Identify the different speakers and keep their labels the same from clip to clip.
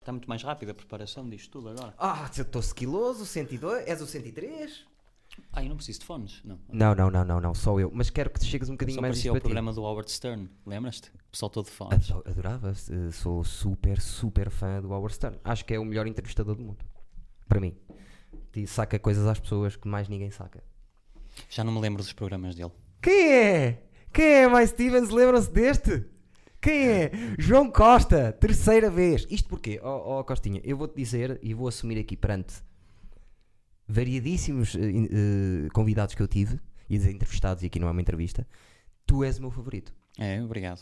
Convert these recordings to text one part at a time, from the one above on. Speaker 1: Está muito mais rápido a preparação disto tudo agora.
Speaker 2: Ah, estou sequiloso, 102, és o 103?
Speaker 1: Ah, eu não preciso de fones, não.
Speaker 2: Não, não, não, não, não, só eu. Mas quero que te chegues um bocadinho
Speaker 1: Só
Speaker 2: mais
Speaker 1: parecia o
Speaker 2: isto para ti.
Speaker 1: programa do Howard Stern, lembras-te? O pessoal todo de fones.
Speaker 2: Ado- Adorava, eh, sou super, super fã do Howard Stern. Acho que é o melhor entrevistador do mundo. Para mim. E saca coisas às pessoas que mais ninguém saca.
Speaker 1: Já não me lembro dos programas dele.
Speaker 2: Quem é? Quem é mais Stevens? Lembram-se deste? Quem é? João Costa, terceira vez. Isto porquê? Ó oh, Costinha, eu vou-te dizer e vou assumir aqui perante variadíssimos eh, in- eh, convidados que eu tive, e dizer entrevistados, e aqui não é uma entrevista, tu és o meu favorito.
Speaker 1: É, obrigado.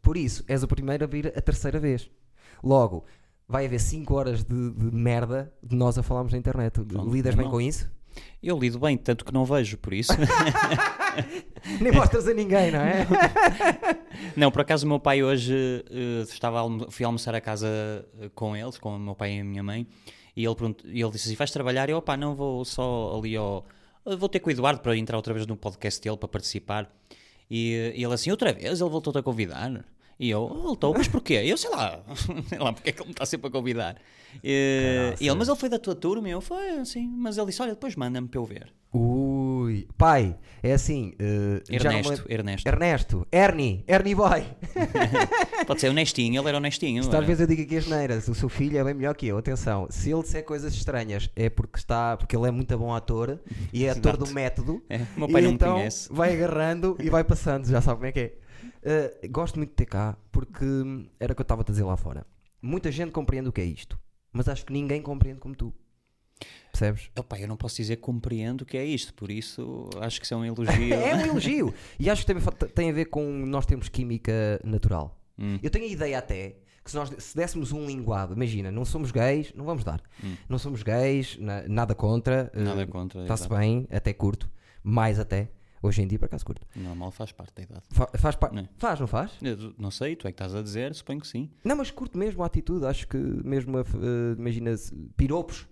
Speaker 2: Por isso, és o primeiro a vir a terceira vez. Logo, vai haver 5 horas de, de merda de nós a falarmos na internet.
Speaker 1: Pronto,
Speaker 2: Lidas
Speaker 1: é
Speaker 2: bem
Speaker 1: mal.
Speaker 2: com isso?
Speaker 1: Eu lido bem, tanto que não vejo, por isso.
Speaker 2: Nem mostras a ninguém, não é?
Speaker 1: não, por acaso o meu pai hoje eh, estava a almo- fui almoçar a casa eh, com eles, com o meu pai e a minha mãe, e ele, perguntou- e ele disse assim: vais trabalhar? E eu, opá, não vou só ali ao. eu Vou ter com o Eduardo para entrar outra vez no podcast dele para participar. E, eh, e ele assim, outra vez, ele voltou-te a convidar. E eu, "Oh, voltou, mas porquê? Eu sei lá, sei lá porque é que ele me está sempre a convidar. E, e ele, mas ele foi da tua turma? E eu, foi, assim. Mas ele disse, olha, depois manda-me para eu ver.
Speaker 2: Ui, pai, é assim. eh, já não me
Speaker 1: Ernesto,
Speaker 2: lembro-
Speaker 1: Ernesto.
Speaker 2: Ernesto, Ernie, Ernie Boy.
Speaker 1: Pode ser honestinho, ele era honestinho.
Speaker 2: Isto
Speaker 1: era.
Speaker 2: às vezes eu digo aqui as neiras, o seu filho é bem melhor que eu, atenção. Se ele disser coisas estranhas é porque está, porque ele é muito bom ator e é ator do
Speaker 1: Exato.
Speaker 2: método.
Speaker 1: É, o meu pai
Speaker 2: e
Speaker 1: não me
Speaker 2: então
Speaker 1: conhece.
Speaker 2: Vai agarrando e vai passando, já sabe como é que é. Eh, gosto muito de ter cá porque hum, era o que eu estava a dizer lá fora. Muita gente compreende o que é isto, mas acho que ninguém compreende como tu. Percebes?
Speaker 1: Opa, eu não posso dizer que compreendo o que é isto, por isso acho que isso é um elogio.
Speaker 2: É um elogio. E acho que também fa- tem a ver com nós termos química natural.
Speaker 1: Hum.
Speaker 2: Eu tenho a ideia até que se nós se dessemos um linguado, imagina, não somos gays, não vamos dar. Não somos gays, na- nada contra.
Speaker 1: Hum. Nada é contra,
Speaker 2: Está-se
Speaker 1: exato.
Speaker 2: bem, até curto. Mais até. Hoje em dia, por acaso, curto.
Speaker 1: Normal, faz parte da idade.
Speaker 2: Fa- faz, pa-
Speaker 1: Não.
Speaker 2: faz, não faz?
Speaker 1: Eu não sei, tu é que estás a dizer, suponho que sim.
Speaker 2: Não, mas curto mesmo a atitude. Acho que mesmo, a f- eh, imagina, se- piropos.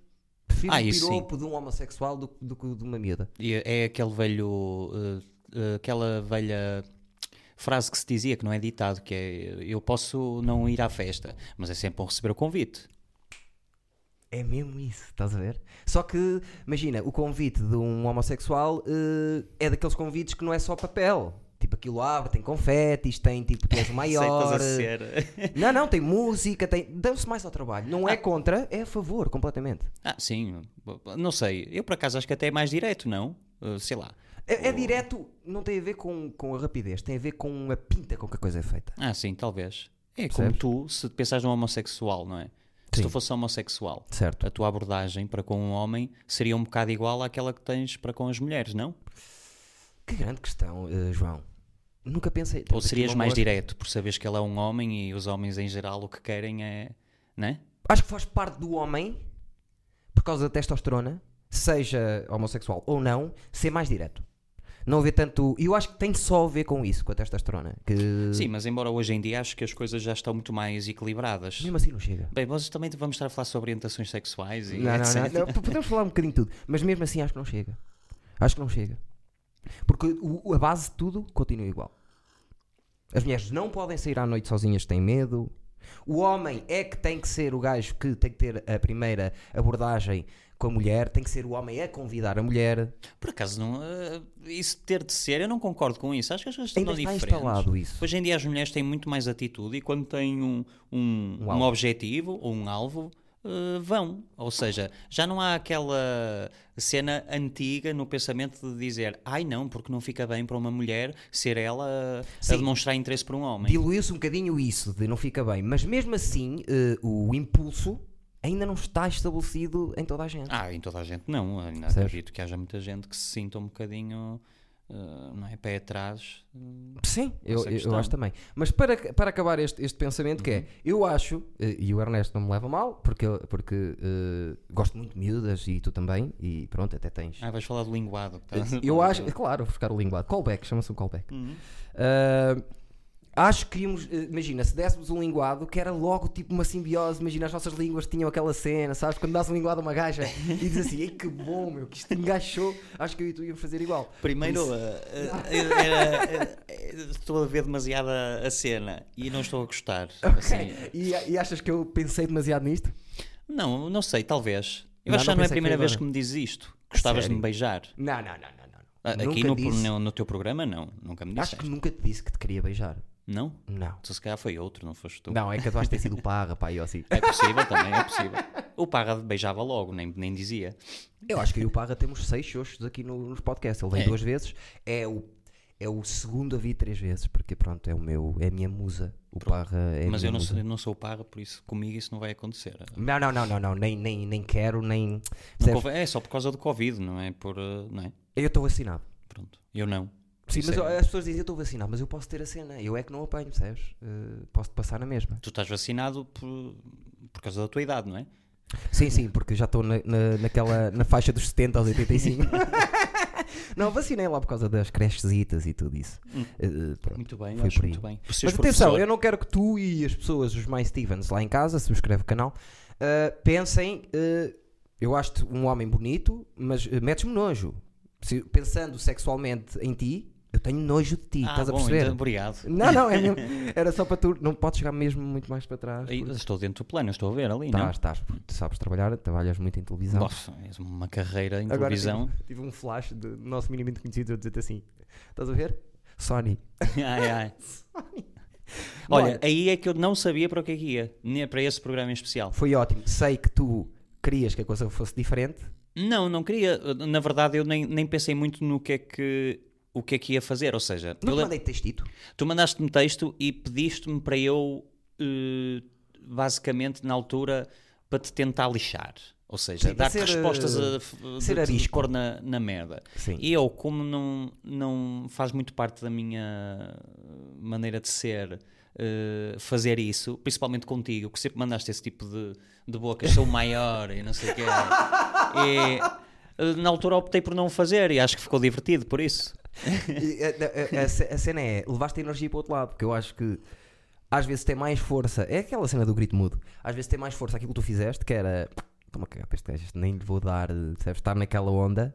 Speaker 2: Prefiro
Speaker 1: Ah,
Speaker 2: um
Speaker 1: isso sim.
Speaker 2: piropo de um homossexual do que do que de uma miúda.
Speaker 1: E é aquele velho. eh, eh, aquela velha frase que se dizia, que não é ditado, que é eu posso não ir à festa, mas é sempre bom receber o convite.
Speaker 2: É mesmo isso, estás a ver? Só que, imagina, o convite de um homossexual eh, é daqueles convites que não é só papel. Tipo, aquilo abre, tem confetes, tem tipo, tu és o maior. eh,
Speaker 1: Aceitas a ser.
Speaker 2: não, não, tem música, tem. Dão-se mais ao trabalho. Não é contra, é a favor, completamente.
Speaker 1: Ah, sim, não sei. Eu por acaso acho que até é mais direto, não? Eh, sei lá.
Speaker 2: É, é direto, não tem a ver com, com a rapidez, tem a ver com a pinta com que a coisa é feita.
Speaker 1: Ah, sim, talvez. É
Speaker 2: Percebes?
Speaker 1: como tu, se pensares num homossexual, não é? Se
Speaker 2: Sim.
Speaker 1: tu fosse homossexual,
Speaker 2: Certo.
Speaker 1: a tua abordagem para com um homem seria um bocado igual àquela que tens para com as mulheres, não?
Speaker 2: Que grande questão, eh, João. Nunca pensei.
Speaker 1: Ou
Speaker 2: temos aqui
Speaker 1: serias
Speaker 2: uma
Speaker 1: mais
Speaker 2: boa-
Speaker 1: direto, por saberes que ele é um homem e os homens em geral o que querem é. Né?
Speaker 2: acho que faz parte do homem, por causa da testosterona, seja homossexual ou não, ser mais direto. Não haver tanto. E eu acho que tem só a ver com isso, com a testosterona. Que
Speaker 1: Sim, mas embora hoje em dia acho que as coisas já estão muito mais equilibradas.
Speaker 2: mesmo assim não chega.
Speaker 1: Bem, nós também vamos estar a falar sobre orientações sexuais e
Speaker 2: Não, não,
Speaker 1: etc.
Speaker 2: não, não, p- Podemos falar um bocadinho de tudo, mas mesmo assim acho que não chega. Acho que não chega. Porque o- o- a base de tudo continua igual. As mulheres não podem sair à noite sozinhas, têm medo. O homem é que tem que ser o gajo que tem que ter a primeira abordagem com a mulher, tem que ser o homem a convidar a mulher.
Speaker 1: Por acaso, não, eh, isso ter de ser, eu não concordo com isso. Acho que as coisas
Speaker 2: Ainda
Speaker 1: estão
Speaker 2: está
Speaker 1: diferentes.
Speaker 2: instalado isso.
Speaker 1: Hoje em dia as mulheres têm muito mais atitude e quando têm um, um, um
Speaker 2: alvo.
Speaker 1: objetivo ou um alvo, eh, vão. Ou seja, já não há aquela cena antiga no pensamento de dizer ai não, porque não fica bem para uma mulher ser ela a- a
Speaker 2: Sim.
Speaker 1: demonstrar interesse por um homem.
Speaker 2: Diluiu-se um bocadinho isso de não fica bem, mas mesmo assim eh, o impulso ainda não está estabelecido em toda a gente.
Speaker 1: Ah, em toda a gente não. Ainda
Speaker 2: Percebes?
Speaker 1: acredito que haja muita gente que se sinta um bocadinho eh, não é, pé atrás.
Speaker 2: Sim, eu,
Speaker 1: essa é
Speaker 2: eu- eu
Speaker 1: questão. Uhum.
Speaker 2: acho também. Mas para, para acabar este, este pensamento, que é, eu acho, eh, e o Ernesto não me leva mal, porque, eu- porque eh, gosto muito de miúdas e tu também, e pronto, até tens.
Speaker 1: Ah, vais falar de linguado. tá? que estás a
Speaker 2: Eu
Speaker 1: falar
Speaker 2: acho,
Speaker 1: de-
Speaker 2: claro, vou buscar o linguado. Callback, chama-se um callback.
Speaker 1: Uhum.
Speaker 2: Ah, Acho que queríamos, eh, imagina, se dessemos um linguado que era logo tipo uma simbiose, imagina as nossas línguas tinham aquela cena, sabes? Quando dás um linguado a uma gaja e diz assim, ei que bom meu, que isto engaixou, acho que eu e tu íamos fazer igual.
Speaker 1: Primeiro, eh, eh, era- eh, estou a ver demasiada a cena e não estou a gostar. assim.
Speaker 2: E, e achas que eu pensei demasiado nisto?
Speaker 1: Não, não sei, talvez. Eu
Speaker 2: Não,
Speaker 1: acho que já
Speaker 2: não
Speaker 1: não é a
Speaker 2: pensei
Speaker 1: primeira
Speaker 2: que era.
Speaker 1: vez que me dizes isto. Gostavas de me beijar.
Speaker 2: Não, não, não, não. não.
Speaker 1: Ah, Aqui
Speaker 2: Nunca
Speaker 1: no,
Speaker 2: disse.
Speaker 1: no- no teu programa, não. Nunca me
Speaker 2: Acho
Speaker 1: disseste.
Speaker 2: que nunca te disse que te queria beijar.
Speaker 1: Não?
Speaker 2: Não.
Speaker 1: Então, se calhar foi outro, não foste tu.
Speaker 2: Não, é que tu vais ter sido o parra, pá, eu assim.
Speaker 1: É possível também, é possível. O Parra beijava logo, nem, nem dizia.
Speaker 2: Eu acho que eu e o Parra temos seis xoxos aqui no, nos podcasts. Ele vem
Speaker 1: É.
Speaker 2: duas vezes. É o, é o segundo a vir três vezes, porque pronto, é o meu, é a minha musa. O Parra é a
Speaker 1: Mas
Speaker 2: minha
Speaker 1: eu não,
Speaker 2: musa.
Speaker 1: sou, eu não sou o Parra, por isso comigo isso não vai acontecer.
Speaker 2: Não, não, não, não, não. Nem, nem, nem quero, nem.
Speaker 1: Não
Speaker 2: Percebes?
Speaker 1: conv- É só por causa do Covid, não é? Por, eh, não é?
Speaker 2: Eu estou vacinado.
Speaker 1: Pronto. Eu não.
Speaker 2: Sim, mas
Speaker 1: Isso é-
Speaker 2: as pessoas dizem eu estou vacinado, mas eu posso ter a cena. Eu é que não apanho, percebes? Eh, posso te passar na mesma.
Speaker 1: Tu estás vacinado por, por causa da tua idade, não é?
Speaker 2: Sim, sim, porque já estou na, na- naquela na faixa dos 70 aos 85. não, vacinei lá por causa das crechezitas e tudo isso.
Speaker 1: Hum.
Speaker 2: Eh, pronto.
Speaker 1: Muito bem,
Speaker 2: Foi
Speaker 1: acho
Speaker 2: por aí.
Speaker 1: muito bem. Por
Speaker 2: Mas
Speaker 1: seres
Speaker 2: atenção,
Speaker 1: professor-
Speaker 2: eu não quero que tu e as pessoas, os mais Stevens lá em casa, subscreve o canal, eh, pensem. eh, eu acho-te um homem bonito, mas eh, metes-me nojo. Se- pensando sexualmente em ti, eu tenho nojo de ti,
Speaker 1: Ah,
Speaker 2: estás a
Speaker 1: bom,
Speaker 2: perceber?
Speaker 1: então, obrigado.
Speaker 2: Não, não, é mesmo- era só para tu. Não podes chegar mesmo muito mais para trás.
Speaker 1: Aí,
Speaker 2: porque
Speaker 1: Estou dentro do plano, eu estou a ver ali, não? é?
Speaker 2: Estás, estás, porque tu sabes trabalhar, trabalhas muito em televisão.
Speaker 1: Nossa, és uma carreira em
Speaker 2: Agora
Speaker 1: televisão.
Speaker 2: Tive, tive um flash de nosso minimamente conhecido a dizer assim: estás a ver? Sony.
Speaker 1: Ai, ai.
Speaker 2: Bora.
Speaker 1: Olha, aí é que eu não sabia para o que é que ia, nem para esse programa em especial.
Speaker 2: Foi ótimo. Sei que tu querias que a coisa fosse diferente.
Speaker 1: Não, não queria. Na verdade, eu nem, nem pensei muito no que é que o que é que ia fazer. Ou seja,
Speaker 2: Não
Speaker 1: eu
Speaker 2: te
Speaker 1: le-
Speaker 2: mandei textito.
Speaker 1: tu mandaste-me texto e pediste-me para eu, eh, basicamente, na altura, para te tentar lixar. Ou seja,
Speaker 2: Sim, para
Speaker 1: dar-te
Speaker 2: ser,
Speaker 1: respostas
Speaker 2: eh,
Speaker 1: a f-
Speaker 2: ser
Speaker 1: de te
Speaker 2: arisco.
Speaker 1: pôr na, na merda.
Speaker 2: Sim.
Speaker 1: E eu, como não, não faz muito parte da minha eh, maneira de ser eh, fazer isso, principalmente contigo, que sempre mandaste esse tipo de, de bocas, sou maior e não sei o quê. E eh, na altura optei por não o fazer e acho que ficou divertido por isso.
Speaker 2: E a, a- a ce- a cena é, levaste a energia para o outro lado, porque eu acho que às vezes tem mais força, é aquela cena do grito mudo, às vezes tem mais força aquilo que tu fizeste, que era, toma cagar para este gajo, isto nem lhe vou dar, percebes, estar naquela onda,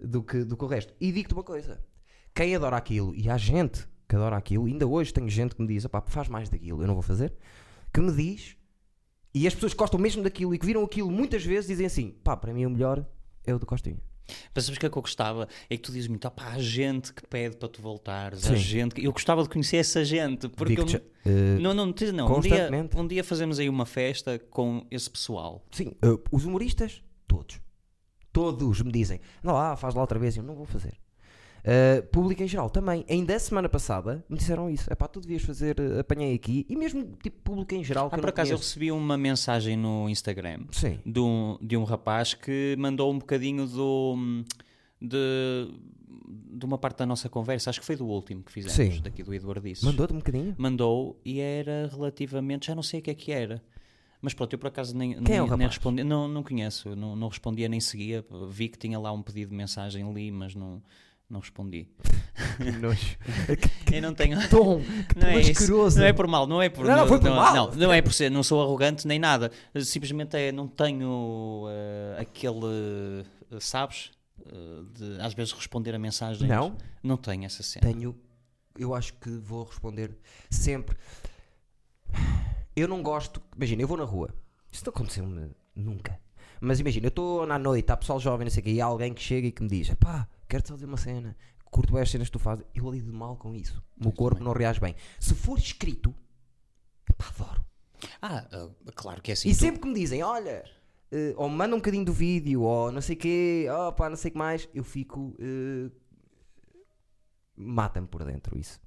Speaker 2: do que, do que o resto. E digo-te uma coisa, quem adora aquilo, e há gente que adora aquilo, ainda hoje tenho gente que me diz, opá, faz mais daquilo, eu não vou fazer, que me diz, e as pessoas que gostam mesmo daquilo e que viram aquilo muitas vezes dizem assim, pá, para mim o melhor é o do Costinha.
Speaker 1: Mas sabes o que é que eu gostava? É que tu dizes muito, opá, há gente que pede para tu voltares,
Speaker 2: Sim.
Speaker 1: há gente que... Eu gostava de conhecer essa gente, porque...
Speaker 2: Digo-te,
Speaker 1: Eu...
Speaker 2: eh,
Speaker 1: Não, não, tens- não. Um dia,
Speaker 2: Constantemente.
Speaker 1: um dia fazemos aí uma festa com esse pessoal. Ah,
Speaker 2: Sim, eh, os humoristas, todos. Todos me dizem, não lá, faz lá outra vez, eu não vou fazer. Eh, público em geral também. Ainda a semana passada me disseram isso. Epá, tu devias fazer, eh, apanhei aqui. E mesmo tipo público em geral. que
Speaker 1: Ah,
Speaker 2: eu
Speaker 1: por
Speaker 2: não
Speaker 1: acaso eu
Speaker 2: conheço.
Speaker 1: recebi uma mensagem no Instagram
Speaker 2: Sim.
Speaker 1: de um, de um rapaz que mandou um bocadinho do. de, de uma parte da nossa conversa, acho que foi do último que fizemos,
Speaker 2: Sim.
Speaker 1: daqui do Eduardices.
Speaker 2: Mandou-te um bocadinho?
Speaker 1: Mandou e era relativamente. já não sei o que é que era. Mas pronto, eu por acaso nem,
Speaker 2: Quem
Speaker 1: nem-
Speaker 2: é o
Speaker 1: nem
Speaker 2: rapaz?
Speaker 1: respondi. Não, não conheço, não, não respondia nem seguia. Vi que tinha lá um pedido de mensagem, li, mas não, não respondi.
Speaker 2: Que nojo. que
Speaker 1: Eu não tenho.
Speaker 2: tom. Que
Speaker 1: Não
Speaker 2: tom
Speaker 1: é, isso.
Speaker 2: asqueroso.
Speaker 1: não é por mal, não é por
Speaker 2: Não, não, foi por
Speaker 1: não,
Speaker 2: mal.
Speaker 1: Não, não é por ser, não sou arrogante nem nada. Simplesmente é, não tenho eh, aquele, eh, sabes, Eh, de às vezes responder a mensagens.
Speaker 2: Não?
Speaker 1: Não tenho essa cena.
Speaker 2: Tenho. Eu acho que vou responder sempre. Eu não gosto. Imagina, eu vou na rua. Isso não aconteceu-me nunca. Mas imagina, eu estou na noite, há pessoal jovem, não sei o quê, e há alguém que chega e que me diz: pá, quero te fazer uma cena, curto bem as cenas que tu fazes. Eu lido mal com isso. O meu corpo não reage bem. Se for escrito, pá, adoro.
Speaker 1: Ah, eh, claro que é assim.
Speaker 2: E
Speaker 1: tu-
Speaker 2: sempre que me dizem: olha, eh, ou me manda um bocadinho do vídeo, ou não sei o quê, ó pá, não sei o que mais, eu fico. eh, Mata-me por dentro isso.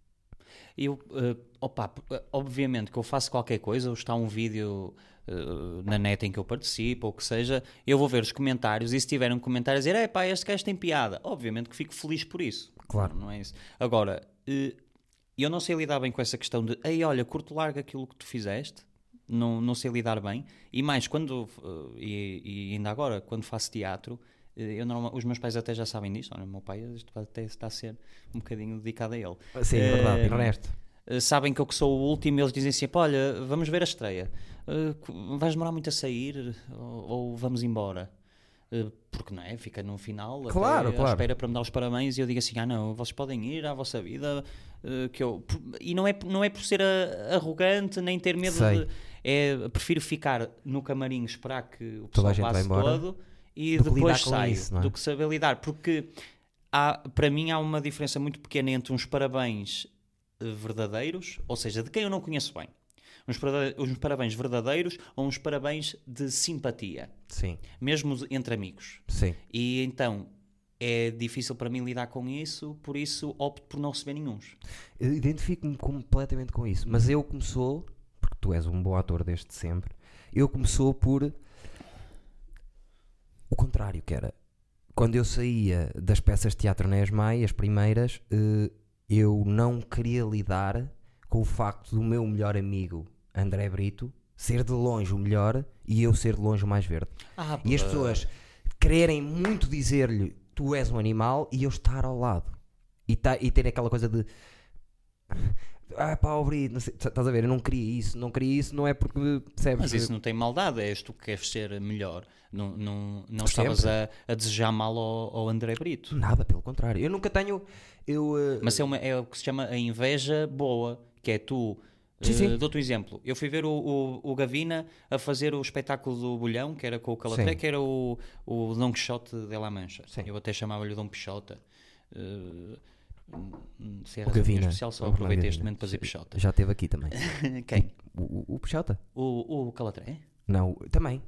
Speaker 1: Eu, eh, opa, p- eh, obviamente que eu faço qualquer coisa, ou está um vídeo eh, na net em que eu participo, ou o que seja, eu vou ver os comentários e se tiver um comentário a dizer, é pá, este gajo tem piada, obviamente que fico feliz por isso.
Speaker 2: Claro.
Speaker 1: Não é isso. Agora, eh, eu não sei lidar bem com essa questão de, ei, olha, curto largo aquilo que tu fizeste, não, não sei lidar bem, e mais, quando, eh, e, e ainda agora, quando faço teatro, eh, eu normal- os meus pais até já sabem disto, olha, o meu pai isto até está a ser um bocadinho dedicado a ele.
Speaker 2: Sim, é verdade,
Speaker 1: Eh,
Speaker 2: honesto.
Speaker 1: eh, sabem que eu que sou o último, eles dizem sempre: Olha, vamos ver a estreia. Eh, cu- vais demorar muito a sair ou, ou vamos embora? Eh, Porque não é? Fica no final, até
Speaker 2: Claro,
Speaker 1: à
Speaker 2: claro.
Speaker 1: espera para me dar os parabéns e eu digo assim: ah, não, vocês podem ir à vossa vida. eh, Que eu... por- E não é, não é por ser ah, arrogante nem ter medo
Speaker 2: Sei.
Speaker 1: de. É, prefiro ficar no camarim, esperar que o pessoal
Speaker 2: Toda a gente vai
Speaker 1: passe
Speaker 2: embora.
Speaker 1: todo e
Speaker 2: Do que lidar
Speaker 1: depois
Speaker 2: com
Speaker 1: saio.
Speaker 2: isso, não é?
Speaker 1: Do que saber lidar. Porque há, para mim há uma diferença muito pequena entre uns parabéns eh, verdadeiros, ou seja, de quem eu não conheço bem, uns, parade- uns parabéns verdadeiros ou uns parabéns de simpatia,
Speaker 2: Sim,
Speaker 1: mesmo de- entre amigos.
Speaker 2: sim.
Speaker 1: E então é difícil para mim lidar com isso, por isso opto por não receber nenhuns.
Speaker 2: Eu Identifico-me completamente com isso. Mas eu começou, porque tu és um bom ator desde sempre, eu começou por o contrário, que era quando eu saía das peças de teatro na ESMAI, as primeiras, eh, eu não queria lidar com o facto do meu melhor amigo André Brito ser de longe o melhor e eu ser de longe o mais verde.
Speaker 1: Ah,
Speaker 2: E as pessoas quererem muito dizer-lhe tu és um animal e eu estar ao lado. E, ta- e ter aquela coisa de ah pá, obrigado, não sei, estás a ver, eu não queria isso, não queria isso, não é porque percebes?
Speaker 1: Mas isso não tem maldade, és tu que queres ser melhor. Não, não, não estavas
Speaker 2: Sempre.
Speaker 1: a, a desejar mal ao, ao André Brito.
Speaker 2: Nada, pelo contrário. Eu nunca tenho. Eu, eh,
Speaker 1: Mas é, uma- é o que se chama a inveja boa, que é tu.
Speaker 2: Sim,
Speaker 1: eh,
Speaker 2: sim.
Speaker 1: Dou-te um exemplo. Eu fui ver o, o- o Gavina a fazer o espetáculo do Bolhão, que era com o Calatré,
Speaker 2: Sim.
Speaker 1: que era o, o Dom Quixote de La Mancha.
Speaker 2: Sim.
Speaker 1: Eu até chamava-lhe Dom Pixota. Eh, hum, se é
Speaker 2: O
Speaker 1: razão minha
Speaker 2: Gavina.
Speaker 1: especial, só
Speaker 2: O Fernando
Speaker 1: aproveitei este
Speaker 2: Gavina.
Speaker 1: momento para dizer Pixota.
Speaker 2: já teve aqui também.
Speaker 1: Quem?
Speaker 2: O, o, o Peixota?
Speaker 1: O, o Calatré?
Speaker 2: Não, o- também.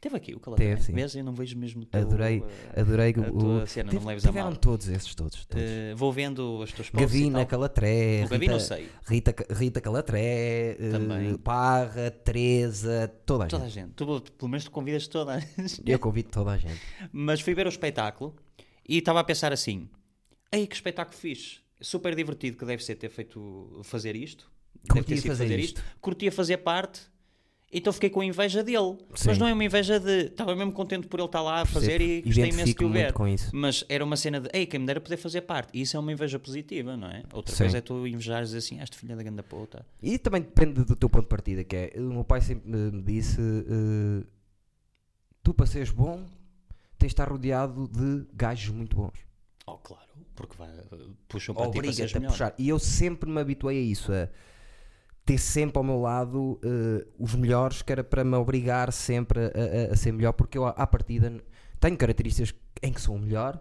Speaker 1: Teve aqui o Calatré.
Speaker 2: Teve, sim.
Speaker 1: Vês? Eu não vejo mesmo o teu,
Speaker 2: Adorei,
Speaker 1: eh,
Speaker 2: adorei o-
Speaker 1: a
Speaker 2: o.
Speaker 1: tua cena, não
Speaker 2: tive-
Speaker 1: me leves a
Speaker 2: tiveram
Speaker 1: mal.
Speaker 2: todos esses, todos. todos.
Speaker 1: Eh, vou vendo as tuas posts e
Speaker 2: Gavina,
Speaker 1: tal.
Speaker 2: Calatré,
Speaker 1: O Gavina eu
Speaker 2: Rita-
Speaker 1: sei.
Speaker 2: Rita, Ca- Rita Calatré, eh,
Speaker 1: Também.
Speaker 2: Parra, Teresa, toda a
Speaker 1: Toda a
Speaker 2: gente.
Speaker 1: gente. Tu, pelo menos tu convidas toda a gente.
Speaker 2: Eu convido toda a gente.
Speaker 1: Mas fui ver o espetáculo e estava a pensar assim: ei, que espetáculo fixe! Super divertido que deve ser ter feito fazer isto. deve
Speaker 2: Curtia
Speaker 1: ter sido
Speaker 2: fazer isto.
Speaker 1: Curtia fazer parte. Então fiquei com inveja dele.
Speaker 2: Sim.
Speaker 1: Mas não é uma inveja de. Estava mesmo contente por ele estar lá a fazer e gostei imenso de
Speaker 2: Identifico
Speaker 1: o
Speaker 2: muito
Speaker 1: ver.
Speaker 2: com isso.
Speaker 1: Mas era uma cena de. Ei, quem me dera poder fazer parte. E isso é uma inveja positiva, não é? Outra
Speaker 2: Sim.
Speaker 1: coisa é tu invejares assim: esta filha da ganda puta.
Speaker 2: E também depende do teu ponto de partida, que é, o meu pai sempre me me disse, eh, tu para seres bom, tens de estar rodeado de gajos muito bons.
Speaker 1: Oh, claro. Porque vai, puxam para ti para seres
Speaker 2: Obriga-te a
Speaker 1: melhor.
Speaker 2: puxar. E eu sempre me habituei a isso, a ter sempre ao meu lado eh, os melhores, que era para me obrigar sempre a, a- a ser melhor, porque eu à à partida n- tenho características em que sou o melhor,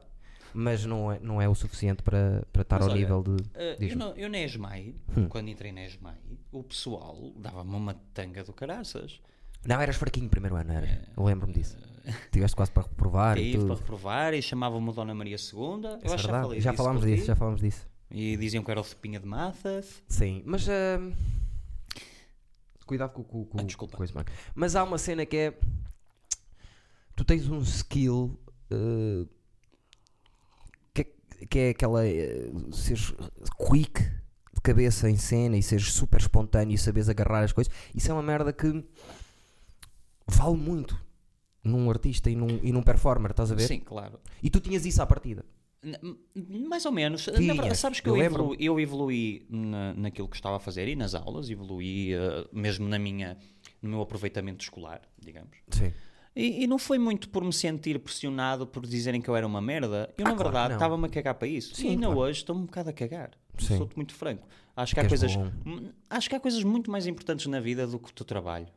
Speaker 2: mas não é, não é o suficiente para, para estar
Speaker 1: Mas
Speaker 2: ao
Speaker 1: olha,
Speaker 2: nível de...
Speaker 1: Ah, eu,
Speaker 2: Diz-me. Hum.
Speaker 1: não, eu na ESMAI, quando entrei na ESMAI, o pessoal dava-me uma tanga do caraças.
Speaker 2: Não, eras fraquinho no primeiro ano, eras. Eu lembro-me disso. Tiveste quase para reprovar e
Speaker 1: Tive para
Speaker 2: tudo.
Speaker 1: reprovar e chamavam-me Dona Maria II. Eu
Speaker 2: Isso
Speaker 1: acho
Speaker 2: é
Speaker 1: que já
Speaker 2: verdade.
Speaker 1: falei
Speaker 2: já
Speaker 1: disso
Speaker 2: falámos
Speaker 1: contigo.
Speaker 2: disso, já falámos disso.
Speaker 1: E diziam que era o Cepinha de Matas.
Speaker 2: Sim, mas. hum, Cuidado com, com, com,
Speaker 1: Ah, desculpa.
Speaker 2: com isso, mano. Mas há uma cena que é. Tu tens um skill. eh, que, é- que é aquela. eh, seres quick de cabeça em cena e seres super espontâneo e saberes agarrar as coisas. Isso é uma merda que. vale muito num artista e num, e num performer, estás a ver?
Speaker 1: Sim, claro.
Speaker 2: E tu tinhas isso à partida.
Speaker 1: N- m- Mais ou menos. Na
Speaker 2: Tinhas,
Speaker 1: verdade, sabes que
Speaker 2: eu
Speaker 1: eu,
Speaker 2: lembro.
Speaker 1: evolu- eu evoluí na- naquilo que estava a fazer e nas aulas, evoluí eh, mesmo na minha, no meu aproveitamento escolar, digamos.
Speaker 2: Sim.
Speaker 1: E, e não foi muito por me sentir pressionado por dizerem que eu era uma merda. Eu,
Speaker 2: Ah,
Speaker 1: na
Speaker 2: claro que
Speaker 1: verdade,
Speaker 2: não.
Speaker 1: estava-me a cagar para isso.
Speaker 2: Sim,
Speaker 1: e ainda
Speaker 2: claro.
Speaker 1: hoje estou-me um bocado a cagar.
Speaker 2: Sim.
Speaker 1: Sou-te muito franco. Acho que, há
Speaker 2: Porque és
Speaker 1: coisas,
Speaker 2: bom.
Speaker 1: Hum, acho que há coisas muito mais importantes na vida do que o teu trabalho.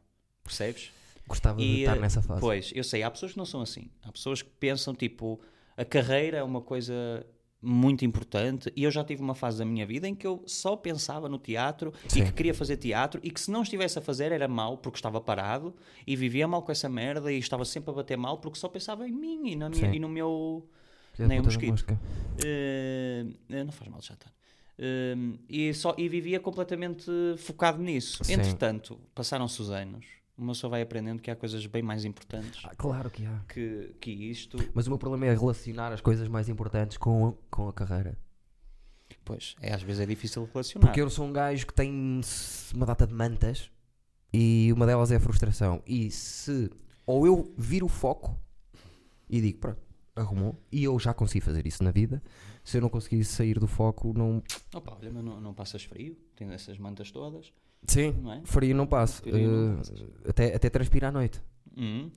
Speaker 1: Percebes?
Speaker 2: Gostava de
Speaker 1: E,
Speaker 2: estar
Speaker 1: eh,
Speaker 2: nessa fase.
Speaker 1: Pois, eu sei, há pessoas que não são assim. Há pessoas que pensam, tipo, a carreira é uma coisa muito importante e eu já tive uma fase da minha vida em que eu só pensava no teatro
Speaker 2: Sim.
Speaker 1: e que queria fazer teatro e que se não estivesse a fazer era mal porque estava parado e vivia mal com essa merda e estava sempre a bater mal porque só pensava em mim e, na minha-
Speaker 2: Sim.
Speaker 1: e no meu...
Speaker 2: Que é a
Speaker 1: nem um
Speaker 2: puta da
Speaker 1: mosquito.
Speaker 2: mosca.
Speaker 1: eh, eh, não faz mal, já está. Eh, e, só, e vivia completamente focado nisso.
Speaker 2: Sim.
Speaker 1: Entretanto, passaram-se os anos, uma pessoa vai aprendendo que há coisas bem mais importantes
Speaker 2: Ah, claro que há.
Speaker 1: que, que isto.
Speaker 2: Mas o meu problema é relacionar as coisas mais importantes com, com a carreira.
Speaker 1: Pois, é, às vezes é difícil relacionar.
Speaker 2: Porque eu sou um gajo que tem s- uma data de mantas e uma delas é a frustração. E se. Ou eu viro o foco e digo, pronto, arrumou e eu já consegui fazer isso na vida. Se eu não conseguisse sair do foco, não.
Speaker 1: Opa, olha, mas não, não passas frio, tens essas mantas todas,
Speaker 2: Sim.
Speaker 1: não é?
Speaker 2: Frio não passo.
Speaker 1: Frio não
Speaker 2: Eh, até, até transpira à noite.
Speaker 1: Hum.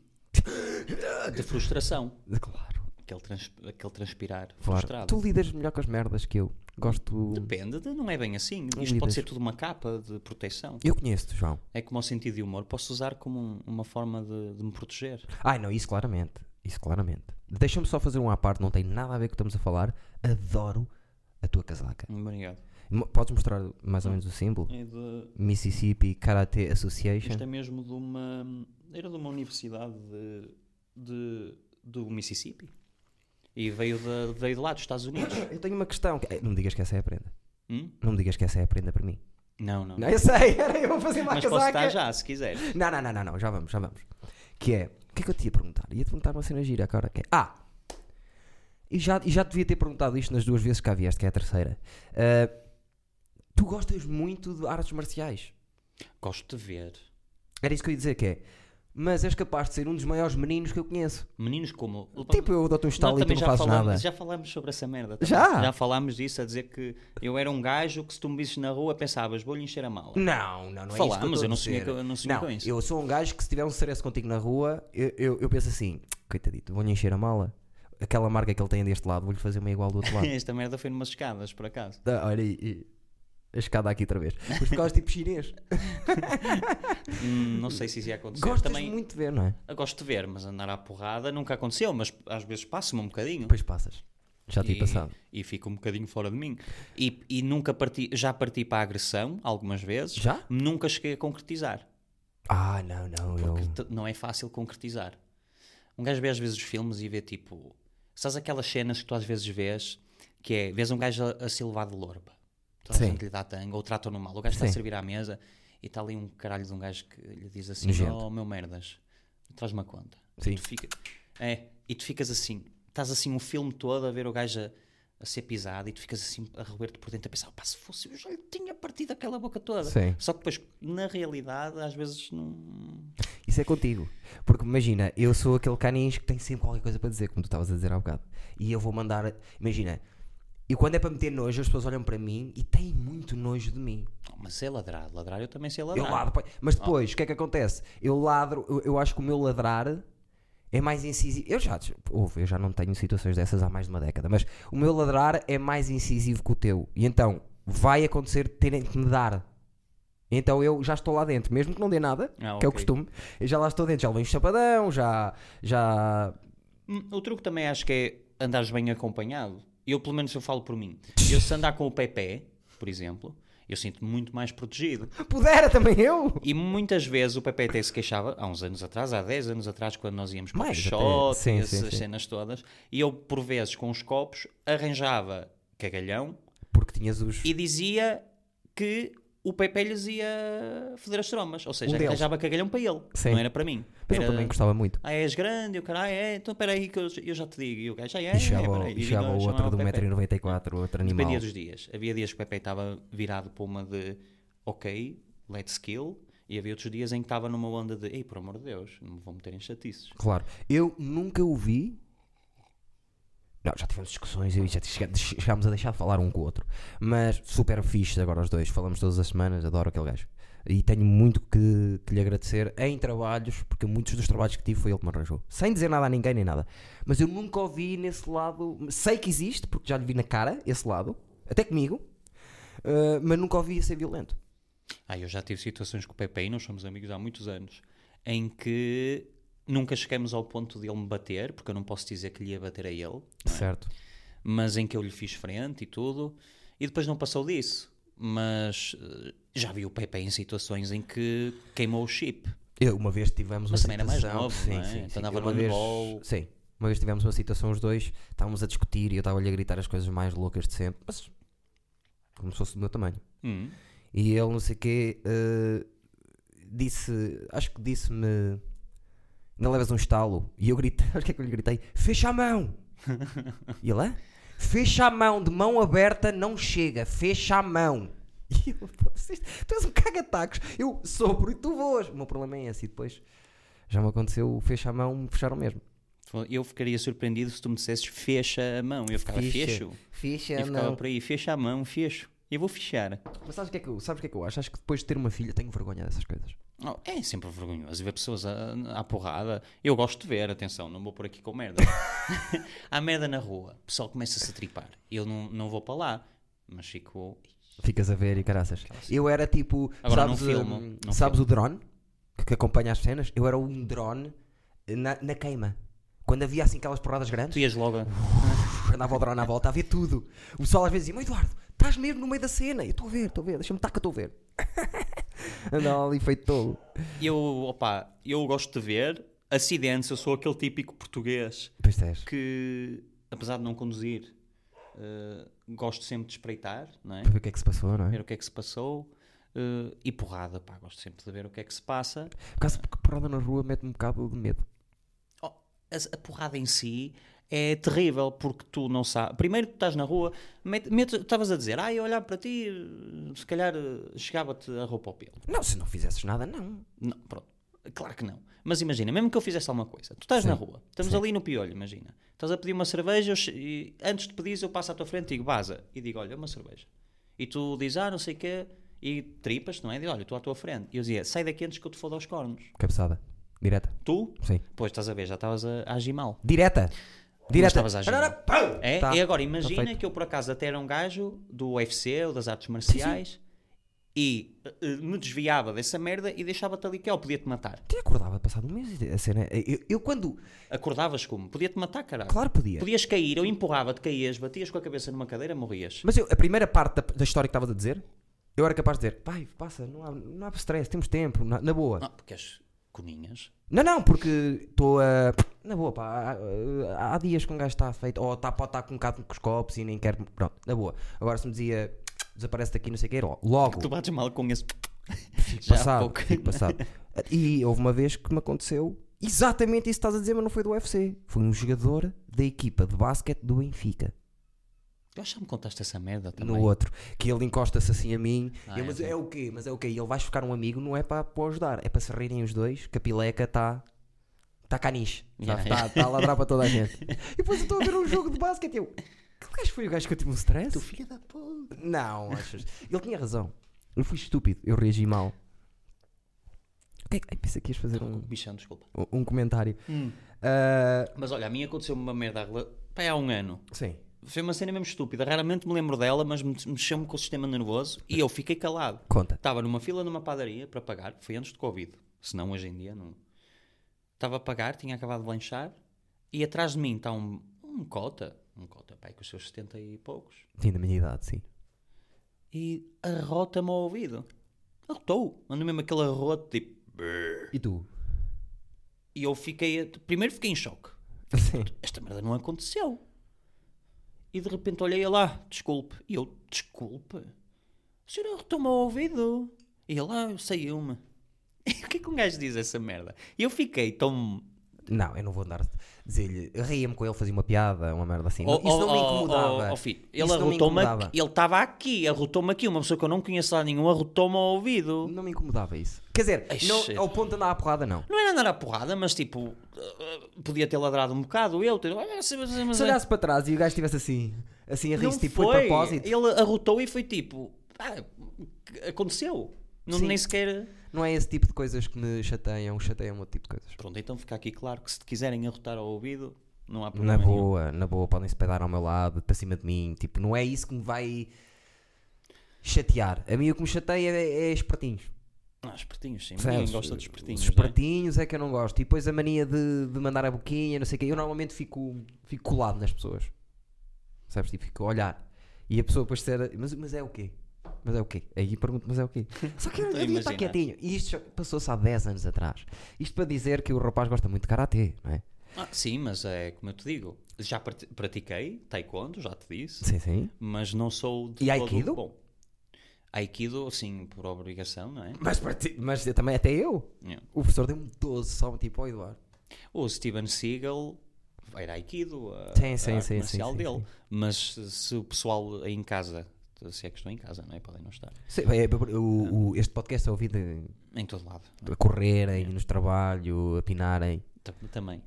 Speaker 1: De frustração,
Speaker 2: Claro.
Speaker 1: aquele, trans- aquele transpirar
Speaker 2: claro.
Speaker 1: frustrado.
Speaker 2: Tu lidas melhor com as merdas que eu. Gosto.
Speaker 1: Depende, de- não é bem assim. Isto
Speaker 2: líder.
Speaker 1: pode ser tudo uma capa de proteção.
Speaker 2: Eu conheço-te, João.
Speaker 1: É como o sentido de humor, posso usar como um- uma forma de, de me proteger.
Speaker 2: Ai, não, isso claramente. Isso claramente. Deixa-me só fazer um à parte, não tem nada a ver com o que estamos a falar. Adoro a tua casaca.
Speaker 1: Obrigado.
Speaker 2: Mo- Podes mostrar mais ou menos o símbolo?
Speaker 1: É de-
Speaker 2: Mississippi Karate Association.
Speaker 1: isto é mesmo de uma. Era de uma universidade de, de- do Mississippi. E veio de, veio de lá, dos Estados Unidos.
Speaker 2: Eu tenho uma questão. que- eh, Não me digas que essa é a prenda.
Speaker 1: Hum?
Speaker 2: Não me digas que essa é a prenda para mim.
Speaker 1: Não, não.
Speaker 2: Não, eu sei, era eu vou fazer uma
Speaker 1: Mas posso
Speaker 2: casaca.
Speaker 1: estar já, se quiser.
Speaker 2: Não, não, não, não, não, já vamos, já vamos. Que é, o que é que eu te ia perguntar? Ia-te perguntar uma cena gira agora, que é, ah, e já, e já te devia ter perguntado isto nas duas vezes que cá vieste, que é a terceira. Ah, tu gostas muito de artes marciais.
Speaker 1: Gosto de ver.
Speaker 2: Era isso que eu ia dizer, que é, mas és capaz de ser um dos maiores meninos que eu conheço.
Speaker 1: Meninos como.
Speaker 2: Tipo, eu dou-te um estalo e tu
Speaker 1: também
Speaker 2: não
Speaker 1: já
Speaker 2: fazes
Speaker 1: falámos,
Speaker 2: nada.
Speaker 1: Já falámos sobre essa merda.
Speaker 2: Já?
Speaker 1: também. Já falámos disso, a dizer que eu era um gajo que se tu me visses na rua pensavas, vou-lhe encher a mala.
Speaker 2: Não, não, não é isso. que
Speaker 1: Falámos,
Speaker 2: estou a
Speaker 1: eu não sonhei
Speaker 2: dizer.
Speaker 1: com- eu não sonhei com isso.
Speaker 2: Eu sou um gajo que se tiver um cereço contigo na rua, eu, eu, eu penso assim, coitadito, vou-lhe encher a mala. Aquela marca que ele tem deste lado, vou-lhe fazer uma igual do outro lado.
Speaker 1: Esta merda foi numas escadas, por acaso.
Speaker 2: Ah, olha, e, e- a escada aqui outra vez. Mas por causa tipo chinês.
Speaker 1: Hum, não sei se isso ia acontecer.
Speaker 2: Gostas
Speaker 1: Também
Speaker 2: muito de ver, não é?
Speaker 1: eu gosto de ver, mas andar à porrada nunca aconteceu, mas às vezes passo-me um bocadinho.
Speaker 2: Depois passas. Já te
Speaker 1: E-
Speaker 2: tinha passado.
Speaker 1: E fico um bocadinho fora de mim. E, e nunca parti, já parti para a agressão algumas vezes.
Speaker 2: Já?
Speaker 1: Nunca cheguei a concretizar.
Speaker 2: Ah, não, não, eu.
Speaker 1: Porque t- não é fácil concretizar. Um gajo vê às vezes os filmes e vê tipo. Sabes aquelas cenas que tu às vezes vês que é. Vês um gajo a, a silvar de lorba. Toda a
Speaker 2: Sim.
Speaker 1: gente lhe dá tanga ou tratam-no mal. O gajo está a
Speaker 2: Sim.
Speaker 1: servir à mesa e está ali um caralho de um gajo que lhe diz assim:
Speaker 2: Nojento.
Speaker 1: Oh meu merdas, traz-me a conta.
Speaker 2: Sim.
Speaker 1: E tu, fica- é, e tu ficas assim. Estás assim um filme todo a ver o gajo a, a ser pisado e tu ficas assim a roer-te por dentro a pensar: Pá, se fosse eu já lhe tinha partido aquela boca toda.
Speaker 2: Sim.
Speaker 1: Só que depois, na realidade, às vezes não.
Speaker 2: Isso é contigo. Porque imagina, eu sou aquele canis que tem sempre qualquer coisa para dizer, como tu estavas a dizer há bocado. E eu vou mandar. Imagina, e quando é para meter nojo, as pessoas olham para mim e têm muito nojo de mim.
Speaker 1: Oh, Mas é ladrar, ladrar eu também sei
Speaker 2: Eu
Speaker 1: ladrar.
Speaker 2: ladro. pá. Mas depois, o que é que acontece? Eu ladro, eu, eu acho que o meu ladrar é mais incisivo. Eu já, ouve, eu já não tenho situações dessas há mais de uma década, mas o meu ladrar é mais incisivo que o teu. E então vai acontecer terem que me dar. Então eu já estou lá dentro, mesmo que não dê nada,
Speaker 1: Ah,
Speaker 2: que é
Speaker 1: ok.
Speaker 2: o costume, eu já lá estou dentro, já levei um chapadão, já. já...
Speaker 1: Hum, O truque também acho que é andares bem acompanhado. Eu, pelo menos, eu falo por mim. Eu, se andar com o Pepe, por exemplo, eu sinto-me muito mais protegido.
Speaker 2: Pudera também eu!
Speaker 1: E muitas vezes o Pepe até se queixava, há uns anos atrás, há 10 anos atrás, quando nós íamos para o
Speaker 2: Mais até.
Speaker 1: shot
Speaker 2: Sim,
Speaker 1: e
Speaker 2: sim,
Speaker 1: essas
Speaker 2: sim.
Speaker 1: cenas todas, e eu, por vezes, com os copos, arranjava cagalhão
Speaker 2: Porque tinhas os.
Speaker 1: e dizia que o Pepe lhes ia foder as trombas. Ou seja,
Speaker 2: Um deles.
Speaker 1: arranjava cagalhão para ele,
Speaker 2: Sim.
Speaker 1: não era para mim.
Speaker 2: Mas eu
Speaker 1: Era-
Speaker 2: também gostava muito.
Speaker 1: Ah, és grande, eu caralho, é, então peraí que eu, eu já te digo. E o gajo, ah, é,
Speaker 2: E chegava, ao-
Speaker 1: peraí.
Speaker 2: e chegava
Speaker 1: não,
Speaker 2: o outro
Speaker 1: chamava
Speaker 2: de
Speaker 1: o Pepe.
Speaker 2: 1,94m, outro animal.
Speaker 1: Dependia dos dias. Havia dias que o Pepe estava virado para uma de ok, let's kill. E havia outros dias em que estava numa onda de ei, por amor de Deus, não me vou meter em chatices.
Speaker 2: Claro. Eu nunca o vi. Não, já tivemos discussões, eu e já chega- chegámos a deixar de falar um com o outro. Mas super fixe agora os dois. Falamos todas as semanas, adoro aquele gajo. E tenho muito que, que lhe agradecer em trabalhos, porque muitos dos trabalhos que tive foi ele que me arranjou. Sem dizer nada a ninguém nem nada. Mas eu nunca o vi nesse lado. Sei que existe, porque já lhe vi na cara esse lado, até comigo, eh, mas nunca o vi a ser violento.
Speaker 1: Ah, eu já tive situações com o Pepe e nós somos amigos há muitos anos, em que nunca chegamos ao ponto de ele me bater, porque eu não posso dizer que lhe ia bater a ele,
Speaker 2: Certo.
Speaker 1: mas em que eu lhe fiz frente e tudo, e depois não passou disso. Mas eh, já vi o Pepe em situações em que queimou o chip.
Speaker 2: Eu, uma vez tivemos uma
Speaker 1: Mas também era mais
Speaker 2: situação.
Speaker 1: novo, não é? Então andava
Speaker 2: Eu
Speaker 1: no
Speaker 2: uma vez-
Speaker 1: handball.
Speaker 2: Sim. Uma vez tivemos uma situação, os dois estávamos a discutir e eu estava-lhe a gritar as coisas mais loucas de sempre, mas como se fosse do meu tamanho.
Speaker 1: Hum.
Speaker 2: E ele, não sei o quê, eh, disse, acho que disse-me, ainda levas um estalo. E eu gritei, acho que é que eu lhe gritei, fecha a mão! e ele, "Hã? fecha a mão, de mão aberta não chega, fecha a mão. E eu, "Vocês- tu és um caga-tacos, eu sopro e tu voas. O meu problema é esse. E depois já me aconteceu, fecha a mão, me fecharam mesmo.
Speaker 1: Fo- Eu ficaria surpreendido se tu me dissesses fecha a mão. Eu ficava fecho.
Speaker 2: Ficha, É,
Speaker 1: Eu ficava
Speaker 2: não.
Speaker 1: por aí, fecha a mão, fecho. Eu vou fechar.
Speaker 2: Mas sabes o que, é que eu, sabes o que é que eu acho? Acho que depois de ter uma filha tenho vergonha dessas coisas.
Speaker 1: Oh, é sempre vergonhoso ver pessoas à, à porrada. Eu gosto de ver, atenção, não vou por aqui com merda. Há merda na rua, o pessoal começa-se a tripar. Eu não, não vou para lá, mas fico.
Speaker 2: Ficas a ver e caraças. Eu era tipo.
Speaker 1: Agora não
Speaker 2: sabes
Speaker 1: filmo,
Speaker 2: hum,
Speaker 1: não
Speaker 2: sabes o drone que, que acompanha as cenas? Eu era um drone na, na queima. Quando havia assim aquelas porradas grandes,
Speaker 1: Tu ias logo. a-
Speaker 2: andava o drone à volta a ver tudo. O pessoal às vezes dizia: "Mas Eduardo, estás mesmo no meio da cena. Eu estou a ver, estou a ver, deixa-me estar que eu estou a ver. Andava ali feito tolo.
Speaker 1: Eu, opa, eu gosto de ver acidentes. Eu sou aquele típico português
Speaker 2: Pois és.
Speaker 1: que, apesar de não conduzir, eh, gosto sempre de espreitar, não é?
Speaker 2: Para ver o que é que se passou, não é?
Speaker 1: ver o que é que se passou eh, e porrada, pá, gosto sempre de ver o que é que se passa.
Speaker 2: Por causa porque porrada na rua mete-me um bocado de medo.
Speaker 1: Oh, a, a porrada em si é terrível porque tu não sabes. Primeiro tu estás na rua, met- met- estavas a dizer, ai, eu olhar para ti, eh, se calhar eh, chegava-te a roupa ao pelo.
Speaker 2: Não, se não fizesses nada, não.
Speaker 1: Não, pronto. Claro que não. Mas imagina, mesmo que eu fizesse alguma coisa, tu estás na rua, estamos ali no piolho, imagina. Estás a pedir uma cerveja eu che- e antes de pedires eu passo à tua frente e digo, baza. E digo, olha, uma cerveja. E tu dizes, ah, não sei o quê, e tripas, não é? Digo, olha, estou à tua frente. E eu dizia, sai daqui antes que eu te foda aos cornos.
Speaker 2: Cabeçada. Direta.
Speaker 1: Tu?
Speaker 2: Sim.
Speaker 1: Pois, estás a ver, já estavas a, a agir mal.
Speaker 2: Direta.
Speaker 1: Já
Speaker 2: Direta.
Speaker 1: estavas a agir
Speaker 2: Arara,
Speaker 1: mal.
Speaker 2: pau!
Speaker 1: É?
Speaker 2: Tá.
Speaker 1: E agora,
Speaker 2: Tá
Speaker 1: imagina
Speaker 2: feito.
Speaker 1: que eu por acaso até era um gajo do UFC ou das artes marciais e eh, eh, me desviava dessa merda e deixava-te ali que eu podia-te matar.
Speaker 2: Até acordava passado um mês a cena. Eu, eu quando.
Speaker 1: Acordavas como? Podia-te matar, caralho.
Speaker 2: Claro podia.
Speaker 1: Podias cair, eu empurrava-te, caías, batias com a cabeça numa cadeira, morrias.
Speaker 2: Mas eu, a primeira parte da, da história que estavas a dizer, eu era capaz de dizer, pai, passa, não há, não há stress, temos tempo, na, na boa.
Speaker 1: Ah, porque és coninhas.
Speaker 2: Não, não, porque estou a. Na boa, pá. há- Há, há dias que um gajo está feito. Ou tá, pode estar com um bocado com os copos e nem quer. Pronto, na boa. Agora se me dizia. Desaparece daqui, não sei o que. Logo.
Speaker 1: Tu bates mal com esse. Já há
Speaker 2: passado,
Speaker 1: pouco.
Speaker 2: fico passado. E houve uma vez que me aconteceu exatamente isso que estás a dizer, mas não foi do UFC. Foi um jogador da equipa de basquete do Benfica.
Speaker 1: Tu acho que já me contaste essa merda também.
Speaker 2: No outro. Que ele encosta-se assim a mim.
Speaker 1: Ah,
Speaker 2: e eu,
Speaker 1: é,
Speaker 2: mas
Speaker 1: sim.
Speaker 2: é o quê? Mas é o quê? E ele vai buscar um amigo, não é para para o ajudar. É para se rirem os dois, que a pileca está... Está caniche. Está
Speaker 1: Yeah.
Speaker 2: tá, tá a ladrar para toda a gente. e depois eu estou a ver um jogo de basquete e eu... Que gajo foi o gajo que eu tive um stress?
Speaker 1: Tu filha da puta.
Speaker 2: Não, achas? Ele tinha razão. Eu fui estúpido, eu reagi mal. O que é que. Ai, pensei que ias fazer um,
Speaker 1: Bichão, desculpa.
Speaker 2: um comentário.
Speaker 1: Hum.
Speaker 2: Ah,
Speaker 1: Mas olha, a mim aconteceu uma merda há rela- pá, há um ano.
Speaker 2: sim.
Speaker 1: Foi uma cena mesmo estúpida. Raramente me lembro dela, mas me- mexeu-me com o sistema nervoso e eu fiquei calado.
Speaker 2: Conta.
Speaker 1: Estava numa fila numa padaria para pagar, foi antes de Covid, senão hoje em dia não. Estava a pagar, tinha acabado de lanchar e atrás de mim está um, um cota, um cota, pai, com os seus 70 e poucos,
Speaker 2: Fim da minha idade, sim.
Speaker 1: e arrota-me ao ouvido. Arrotou, mandou mesmo aquele arroto tipo. "Brrr".
Speaker 2: E tu?
Speaker 1: E eu fiquei. Primeiro fiquei em choque.
Speaker 2: Sim.
Speaker 1: Esta merda não aconteceu. E de repente olhei lá, desculpe. E eu, desculpe. O senhor arrotou-me ao ouvido. E ele, ah, saiu-me. O que é que um gajo diz essa merda? E eu fiquei tão.
Speaker 2: Não, eu não vou andar a dizer-lhe. eu Ria-me com ele, fazia uma piada, uma merda assim.
Speaker 1: Oh,
Speaker 2: isso não
Speaker 1: oh,
Speaker 2: me
Speaker 1: oh,
Speaker 2: incomodava.
Speaker 1: oh, oh, filho,
Speaker 2: Isso
Speaker 1: Ele
Speaker 2: não me
Speaker 1: arrotou-me
Speaker 2: incomodava.
Speaker 1: aqui. Ele estava aqui, arrotou-me aqui. Uma pessoa que eu não conheço lá nenhum arrotou-me ao ouvido.
Speaker 2: Não me incomodava isso. Quer dizer,
Speaker 1: Ai, shit.
Speaker 2: não, ao ponto de andar à porrada, não.
Speaker 1: Não era andar à porrada, mas tipo, eh, eh, podia ter ladrado um bocado. Eu, ter, "Ah, mas- mas-
Speaker 2: Se olhasse para trás e o gajo estivesse assim, assim a
Speaker 1: Não
Speaker 2: rir-se, tipo, foi de propósito.
Speaker 1: Ele arrotou e foi tipo. "Ah, aconteceu. Não,
Speaker 2: Sim.
Speaker 1: nem sequer.
Speaker 2: Não é esse tipo de coisas que me chateiam, chateiam outro tipo de coisas.
Speaker 1: Pronto, então fica aqui claro que se te quiserem arrotar ao ouvido, não é há
Speaker 2: Na
Speaker 1: problema. nenhum.
Speaker 2: é boa, na boa, podem-se peidar ao meu lado, para cima de mim. Tipo, não é isso que me vai chatear. A mim o que me chateia é, é espertinhos.
Speaker 1: Ah, espertinhos, sim.
Speaker 2: Sabes?
Speaker 1: Ninguém gosta né? de espertinhos.
Speaker 2: Os espertinhos é que eu não gosto. E depois a mania de, de mandar a boquinha, não sei o quê. Eu normalmente fico, fico colado nas pessoas. Sabes? Tipo, fico a olhar. E a pessoa depois disser, mas, mas é o quê? Mas é o quê? Aí pergunto, mas é o quê? Só que eu
Speaker 1: Estou a
Speaker 2: devia estar
Speaker 1: imaginar.
Speaker 2: quietinho. E isto já passou-se há 10 anos atrás. Isto para dizer que o rapaz gosta muito de karatê, não é?
Speaker 1: não é? Ah, sim, mas é como eu te digo. Já prati- pratiquei taekwondo, já te disse,
Speaker 2: Sim, sim.
Speaker 1: mas não sou de
Speaker 2: E
Speaker 1: todo
Speaker 2: aikido?
Speaker 1: bom. Aikido, sim, por obrigação, não é?
Speaker 2: Mas, para ti- mas eu também, até eu.
Speaker 1: Yeah.
Speaker 2: O professor deu-me 12, só tipo, ó Eduardo.
Speaker 1: O Steven Seagal era Aikido, a,
Speaker 2: Sim, sim,
Speaker 1: a arte
Speaker 2: sim, sim,
Speaker 1: marcial
Speaker 2: sim,
Speaker 1: dele.
Speaker 2: sim.
Speaker 1: Mas se- se o pessoal em casa, se é que estou em casa, não é? Podem não estar.
Speaker 2: Sim, é, o- o- este podcast é ouvido
Speaker 1: Em todo lado.
Speaker 2: a correrem, nos trabalho, a pinarem.
Speaker 1: Tam- Também.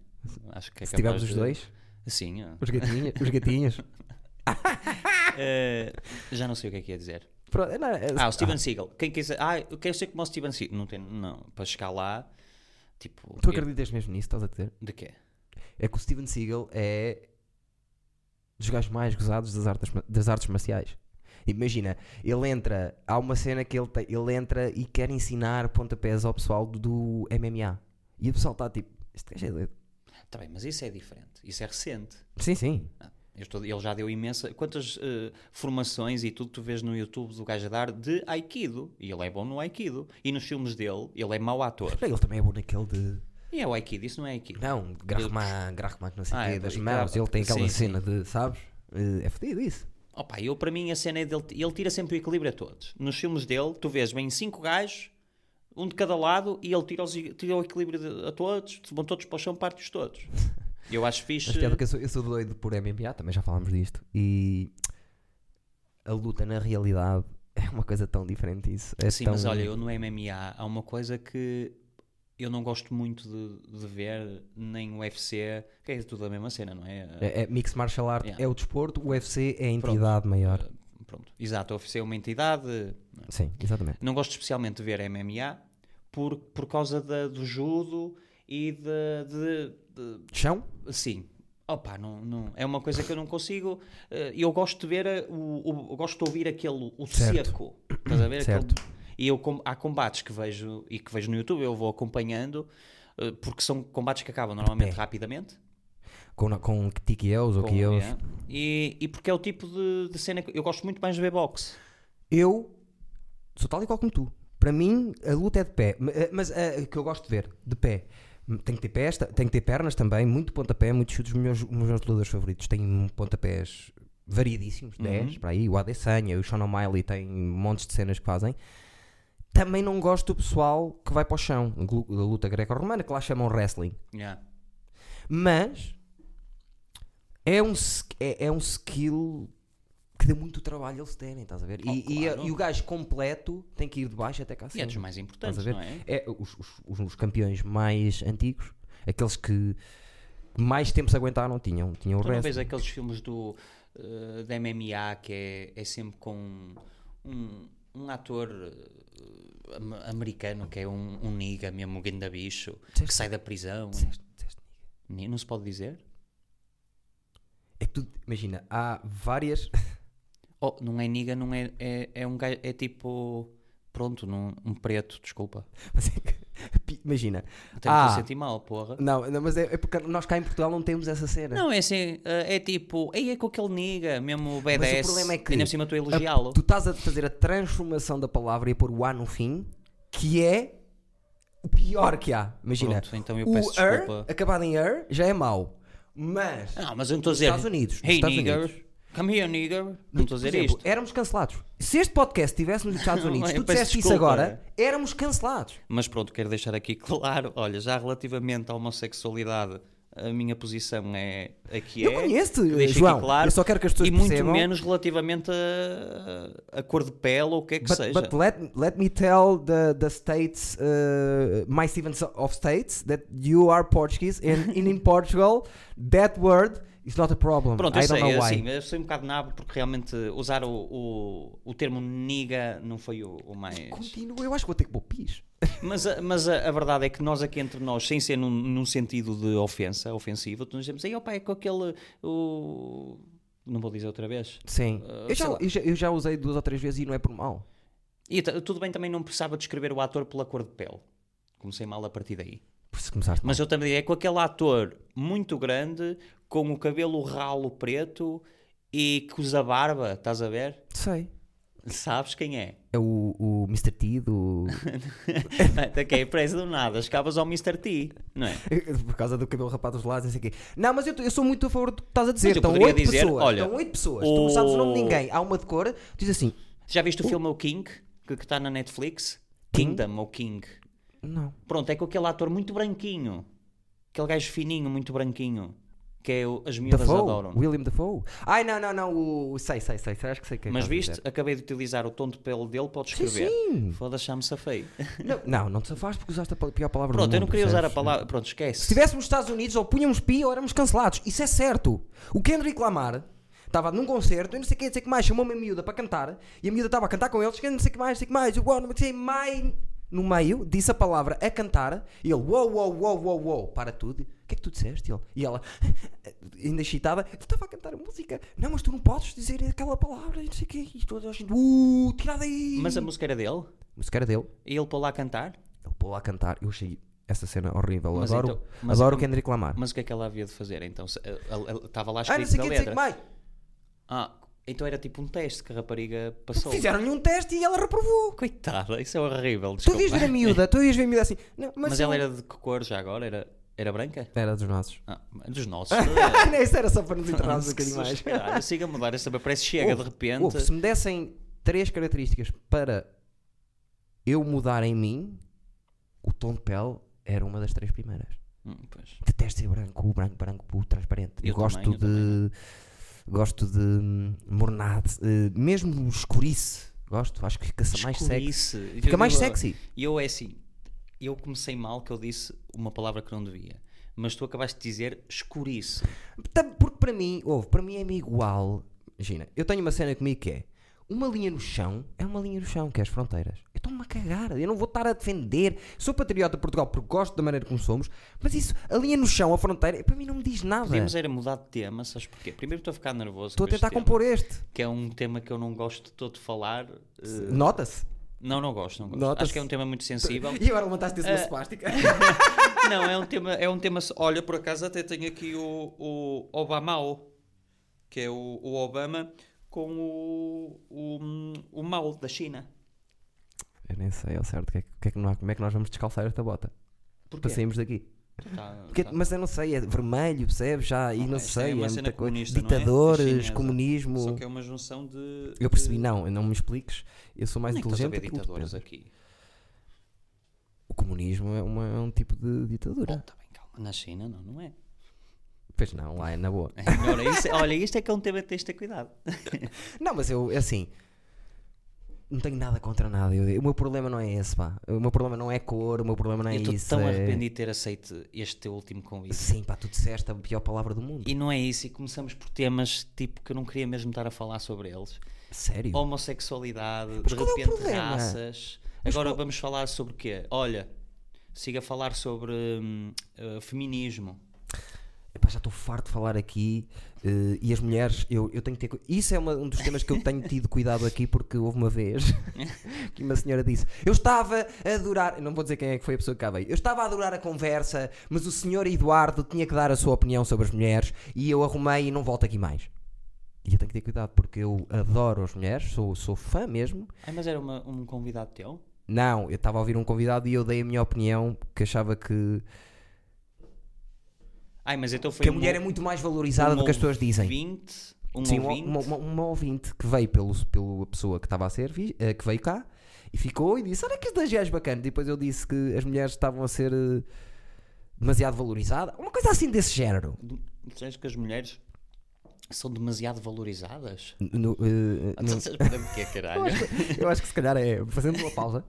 Speaker 1: Acho que é
Speaker 2: Se
Speaker 1: capaz
Speaker 2: tivermos os
Speaker 1: de-
Speaker 2: dois,
Speaker 1: Sim. ah.
Speaker 2: os gatinhos, os gatinhos.
Speaker 1: Eh, já não sei o que é que ia dizer.
Speaker 2: Pronto, não, é-
Speaker 1: Ah, o Steven Seagal. Quem quiser. Ah, eu quero ser como o Steven Seagal. Não tem. Não. Para chegar lá. Tipo.
Speaker 2: ah, tu acreditas mesmo nisso, estás a dizer?
Speaker 1: De quê?
Speaker 2: É que o Steven Seagal é dos gajos mais gozados das artes, ma- das artes marciais. Imagina, ele entra, há uma cena que ele, tem- ele entra e quer ensinar pontapés ao pessoal do MMA. E o pessoal está tipo, este gajo é doido.
Speaker 1: Tá bem, mas isso é diferente. Isso é recente.
Speaker 2: Sim, sim.
Speaker 1: Ah, eu estou- ele já deu imensa. Quantas eh, formações e tudo tu vês no YouTube do gajo a dar de Aikido? E ele é bom no Aikido. E nos filmes dele, ele é mau ator.
Speaker 2: Ele também é bom naquele de.
Speaker 1: E é o Aikido, isso não é Aikido.
Speaker 2: Não, Grahman, Grahman, não sei o
Speaker 1: Ah,
Speaker 2: quê,
Speaker 1: é,
Speaker 2: das
Speaker 1: e
Speaker 2: mãos.
Speaker 1: grava-
Speaker 2: Ele tem aquela
Speaker 1: sim,
Speaker 2: cena de, sabes? Eh, É fodido isso.
Speaker 1: Opa, eu para mim a cena é dele. Ele tira sempre o equilíbrio a todos. Nos filmes dele, tu vês bem cinco gajos, um de cada lado, e ele tira, os- tira o equilíbrio de- a todos, vão todos para o chão, parte-os todos. Eu acho fixe.
Speaker 2: Mas piada que eu sou, eu sou doido por MMA, também já falámos disto. E a luta na realidade é uma coisa tão diferente isso. É
Speaker 1: Sim,
Speaker 2: tão-
Speaker 1: Assim, mas olha, eu no MMA há uma coisa que eu não gosto muito de, de ver, nem o UFC, que é tudo a mesma cena, não é?
Speaker 2: É, é mixed martial art
Speaker 1: Yeah.
Speaker 2: é o desporto, o UFC é a entidade maior.
Speaker 1: Pronto. Exato, o UFC é uma entidade.
Speaker 2: Sim, exatamente.
Speaker 1: Não gosto especialmente de ver MMA por, por causa da- do judo e da- de, de-
Speaker 2: Chão?
Speaker 1: Sim. Opa, não, não, é uma coisa que eu não consigo. eh, Eu gosto de ver, eh, o, o- eu gosto de ouvir aquele o
Speaker 2: Certo.
Speaker 1: seco. Estás a ver?
Speaker 2: Certo.
Speaker 1: Aquele, e eu, com- há combates que vejo e que vejo no YouTube, eu vou acompanhando, eh, porque são combates que acabam normalmente
Speaker 2: pé.
Speaker 1: rapidamente.
Speaker 2: Com, com tikios ou
Speaker 1: com-
Speaker 2: kios.
Speaker 1: é. e, e porque é o tipo de, de cena que eu gosto muito mais de ver boxe.
Speaker 2: Eu sou tal e qual como tu. Para mim, a luta é de pé. M- eh, Mas eh, que eu gosto de ver, de pé. M- Tem que ter pés, ta- tem que ter pernas também, muito pontapé, muitos chutes. Os meus, os meus lutadores favoritos têm pontapés variedíssimos, 10 para aí. O Adesanya, o Sean O'Malley têm montes de cenas que fazem. Também não gosto do pessoal que vai para o chão, glu- da luta greco-romana, que lá chamam wrestling.
Speaker 1: Yeah.
Speaker 2: Mas é um, s- é, é um skill que dá muito trabalho eles terem, estás a ver?
Speaker 1: Oh,
Speaker 2: e, e a-
Speaker 1: claro.
Speaker 2: e o gajo completo tem que ir de baixo até cá
Speaker 1: E é
Speaker 2: cima.
Speaker 1: dos mais
Speaker 2: Estás a
Speaker 1: importantes,
Speaker 2: ver?
Speaker 1: não é?
Speaker 2: os, os- os- os campeões mais antigos, aqueles que mais tempo se aguentaram, tinham, tinham o
Speaker 1: Tu não
Speaker 2: resto.
Speaker 1: vês aqueles filmes do, eh, da MMA que é, é sempre com um, um ator eh, am- americano que é um, um niga mesmo, um ganda bicho, que
Speaker 2: Certo.
Speaker 1: sai da prisão.
Speaker 2: Disseste- disseste.
Speaker 1: Ni- Não se pode dizer?
Speaker 2: É que tu, imagina, há várias.
Speaker 1: Oh, não é niga, não é, é, é um gajo, é tipo, pronto, num- um preto, desculpa.
Speaker 2: mas é que- imagina.
Speaker 1: Até me
Speaker 2: Ah.
Speaker 1: estou a sentir mal, porra.
Speaker 2: Não, não, mas é, é porque nós cá em Portugal não temos essa cena.
Speaker 1: Não, é assim, eh, é tipo, ei, é com aquele niga, mesmo BDS,
Speaker 2: Mas o problema é que
Speaker 1: ainda por cima estou a
Speaker 2: A-
Speaker 1: elogiá-lo.
Speaker 2: Tu estás a fazer a transformação da palavra e a pôr o A no fim, que é o pior que há. Imagina.
Speaker 1: Pronto, então eu
Speaker 2: o
Speaker 1: peço
Speaker 2: er,
Speaker 1: desculpa. Ah,
Speaker 2: acabado em er, já é mau. Mas.
Speaker 1: Não, mas eu não estou a
Speaker 2: Nos
Speaker 1: dizer.
Speaker 2: Estados Unidos. nos
Speaker 1: Hey,
Speaker 2: Estados
Speaker 1: nigger.
Speaker 2: Unidos.
Speaker 1: Come here, nigger. Não estou a
Speaker 2: Por
Speaker 1: dizer
Speaker 2: exemplo,
Speaker 1: isto.
Speaker 2: éramos cancelados. Se este podcast estivéssemos nos Estados Unidos,
Speaker 1: Eu
Speaker 2: tu
Speaker 1: peço
Speaker 2: disseste isso
Speaker 1: desculpa.
Speaker 2: agora, éramos cancelados.
Speaker 1: Mas pronto, quero deixar aqui claro. Olha, já relativamente à homossexualidade, a minha posição é aqui
Speaker 2: Eu
Speaker 1: é.
Speaker 2: conheço-te,
Speaker 1: que deixo aqui
Speaker 2: João. Eu só quero que as pessoas
Speaker 1: E muito
Speaker 2: percebam.
Speaker 1: menos relativamente a, a cor de pele ou o que é que
Speaker 2: But,
Speaker 1: seja.
Speaker 2: but um, let, let me tell the, the states, uh, my Stevens of states, that you are Portuguese and in Portugal that word is not a problem.
Speaker 1: Pronto, eu
Speaker 2: I
Speaker 1: sei,
Speaker 2: don't know
Speaker 1: eu,
Speaker 2: why.
Speaker 1: sim, eu sou um bocado nabo porque realmente usar o, o, o termo niga não foi o, o mais.
Speaker 2: Continua, eu acho que vou ter que pôr pis.
Speaker 1: Mas, a, mas a, a verdade é que nós aqui entre nós, sem ser num, num sentido de ofensa, ofensiva, tu nos dizemos, aí opa, é com aquele. O... Não vou dizer outra vez.
Speaker 2: Sim.
Speaker 1: Ah,
Speaker 2: eu, já,
Speaker 1: sei lá.
Speaker 2: eu, já, eu já usei duas ou três vezes e não é por mal.
Speaker 1: E t- tudo bem, também não precisava descrever o ator pela cor de pele. Comecei mal a partir daí.
Speaker 2: Por se começaste mal.
Speaker 1: Mas eu também é com aquele ator muito grande, com o cabelo ralo preto e que usa barba, estás a ver?
Speaker 2: Sei.
Speaker 1: Sabes quem é?
Speaker 2: É o, o Mr. T do.
Speaker 1: Até que é preso do nada, escapas ao Mr. T, não é?
Speaker 2: por causa do cabelo rapado dos lados, não sei o quê. Não, mas eu, eu sou muito a favor do que estás a dizer.
Speaker 1: Mas eu
Speaker 2: Estão
Speaker 1: poderia
Speaker 2: oito
Speaker 1: dizer,
Speaker 2: pessoas.
Speaker 1: olha,
Speaker 2: Estão oito pessoas. Tu
Speaker 1: o-
Speaker 2: não sabes o nome de ninguém. Há uma de cor, tu diz assim:
Speaker 1: Já viste o filme O King, que está na Netflix? Kingdom, ou King.
Speaker 2: não.
Speaker 1: Pronto, é com aquele ator muito branquinho. Aquele gajo fininho, muito branquinho. que é o- as miúdas
Speaker 2: Dafoe?
Speaker 1: adoram.
Speaker 2: William Dafoe? Ai, não, não, não. O, o- sei, sei, sei. sei, Acho que sei quem
Speaker 1: Mas
Speaker 2: estás a
Speaker 1: viste,
Speaker 2: dizer.
Speaker 1: acabei de utilizar o tom de pele dele para o
Speaker 2: Sim,
Speaker 1: descrever.
Speaker 2: sim.
Speaker 1: Foda-se, já me safei.
Speaker 2: Não, não, não te safaste porque usaste a pa- pior palavra do
Speaker 1: Pronto,
Speaker 2: mundo.
Speaker 1: eu não queria usar a
Speaker 2: percebes?
Speaker 1: palavra. Pronto,
Speaker 2: Se
Speaker 1: esquece.
Speaker 2: estivéssemos nos Estados Unidos, ou punhamos pi ou éramos cancelados. Isso é certo. O Kendrick Lamar estava num concerto, eu não sei o que, não sei o que mais, chamou uma miúda para cantar, e a miúda estava a cantar com eles, que não sei o que mais, não sei o que mais, uau, não sei mais. No meio, disse a palavra a cantar, e ele, uou, uou, uou, uou, uou, para tudo. O que é que tu disseste? E, ele, e ela, ainda excitada, eu estava a cantar a música. Não, mas tu não podes dizer aquela palavra, e não sei o quê. E toda a gente, uh, tira daí.
Speaker 1: Mas a música era dele?
Speaker 2: música era dele.
Speaker 1: E ele para lá cantar?
Speaker 2: Ele pôs lá a cantar. Eu achei essa cena horrível.
Speaker 1: Mas
Speaker 2: adoro
Speaker 1: então- mas
Speaker 2: adoro
Speaker 1: então-
Speaker 2: o Kendrick Lamar.
Speaker 1: Mas o que é que ela havia de fazer então? Se- ele- ele- Estava lá
Speaker 2: Ah, não
Speaker 1: escrito
Speaker 2: sei
Speaker 1: na
Speaker 2: o que, não sei o
Speaker 1: letra.
Speaker 2: que mais.
Speaker 1: Ah, então era tipo um teste que a rapariga passou.
Speaker 2: Fizeram-lhe um teste e ela reprovou.
Speaker 1: Coitada, isso é horrível.
Speaker 2: Tu
Speaker 1: Desculpa.
Speaker 2: dias ver a miúda, tu dias ver a miúda assim. Não, mas
Speaker 1: Mas,
Speaker 2: eu-
Speaker 1: ela era de que cor já agora? Era, era branca?
Speaker 2: Era dos nossos.
Speaker 1: Ah, dos nossos.
Speaker 2: Não, isso era só para nos internarmos um
Speaker 1: Que
Speaker 2: bocadinho mais.
Speaker 1: susto, caralho. Siga a mudar essa parece que chega
Speaker 2: Ouve,
Speaker 1: de repente.
Speaker 2: ouve, se me dessem três características para eu mudar em mim, o tom de pele era uma das três primeiras.
Speaker 1: Hum, pois.
Speaker 2: Detesto ser branco, branco, branco, puro, transparente.
Speaker 1: Eu
Speaker 2: gosto
Speaker 1: também, eu
Speaker 2: de. Gosto de hum, mornado, eh, mesmo escurice. Gosto, acho que fica mais sexy.
Speaker 1: Escurice.
Speaker 2: Fica mais
Speaker 1: Eu-
Speaker 2: sexy.
Speaker 1: E eu é assim, eu comecei mal que eu disse uma palavra que não devia, mas tu acabaste de dizer escurice.
Speaker 2: Tá- Porque para mim, ouve, para mim é-me igual. Imagina, eu tenho uma cena comigo que é uma linha no chão é uma linha no chão, que é as fronteiras. Eu estou-me a cagar, eu não vou estar a defender. Sou patriota de Portugal porque gosto da maneira como somos, mas isso, a linha no chão, a fronteira, para mim não me diz nada.
Speaker 1: Podíamos era mudar de tema, sabes porquê? Primeiro estou a ficar nervoso.
Speaker 2: Estou a
Speaker 1: com este
Speaker 2: tentar
Speaker 1: tema,
Speaker 2: compor este.
Speaker 1: Que é um tema que eu não gosto de todo falar. eh,
Speaker 2: Nota-se.
Speaker 1: não, não gosto, não gosto.
Speaker 2: Nota-se.
Speaker 1: Acho que é um tema muito sensível.
Speaker 2: E agora levantaste esse
Speaker 1: Eh,
Speaker 2: uma plástica.
Speaker 1: não, é um tema. É um tema se- olha, por acaso até tenho aqui o, o Obamao, que é o, o Obama com o, o, o Mao da China.
Speaker 2: Eu nem sei ao certo o que é que- o que é que nós- como é que nós vamos descalçar esta bota
Speaker 1: Porquê?
Speaker 2: para sairmos daqui.
Speaker 1: Tá-
Speaker 2: Porque-
Speaker 1: tá-
Speaker 2: mas eu não sei, é vermelho, percebes? Já, e não
Speaker 1: isto é
Speaker 2: sei, é,
Speaker 1: uma cena
Speaker 2: muita coisa.
Speaker 1: comunista, não é? Da China,
Speaker 2: Ditadores,
Speaker 1: exato.
Speaker 2: comunismo.
Speaker 1: Só que é uma junção de.
Speaker 2: Eu percebi, não, não me expliques. Eu sou mais
Speaker 1: Onde é que estás a ver
Speaker 2: inteligente. do que tu
Speaker 1: ditadores
Speaker 2: pensas.
Speaker 1: aqui.
Speaker 2: O comunismo é, uma- é um tipo de ditadura.
Speaker 1: Bom, tá bem, calma. Na China, não, não é?
Speaker 2: Pois não, lá é na boa.
Speaker 1: Ora, isso- olha, isto é que é um tema que tens de ter cuidado.
Speaker 2: não, mas eu, assim, não tenho nada contra nada. Eu- o meu problema não é esse, pá. O meu problema não é cor, o meu problema não é
Speaker 1: Eu estou
Speaker 2: isso.
Speaker 1: tão
Speaker 2: é-
Speaker 1: arrependido de ter aceito este teu último convite.
Speaker 2: Sim, pá, tu disseste a pior palavra do mundo.
Speaker 1: E não é isso, e começamos por temas tipo que eu não queria mesmo estar a falar sobre eles.
Speaker 2: Sério?
Speaker 1: Homossexualidade,
Speaker 2: Mas
Speaker 1: de
Speaker 2: qual é o
Speaker 1: repente
Speaker 2: problema?
Speaker 1: raças. Agora vamos falar sobre o quê? Olha, siga a falar sobre hum, eh, feminismo.
Speaker 2: Epá, já estou farto de falar aqui eh, e as mulheres, eu, eu tenho que ter. cu- Isso é uma- um dos temas que eu tenho tido cuidado aqui, porque houve uma vez que uma senhora disse: Eu estava a adorar, não vou dizer quem é que foi a pessoa que cá veio, eu estava a adorar a conversa, mas o senhor Eduardo tinha que dar a sua opinião sobre as mulheres e eu arrumei e não volto aqui mais. E eu tenho que ter cuidado, porque eu adoro as mulheres, sou, sou fã mesmo.
Speaker 1: Ai, mas era uma- um convidado teu?
Speaker 2: Não, eu estava a ouvir um convidado e eu dei a minha opinião, que achava que,
Speaker 1: Ai, mas então foi
Speaker 2: que a
Speaker 1: um
Speaker 2: mulher é muito mais valorizada
Speaker 1: um
Speaker 2: do que as pessoas dizem.
Speaker 1: ouvinte, um
Speaker 2: Sim, uma,
Speaker 1: ouvinte.
Speaker 2: uma, uma- uma ouvinte que veio pelo, pela pessoa que estava a ser, vi- eh, que veio cá e ficou e disse: Olha que dois gajos bacanas. E depois eu disse que as mulheres estavam a ser eh, demasiado valorizadas. Uma coisa assim desse género.
Speaker 1: Do- Tu achas que as mulheres são demasiado valorizadas?
Speaker 2: No- eh,
Speaker 1: Ah,
Speaker 2: no-
Speaker 1: tu sabes para que é caralho?
Speaker 2: eu acho que se calhar é fazendo uma pausa,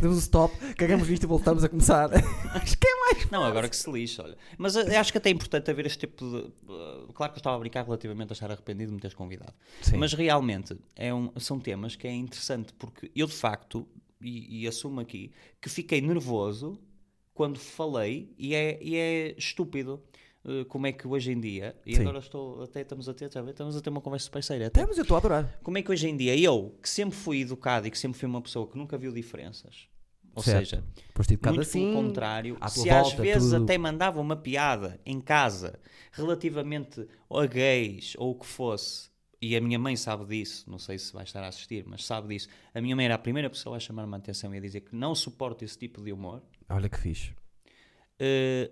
Speaker 2: damos um stop, cagamos nisto e voltamos a começar. acho que é mais.
Speaker 1: Não, agora que se lixa, olha. Mas eh, acho que até é importante haver este tipo de. eh, Claro que eu estava a brincar relativamente a estar arrependido de me teres convidado.
Speaker 2: Sim.
Speaker 1: Mas realmente é um- são temas que é interessante porque eu de facto, e, e assumo aqui, que fiquei nervoso quando falei e é, e é estúpido. eh, Como é que hoje em dia, e
Speaker 2: Sim.
Speaker 1: agora estou, até estamos a ter, está a ver? estamos a ter uma conversa super séria, até
Speaker 2: Temos, eu estou a adorar.
Speaker 1: Como é que hoje em dia eu, que sempre fui educado e que sempre fui uma pessoa que nunca viu diferenças, ou
Speaker 2: Certo.
Speaker 1: seja,
Speaker 2: Pois tive cada
Speaker 1: muito
Speaker 2: assim.
Speaker 1: pelo contrário,
Speaker 2: à tua
Speaker 1: se às
Speaker 2: volta,
Speaker 1: vezes
Speaker 2: tudo.
Speaker 1: até mandava uma piada em casa relativamente a gays ou o que fosse, e a minha mãe sabe disso, não sei se vai estar a assistir, mas sabe disso, a minha mãe era a primeira pessoa a chamar-me a atenção e a dizer que não suporta esse tipo de humor,
Speaker 2: Olha que fixe.
Speaker 1: eh,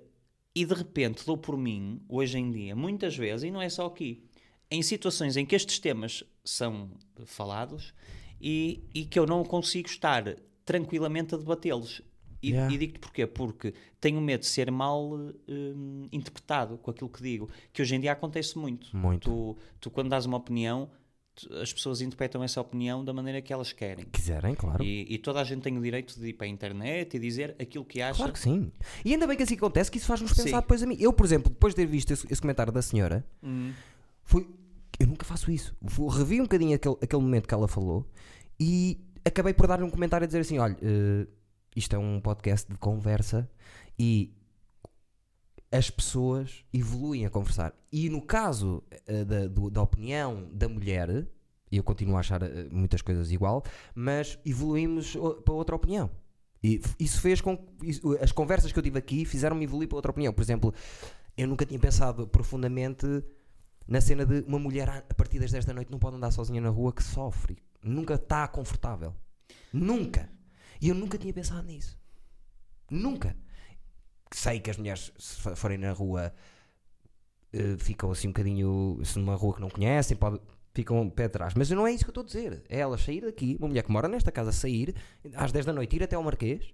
Speaker 1: e de repente dou por mim, hoje em dia, muitas vezes, e não é só aqui, em situações em que estes temas são falados e, e que eu não consigo estar tranquilamente a debatê-los. E,
Speaker 2: Yeah.
Speaker 1: e digo-te porquê? Porque tenho medo de ser mal eh, hum, interpretado com aquilo que digo, que hoje em dia acontece muito.
Speaker 2: Muito.
Speaker 1: Tu, tu quando dás uma opinião, tu- as pessoas interpretam essa opinião da maneira que elas querem.
Speaker 2: Quiserem, claro.
Speaker 1: E, e toda a gente tem o direito de ir para a internet e dizer aquilo que acha.
Speaker 2: Claro que sim. E ainda bem que assim acontece, que isso faz-nos
Speaker 1: Sim.
Speaker 2: pensar depois a mim. Eu, por exemplo, depois de ter visto esse, esse comentário da senhora,
Speaker 1: Hum.
Speaker 2: foi. Eu nunca faço isso. Vou- Revi um bocadinho aquele, aquele momento que ela falou e acabei por dar-lhe um comentário a dizer assim: olha, eh, isto é um podcast de conversa e as pessoas evoluem a conversar. E no caso eh, da, do- da opinião da mulher, eu continuo a achar eh, muitas coisas igual, mas evoluímos o- para outra opinião. E f- isso fez com que isso- as conversas que eu tive aqui fizeram-me evoluir para outra opinião. Por exemplo, eu nunca tinha pensado profundamente na cena de uma mulher a a partir das 10 da noite não pode andar sozinha na rua que sofre. Nunca está confortável. Nunca. E eu nunca tinha pensado nisso. Nunca. Sei que as mulheres, se fo- forem na rua, eh, ficam assim um bocadinho. Se numa rua que não conhecem, pode- ficam um pé atrás. Mas não é isso que eu estou a dizer. É ela sair daqui, uma mulher que mora nesta casa, sair às 10 da noite, ir até ao Marquês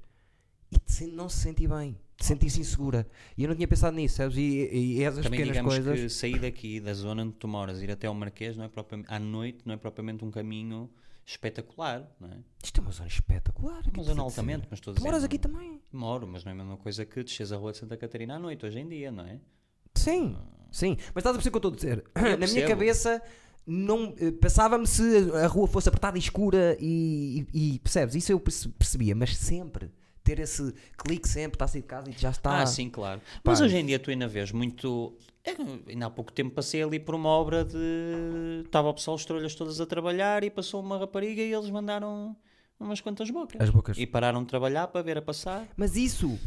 Speaker 2: e te sen- não se sentir bem. te Sentir-se insegura. E eu não tinha pensado nisso, sabes? E, e, e essas
Speaker 1: Também
Speaker 2: pequenas
Speaker 1: digamos
Speaker 2: coisas.
Speaker 1: que sair daqui da zona onde tu moras, ir até ao Marquês, não é propria- à noite, não é propriamente um caminho espetacular, não é?
Speaker 2: Isto é uma zona espetacular.
Speaker 1: Uma zona altamente, mas estou a
Speaker 2: Tu
Speaker 1: dizer.
Speaker 2: moras
Speaker 1: não-
Speaker 2: aqui também?
Speaker 1: Moro, mas não é a mesma coisa que desces a rua de Santa Catarina à noite, hoje em dia, não é?
Speaker 2: Sim, sim. Mas estás a perceber o que eu estou a dizer? Na minha
Speaker 1: percebo.
Speaker 2: cabeça, não, eh, passava-me se a rua fosse apertada e escura e, e- e, percebes? Isso eu perce- percebia, mas sempre. Ter esse clique sempre, está a sair de casa e já está.
Speaker 1: Ah, sim, claro. Mas
Speaker 2: Tá. Pá.
Speaker 1: hoje em dia tu ainda vês muito. Eh, Ainda há pouco tempo passei ali por uma obra de. Estava o pessoal, os trolhas todas a trabalhar e passou uma rapariga e eles mandaram umas quantas bocas.
Speaker 2: As bocas.
Speaker 1: E pararam de trabalhar para ver a passar.
Speaker 2: Mas isso,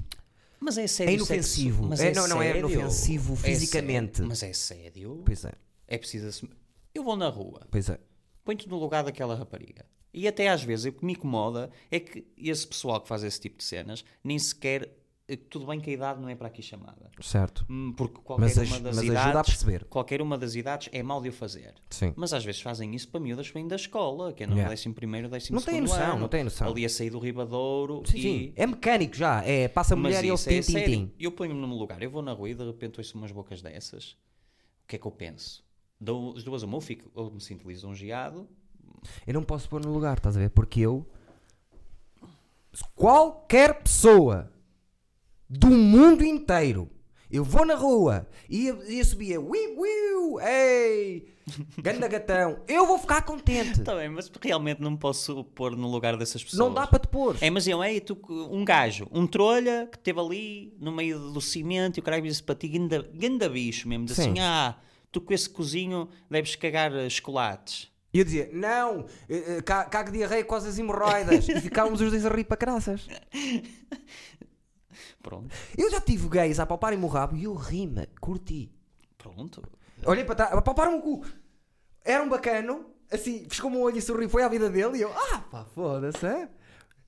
Speaker 1: Mas é sério.
Speaker 2: É
Speaker 1: isso
Speaker 2: inofensivo.
Speaker 1: sexo- mas
Speaker 2: É- não, não, é
Speaker 1: sério?
Speaker 2: inofensivo
Speaker 1: É sério.
Speaker 2: fisicamente.
Speaker 1: mas é sério.
Speaker 2: pois é,
Speaker 1: É preciso. assum- Eu vou na rua.
Speaker 2: pois é.
Speaker 1: põe-te no lugar daquela rapariga. E até às vezes o que me incomoda é que esse pessoal que faz esse tipo de cenas nem sequer. eh, Tudo bem que a idade não é para aqui chamada.
Speaker 2: Certo.
Speaker 1: Hum, Porque qualquer
Speaker 2: Mas, aj-
Speaker 1: uma das
Speaker 2: mas
Speaker 1: idades,
Speaker 2: ajuda a perceber.
Speaker 1: Qualquer uma das idades é mal de o fazer.
Speaker 2: Sim.
Speaker 1: Mas às vezes fazem isso para miúdas que vêm da escola, que é no
Speaker 2: Yeah.
Speaker 1: 11 primeiro, 12
Speaker 2: Não têm noção, não têm noção.
Speaker 1: Ali a sair do Ribadouro
Speaker 2: Sim,
Speaker 1: e...
Speaker 2: sim. É mecânico já. É, passa a
Speaker 1: Mas
Speaker 2: mulher e ele
Speaker 1: isso é
Speaker 2: tim, tim,
Speaker 1: sério.
Speaker 2: tim.
Speaker 1: Eu ponho-me num lugar, eu vou na rua e de repente ouço umas bocas dessas. O que é que eu penso? Dou as duas a ou fico, ou me um sinto lisonjeado,
Speaker 2: Eu não posso pôr no lugar, estás a ver? Porque eu. Qualquer pessoa do mundo inteiro, eu vou na rua e ia, ia subir, ui, ui, ei, ganda gatão, eu vou ficar contente.
Speaker 1: Tá bem, mas realmente não me posso pôr no lugar dessas pessoas.
Speaker 2: Não dá para te pôr.
Speaker 1: É, mas eu, é, tu, um gajo, um trolha que esteve ali no meio do cimento e o caralho disse para ti, ganda, ganda bicho mesmo, disse
Speaker 2: Sim.
Speaker 1: assim, ah, tu com esse cozinho deves cagar eh, chocolates.
Speaker 2: E eu dizia, não, eh, eh, ca- cago diarreia com as hemorroidas. e ficávamos os dois a rir para caraças.
Speaker 1: Pronto,
Speaker 2: Eu já tive gays a palparem-me o rabo e eu rima, curti.
Speaker 1: pronto.
Speaker 2: Olhei para trás, palparam o cu. Era um bacano, assim, piscou-me o olho e sorriu, foi à vida dele e eu, ah, pá, foda-se. hã?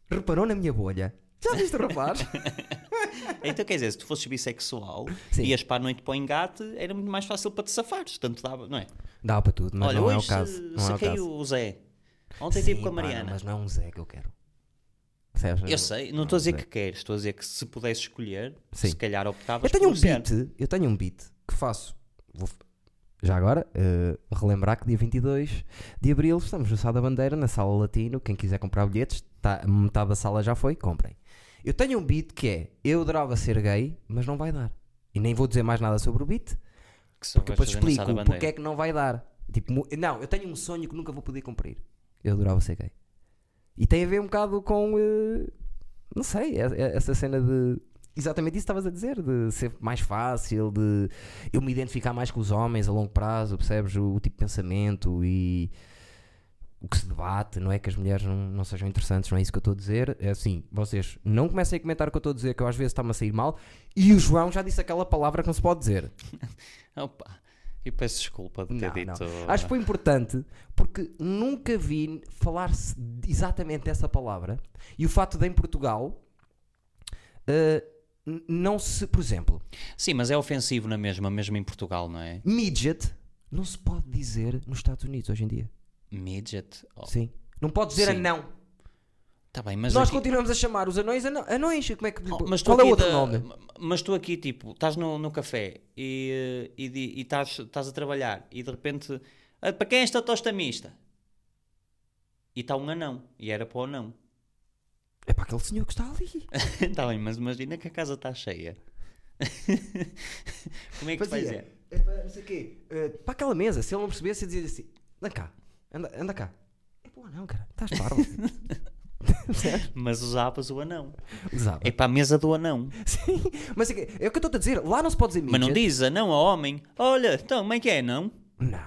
Speaker 2: Reparou na minha bolha. Já viste, rapaz?
Speaker 1: Então quer dizer, se tu fosses bissexual,
Speaker 2: Sim.
Speaker 1: ias para a noite para o engate, era muito mais fácil para te safares, tanto dava, não é?
Speaker 2: Dá para tudo, mas
Speaker 1: Olha,
Speaker 2: não
Speaker 1: hoje
Speaker 2: é o caso.
Speaker 1: eh,
Speaker 2: Não é o
Speaker 1: saquei
Speaker 2: caso.
Speaker 1: o Zé, ontem
Speaker 2: Sim,
Speaker 1: estive com a
Speaker 2: pá, não,
Speaker 1: Mariana.
Speaker 2: mas não é um Zé que eu quero. Percebes?
Speaker 1: Eu sei, não estou a dizer que queres, estou a dizer que se pudesse escolher,
Speaker 2: Sim.
Speaker 1: se calhar optavas
Speaker 2: Eu tenho um
Speaker 1: por Zé.
Speaker 2: beat, eu tenho um beat que faço. Vou f- já agora, eh, relembrar que dia 22 de Abril estamos no Sá da Bandeira, na Sala Latino. Quem quiser comprar bilhetes, tá, metade da sala já foi, comprem. Eu tenho um beat que é Eu adorava ser gay, mas não vai dar. E nem vou dizer mais nada sobre o beat,
Speaker 1: Que só
Speaker 2: porque
Speaker 1: vais
Speaker 2: depois
Speaker 1: fazer na Sá da
Speaker 2: explico
Speaker 1: Bandeira.
Speaker 2: porque é que não vai dar. Tipo, mu- não, eu tenho um sonho que nunca vou poder cumprir. Eu adorava ser gay. E tem a ver um bocado com. eh, não sei, é- é- essa cena de. Exatamente isso que estavas a dizer, de ser mais fácil, de eu me identificar mais com os homens a longo prazo, percebes? O, o tipo de pensamento e o que se debate, não é que as mulheres não, não sejam interessantes, não é isso que eu estou a dizer. É assim, vocês não comecem a comentar o que eu estou a dizer, que eu às vezes está-me a sair mal, e o João já disse aquela palavra que não se pode dizer.
Speaker 1: Opa, eu peço desculpa de ter
Speaker 2: é Não,
Speaker 1: dito.
Speaker 2: não. Acho que foi importante porque nunca vi falar-se de- exatamente dessa palavra e o fato de em Portugal eh, n- não se, por exemplo,
Speaker 1: Sim, mas é ofensivo na mesma, mesmo em Portugal, não é?
Speaker 2: midget não se pode dizer nos Estados Unidos hoje em dia.
Speaker 1: Midget. Oh,
Speaker 2: Sim. Não pode dizer
Speaker 1: Sim.
Speaker 2: anão.
Speaker 1: Tá bem, mas
Speaker 2: Nós
Speaker 1: aqui-
Speaker 2: continuamos a chamar os anões ano- anões. Como é que.
Speaker 1: Oh, mas tu
Speaker 2: qual é o
Speaker 1: aqui
Speaker 2: outro
Speaker 1: da-
Speaker 2: nome?
Speaker 1: ma- Mas tu aqui, tipo, estás no, no café e eh, e di- e estás estás a trabalhar e de repente. "Ah, Para quem é esta tosta mista? E está um anão. E era para o anão.
Speaker 2: É para aquele senhor que está ali.
Speaker 1: É Está bem, mas imagina que a casa está cheia. Como é que tu vais
Speaker 2: Fazia.
Speaker 1: dizer?
Speaker 2: É para, não sei o quê. eh, para aquela mesa, se ele não percebesse, eu dizia assim: anda cá, anda, anda cá. É pô, não, cara, estás parvo. Percebes?
Speaker 1: Mas usavas o anão.
Speaker 2: Usava.
Speaker 1: É para a mesa do anão.
Speaker 2: Sim, mas é, que- é o que eu estou a dizer. Lá não se pode dizer
Speaker 1: Mas não
Speaker 2: midget.
Speaker 1: diz anão ao homem. Olha, então, como é que é, não?
Speaker 2: Não.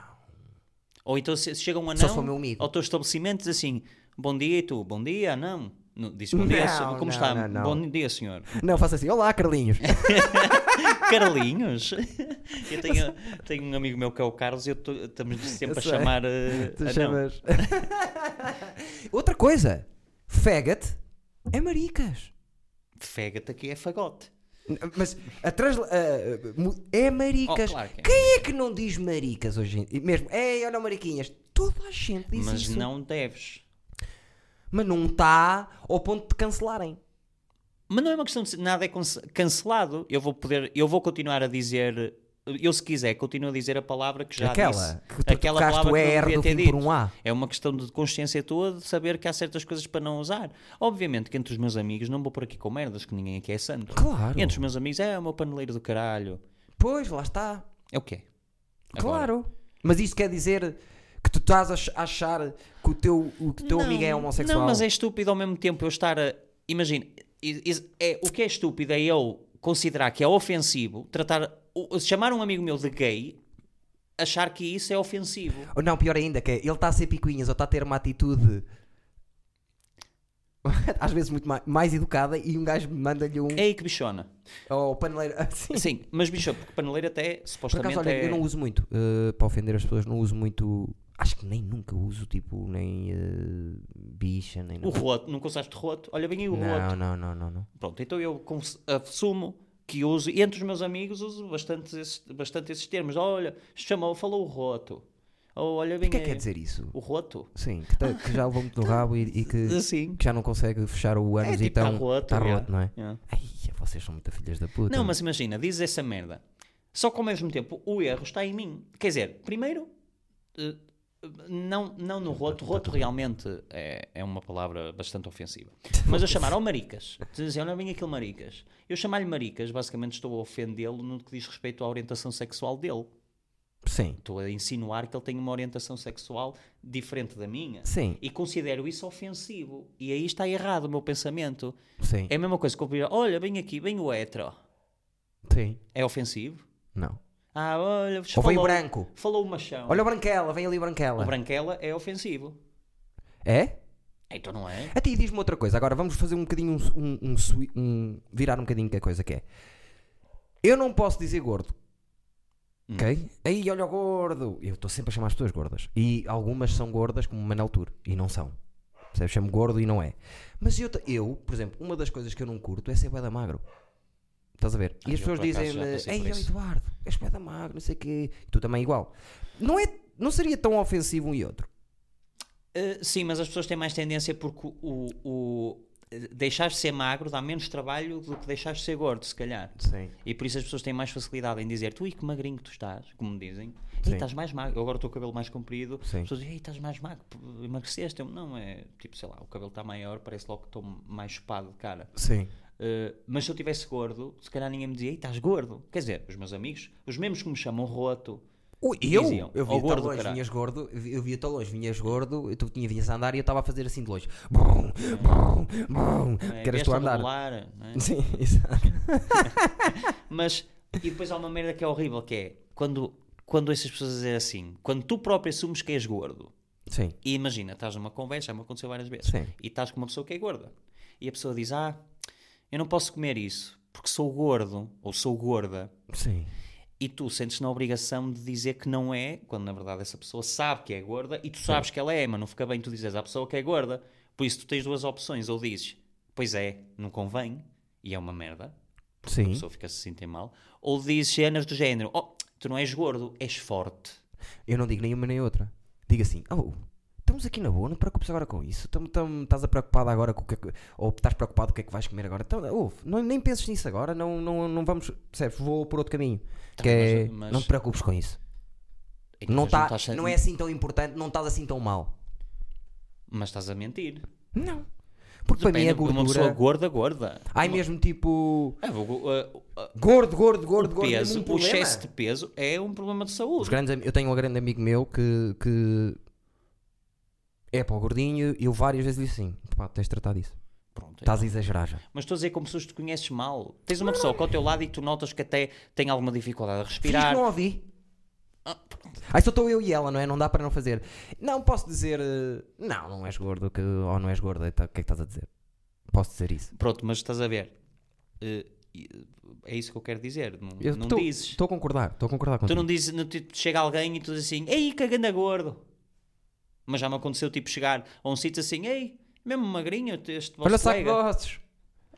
Speaker 1: Ou então se se chega um
Speaker 2: Só
Speaker 1: anão
Speaker 2: se for meu amigo.
Speaker 1: ao teu estabelecimento diz assim: Bom dia e tu, bom dia, não. Não, Diz bom dia,
Speaker 2: Não,
Speaker 1: senhor. como
Speaker 2: não,
Speaker 1: está?
Speaker 2: não, não.
Speaker 1: Bom dia, senhor.
Speaker 2: Não, faça assim: olá, Carlinhos.
Speaker 1: Ah, Carlinhos? eu tenho, tenho um amigo meu que é o Carlos e eu tô- estamos sempre
Speaker 2: Eu
Speaker 1: a
Speaker 2: sei.
Speaker 1: chamar. eh,
Speaker 2: Tu
Speaker 1: anão.
Speaker 2: chamas. Outra coisa: faggot é maricas.
Speaker 1: Fega-te aqui é fagote.
Speaker 2: Mas a transla... a- mu- é maricas.
Speaker 1: Oh, claro que é.
Speaker 2: Quem é que não diz maricas hoje em dia? Mesmo, ei, olha o mariquinhas. Toda a gente diz
Speaker 1: Mas
Speaker 2: isso.
Speaker 1: não deves.
Speaker 2: Mas não está ao ponto de cancelarem.
Speaker 1: Mas não é uma questão de se- nada é cance- cancelado. Eu vou poder, eu vou continuar a dizer, eu se quiser, continuo a dizer a palavra que já
Speaker 2: aquela
Speaker 1: disse.
Speaker 2: que tu
Speaker 1: aquela
Speaker 2: tocaste
Speaker 1: palavra que
Speaker 2: o
Speaker 1: não
Speaker 2: ER
Speaker 1: devia
Speaker 2: do
Speaker 1: ter
Speaker 2: fim
Speaker 1: dito.
Speaker 2: por um A.
Speaker 1: É uma questão de consciência tua de saber que há certas coisas para não usar. Obviamente que entre os meus amigos não vou por aqui com merdas, que ninguém aqui é santo.
Speaker 2: Claro.
Speaker 1: Entre os meus amigos é o meu paneleiro do caralho.
Speaker 2: Pois, lá está.
Speaker 1: É o quê? Agora.
Speaker 2: Claro. Mas isso quer dizer que tu estás a ach- a achar que o teu, o que o teu
Speaker 1: Não,
Speaker 2: amigo é homossexual.
Speaker 1: Não, mas é estúpido ao mesmo tempo eu estar a. Imagina, is- is- é, o que é estúpido é eu considerar que é ofensivo tratar. o- chamar um amigo meu de gay, achar que isso é ofensivo.
Speaker 2: Ou não, pior ainda, que é, ele está a ser picuinhas ou está a ter uma atitude às vezes muito ma- mais, educada e um gajo manda-lhe um.
Speaker 1: Ei, É que bichona.
Speaker 2: Ou paneleiro. Assim.
Speaker 1: Sim, mas bicho, porque paneleiro até
Speaker 2: Por acaso,
Speaker 1: supostamente
Speaker 2: olha,
Speaker 1: é.
Speaker 2: eu não uso muito, eh, para ofender as pessoas, não uso muito. Acho que nem nunca uso, tipo, nem eh, bicha, nem
Speaker 1: O
Speaker 2: nada.
Speaker 1: roto, nunca usaste roto? Olha bem aí o roto.
Speaker 2: Não, não, não, não, não.
Speaker 1: Pronto, então eu cons- assumo que uso, e entre os meus amigos uso bastante, esses- bastante esses termos. Olha, chamou, falou o roto. Ou olha bem
Speaker 2: O que é
Speaker 1: aí,
Speaker 2: que quer dizer isso?
Speaker 1: O roto.
Speaker 2: Sim, que, tá- que já levou muito no rabo e, e que,
Speaker 1: Assim.
Speaker 2: que já não consegue fechar o ano
Speaker 1: É,
Speaker 2: e
Speaker 1: tipo,
Speaker 2: então.
Speaker 1: tá roto,
Speaker 2: tá
Speaker 1: é.
Speaker 2: roto, não é?
Speaker 1: Yeah.
Speaker 2: Ai, vocês são muito filhas da puta.
Speaker 1: Não, mas imagina, dizes essa merda. Só que ao mesmo tempo o erro está em mim. Quer dizer, primeiro, eh, não, não no roto. Roto realmente é, é uma palavra bastante ofensiva. Mas eu chamar ao maricas, dizer, olha bem aquele maricas. Eu chamar-lhe maricas, basicamente estou a ofendê-lo no que diz respeito à orientação sexual dele.
Speaker 2: Sim,
Speaker 1: Estou a insinuar que ele tem uma orientação sexual diferente da minha.
Speaker 2: sim,
Speaker 1: E considero isso ofensivo. E aí está errado o meu pensamento.
Speaker 2: sim,
Speaker 1: É a mesma coisa que eu pedir, olha, bem aqui, bem o hetero.
Speaker 2: sim.
Speaker 1: É ofensivo?
Speaker 2: Não.
Speaker 1: Ah, olha,
Speaker 2: Ou vem
Speaker 1: falou,
Speaker 2: o branco.
Speaker 1: falou o machão.
Speaker 2: Olha o branquela, vem ali o branquela.
Speaker 1: o branquela é ofensivo.
Speaker 2: É?
Speaker 1: Então não é?
Speaker 2: Até e diz-me outra coisa. Agora vamos fazer um bocadinho um, um, um swi- um- virar um bocadinho que a coisa que é. Eu não posso dizer gordo.
Speaker 1: Hum.
Speaker 2: Ok? Aí olha o gordo. Eu estou sempre a chamar as pessoas gordas. E algumas são gordas, como o Manel Tour, e não são. Percebes? Chamo gordo e não é. Mas eu, ta- eu, por exemplo, uma das coisas que eu não curto é ser bué da magro. Estás a ver? E
Speaker 1: Ah, eu,
Speaker 2: as pessoas
Speaker 1: por acaso,
Speaker 2: dizem-me,
Speaker 1: já passei
Speaker 2: ei,
Speaker 1: por
Speaker 2: ó,
Speaker 1: isso."
Speaker 2: Eduardo, és bué da magro, não sei o quê. E tu também igual. Não, é, não seria tão ofensivo um e outro.
Speaker 1: Eh, sim, mas as pessoas têm mais tendência porque o, o eh, deixar de ser magro dá menos trabalho do que deixar de ser gordo, se calhar.
Speaker 2: Sim.
Speaker 1: E por isso as pessoas têm mais facilidade em dizer tu e que magrinho que tu estás, como me dizem.
Speaker 2: Sim.
Speaker 1: E estás mais magro. Eu agora estou com o cabelo mais comprido.
Speaker 2: Sim.
Speaker 1: As pessoas dizem, ei, estás mais magro, p- emagreceste. Eu, não, é tipo, sei lá, o cabelo está maior, parece logo que estou mais chupado de cara.
Speaker 2: Sim.
Speaker 1: Uh, mas se eu tivesse gordo, se calhar ninguém me dizia, "Ei, estás gordo. Quer dizer, os meus amigos, os mesmos que me chamam roto,
Speaker 2: Ui, eu?
Speaker 1: Diziam,
Speaker 2: eu
Speaker 1: ao
Speaker 2: via
Speaker 1: gordo,
Speaker 2: tão longe,
Speaker 1: caralho.
Speaker 2: vinhas gordo, eu via tão longe, vinhas gordo, tu tinha vinhas a andar e eu estava a fazer assim de longe.
Speaker 1: É.
Speaker 2: Brum, brum, brum,
Speaker 1: não é?
Speaker 2: que eras
Speaker 1: Vieste
Speaker 2: tu a
Speaker 1: a
Speaker 2: andar.
Speaker 1: rebolar, não é?
Speaker 2: Sim, exato.
Speaker 1: mas e depois há uma merda que é horrível que é quando, quando essas pessoas dizem assim, quando tu próprio assumes que és gordo,
Speaker 2: Sim,
Speaker 1: e imagina, estás numa conversa, já me aconteceu várias vezes,
Speaker 2: sim.
Speaker 1: e estás com uma pessoa que é gorda, e a pessoa diz, ah, eu não posso comer isso porque sou gordo ou sou gorda.
Speaker 2: Sim.
Speaker 1: E tu sentes na obrigação de dizer que não é, quando na verdade essa pessoa sabe que é gorda e tu sabes que ela é, mas não fica bem tu dizes à pessoa que é gorda. Por isso tu tens duas opções, ou dizes, pois é, não convém, e é uma merda,
Speaker 2: Hum?
Speaker 1: a
Speaker 2: Sim.
Speaker 1: pessoa fica se sentindo mal, ou dizes cenas do género, oh, tu não és gordo, és forte.
Speaker 2: Eu não digo nenhuma nem outra. Digo assim, oh, Estamos aqui na boa, não te preocupes agora com isso. Tamo- tamo- Estás a preocupada agora com o que é que, Ou estás preocupado com o que é que vais comer agora? Então, ouve, não, nem penses nisso agora, não, não, não vamos. Percebes? Vou por outro caminho. que é,
Speaker 1: Tá, mas- mas-
Speaker 2: Não te preocupes com isso.
Speaker 1: E tu
Speaker 2: Não,
Speaker 1: já
Speaker 2: tá,
Speaker 1: estás a-
Speaker 2: não é assim tão importante, não estás assim tão mal.
Speaker 1: Mas estás a mentir.
Speaker 2: Não. Porque para mim
Speaker 1: Depende
Speaker 2: é
Speaker 1: de Uma pessoa gorda,
Speaker 2: gordura.
Speaker 1: gorda.
Speaker 2: Ai,
Speaker 1: Uma-
Speaker 2: mesmo tipo.
Speaker 1: É, vou- ah, ah,
Speaker 2: Gordo, gordo, gordo, gordo. mesmo
Speaker 1: peso,
Speaker 2: um
Speaker 1: o
Speaker 2: problema.
Speaker 1: excesso de peso é um problema de
Speaker 2: Os
Speaker 1: saúde.
Speaker 2: grandes am- eu tenho um grande amigo meu que, que é para o gordinho e eu várias vezes disse assim: pá, tens de tratar disso.
Speaker 1: Pronto, é.
Speaker 2: Estás a exagerar já.
Speaker 1: Mas estou a dizer como pessoas que te conheces mal. Tens uma pessoa que ao teu lado e tu notas que até tem alguma dificuldade a
Speaker 2: Finge que
Speaker 1: respirar.
Speaker 2: não ouvi. Ah, Aí só estou eu e ela, não é? Não dá para não fazer. Não posso dizer, eh, não, não és gordo que, ou não és gorda, então, o que é que estás a dizer? Posso dizer isso.
Speaker 1: Pronto, mas estás a ver. Eh, é isso que eu quero dizer. Não,
Speaker 2: Eu
Speaker 1: não
Speaker 2: estou-
Speaker 1: dizes.
Speaker 2: Estou a concordar, estou a concordar
Speaker 1: Tu
Speaker 2: contigo.
Speaker 1: não dizes, não te- chega alguém e tu dizes assim, ei, que ganda gordo. Mas já me aconteceu tipo chegar a um sítio assim, ei, mesmo magrinho, este vosso
Speaker 2: Olha só que
Speaker 1: colega.
Speaker 2: gostos.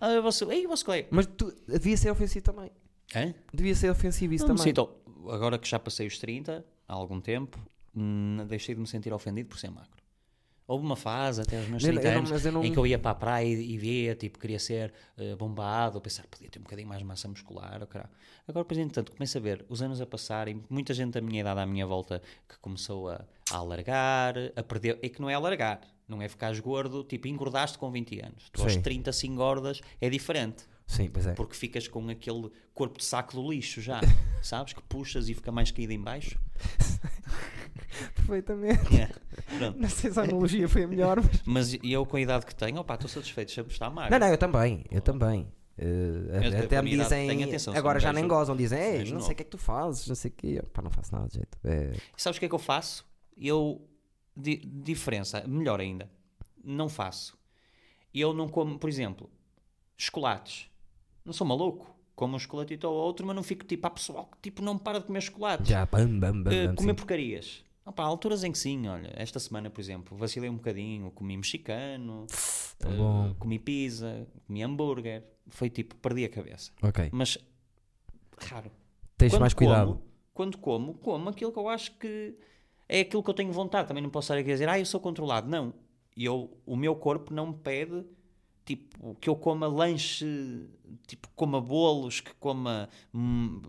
Speaker 1: Ah, vosso, ei, vosso colega.
Speaker 2: Mas tu, devia ser ofensivo também.
Speaker 1: Hã?
Speaker 2: Devia ser ofensivo isso
Speaker 1: Não me
Speaker 2: também.
Speaker 1: sinto- agora que já passei os 30, há algum tempo, hum, deixei de me sentir ofendido por ser magro. Houve uma fase, até os meus
Speaker 2: Eu não-
Speaker 1: 30
Speaker 2: eu não-
Speaker 1: anos,
Speaker 2: mas eu não-
Speaker 1: em que eu ia para a praia e, e via, tipo, queria ser eh, bombado, pensar, podia ter um bocadinho mais de massa muscular, ou caralho. Agora, por entretanto, começo a ver os anos a passarem, muita gente da minha idade à minha volta que começou a, a alargar, a perder, é que não é alargar, não é ficares gordo, tipo, engordaste com 20 anos. Tu aos
Speaker 2: Sim.
Speaker 1: 30 se engordas, é diferente
Speaker 2: Sim, pois é.
Speaker 1: porque ficas com aquele corpo de saco do lixo já, sabes? Que puxas e fica mais caído em baixo.
Speaker 2: Perfeitamente.
Speaker 1: Yeah. Pronto.
Speaker 2: Não sei se a analogia foi a melhor, mas.
Speaker 1: Mas eu com a idade que tenho, opá, estou satisfeito, sempre está magro.
Speaker 2: Não, não, eu também, eu também. Eh,
Speaker 1: Eu-
Speaker 2: até
Speaker 1: eu
Speaker 2: me
Speaker 1: tenho idade,
Speaker 2: dizem,
Speaker 1: tenho atenção, sou
Speaker 2: agora
Speaker 1: um
Speaker 2: já
Speaker 1: gajo-
Speaker 2: nem gozam, dizem,
Speaker 1: sou um
Speaker 2: ei,
Speaker 1: gajo
Speaker 2: não sei
Speaker 1: novo."
Speaker 2: o que é que tu fazes, não sei o quê. Pá, não faço nada de jeito. É,
Speaker 1: Sabes o que é que eu faço? Eu, di- diferença, melhor ainda, não faço. Eu não como, por exemplo, chocolates. Não sou maluco. Como um chocolatito ou outro, mas não fico tipo, ah pessoal, que tipo, não para de comer chocolates.
Speaker 2: já, bam, bam, bam,
Speaker 1: Eh,
Speaker 2: bam,
Speaker 1: comer
Speaker 2: sim.
Speaker 1: porcarias. Opa, há alturas em que sim, olha. Esta semana, por exemplo, vacilei um bocadinho, comi mexicano,
Speaker 2: tão
Speaker 1: eh,
Speaker 2: Tá bom.
Speaker 1: comi pizza, comi hambúrguer. Foi tipo, perdi a cabeça.
Speaker 2: Ok,
Speaker 1: Mas, raro.
Speaker 2: tens mais cuidado.
Speaker 1: Como, quando como, como aquilo que eu acho que é aquilo que eu tenho vontade. Também não posso estar aqui a dizer, ah, eu sou controlado. Não. Eu, o meu corpo não me pede tipo, que eu coma lanche, tipo, coma bolos, que coma hum,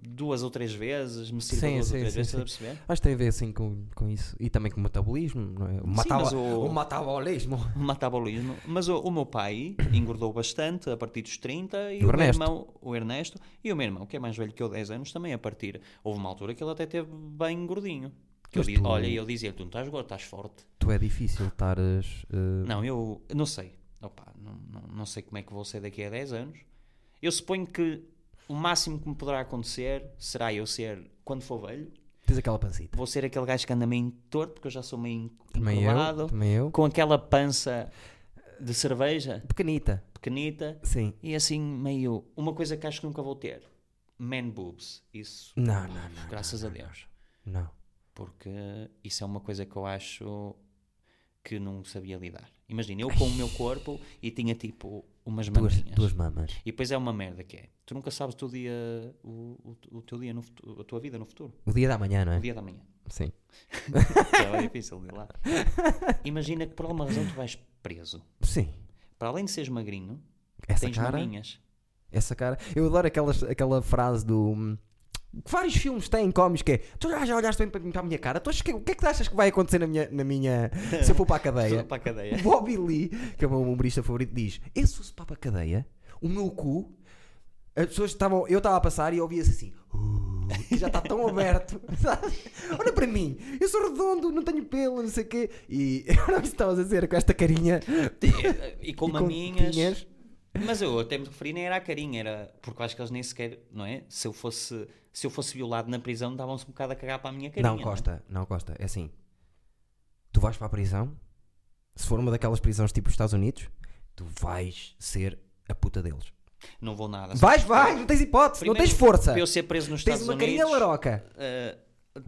Speaker 1: duas ou três vezes, me sirva
Speaker 2: Sim,
Speaker 1: duas
Speaker 2: sim,
Speaker 1: ou três
Speaker 2: sim,
Speaker 1: vezes,
Speaker 2: sim.
Speaker 1: estás a perceber?
Speaker 2: Acho que tem a ver assim com, com isso. E também com o metabolismo, não é? O, metabo-
Speaker 1: mas o-
Speaker 2: o metabolismo.
Speaker 1: O um metabolismo. Mas o, o meu pai engordou bastante a partir dos 30 e
Speaker 2: O
Speaker 1: o, meu
Speaker 2: Ernesto.
Speaker 1: irmão, o Ernesto, e o meu irmão, que é mais velho que eu, 10 anos, também a partir. Houve uma altura que ele até teve bem gordinho. Que eu
Speaker 2: Mas
Speaker 1: disse,
Speaker 2: tu-
Speaker 1: Olha, eu dizia tu não estás gordo, estás forte.
Speaker 2: Tu é difícil estares. eh,
Speaker 1: Não, eu não sei. Opa, não, não, não sei como é que vou ser daqui a 10 anos. Eu suponho que o máximo que me poderá acontecer será eu ser, quando for velho,
Speaker 2: tens aquela pancita.
Speaker 1: vou ser aquele gajo que anda meio torto, porque eu já sou meio
Speaker 2: Também eu,
Speaker 1: encurvado,
Speaker 2: também eu.
Speaker 1: com aquela pança de cerveja
Speaker 2: Pequenita,
Speaker 1: pequenita
Speaker 2: sim.
Speaker 1: e assim meio. Uma coisa que acho que nunca vou ter: man boobs. Isso,
Speaker 2: Não, não, não.
Speaker 1: graças
Speaker 2: não,
Speaker 1: a
Speaker 2: não,
Speaker 1: Deus.
Speaker 2: Não.
Speaker 1: Porque isso é uma coisa que eu acho que não sabia lidar. Imagina, eu com o meu corpo e tinha tipo umas
Speaker 2: Duas,
Speaker 1: maminhas.
Speaker 2: duas mamas.
Speaker 1: E depois é uma merda que é. Tu nunca sabes o teu dia, o, o, o teu dia no futuro, a tua vida no futuro,
Speaker 2: O dia da manhã, não
Speaker 1: o
Speaker 2: é?
Speaker 1: dia da manhã.
Speaker 2: Sim.
Speaker 1: É difícil de ir lá. Imagina que por alguma razão tu vais preso.
Speaker 2: Sim.
Speaker 1: Para além de seres magrinho,
Speaker 2: Essa
Speaker 1: tens
Speaker 2: cara.
Speaker 1: maminhas.
Speaker 2: Essa cara. Eu adoro aquelas, aquela frase do. hum, que Vários filmes têm cómics que é Tu já, já olhaste bem para, mim- para a minha cara? Tu achas que, o que é que tu achas que vai acontecer na minha, na minha se eu for para a
Speaker 1: Tudo
Speaker 2: cadeia?
Speaker 1: para a cadeia.
Speaker 2: O Bobby Lee, que é o meu humorista favorito, diz: Eu se fosse para a cadeia, o meu cu. As pessoas estavam. Eu estava a passar e ouvia-se assim. "Uh", que já está tão aberto. sabe? Olha para mim, eu sou redondo, não tenho pelo, não sei o quê. E olha o que estavas a dizer com esta carinha.
Speaker 1: E, e com
Speaker 2: e com
Speaker 1: maminhas.
Speaker 2: tetinhas.
Speaker 1: Mas eu até me referi nem era a carinha, era porque eu acho que eles nem sequer, não é? Se eu fosse, se eu fosse violado na prisão, davam-se um bocado a cagar para a minha carinha.
Speaker 2: Não, Costa, não, Costa. É assim: tu vais para a prisão, se for uma daquelas prisões tipo os Estados Unidos, tu vais ser a puta deles.
Speaker 1: Não, vou nada.
Speaker 2: Vais, vais, não tens hipótese, não
Speaker 1: Primeiro,
Speaker 2: tens força.
Speaker 1: Para eu ser preso nos
Speaker 2: Tens
Speaker 1: Estados
Speaker 2: uma carinha
Speaker 1: Unidos,
Speaker 2: laroca.
Speaker 1: eh,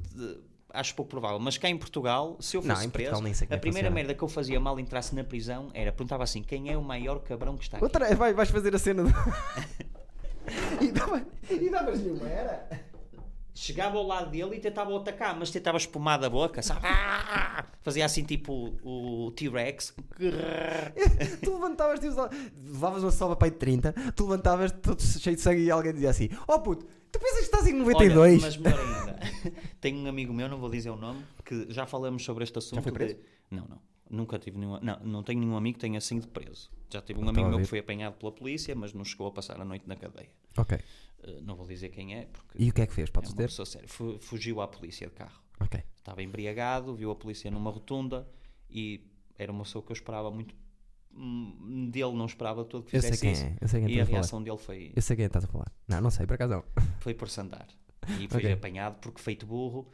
Speaker 1: de- acho pouco provável. Mas cá em Portugal, se eu
Speaker 2: Não,
Speaker 1: fosse
Speaker 2: em Portugal
Speaker 1: preso,
Speaker 2: nem sei como
Speaker 1: a
Speaker 2: é que
Speaker 1: primeira
Speaker 2: funciona.
Speaker 1: merda que eu fazia mal entrasse na prisão era perguntava assim: quem é o maior cabrão que está aqui?
Speaker 2: Outra, vai, vais fazer a cena do. e dava- e davas-lhe uma era.
Speaker 1: chegava ao lado dele e tentava o atacar, mas tentava espumar da boca, sabe? Ah! Fazia assim tipo o T-Rex.
Speaker 2: tu levantavas, tipo, só- levavas uma soba para aí de 30, tu levantavas todo cheio de sangue e alguém dizia assim: Oh puto, tu pensas que estás em
Speaker 1: Olha,
Speaker 2: 92?
Speaker 1: mas melhor ainda. Tenho um amigo meu, não vou dizer o nome, que já falamos sobre este assunto.
Speaker 2: foi preso?
Speaker 1: de- Não, não. Nunca tive nenhum. Não, não tenho nenhum amigo que tenha sido preso. Já tive um
Speaker 2: Não estava
Speaker 1: amigo
Speaker 2: Então, a
Speaker 1: meu que
Speaker 2: ver.
Speaker 1: foi apanhado pela polícia, mas não chegou a passar a noite na cadeia.
Speaker 2: Ok.
Speaker 1: Eh, não vou dizer quem é, porque
Speaker 2: E o que é que fez?
Speaker 1: é
Speaker 2: Podes
Speaker 1: uma
Speaker 2: dizer?
Speaker 1: pessoa séria. Fu- Fugiu à polícia de carro.
Speaker 2: Ok.
Speaker 1: Estava embriagado, viu a polícia numa rotunda e era uma pessoa que eu esperava muito. hum, Dele não esperava todo que
Speaker 2: Eu sei
Speaker 1: fizesse
Speaker 2: quem
Speaker 1: isso.
Speaker 2: é, eu sei quem
Speaker 1: e a
Speaker 2: estás a falar.
Speaker 1: reação dele foi
Speaker 2: Eu sei quem é estás a falar. Não, não sei, por acaso não.
Speaker 1: foi por se andar e foi
Speaker 2: Ok.
Speaker 1: apanhado porque feito burro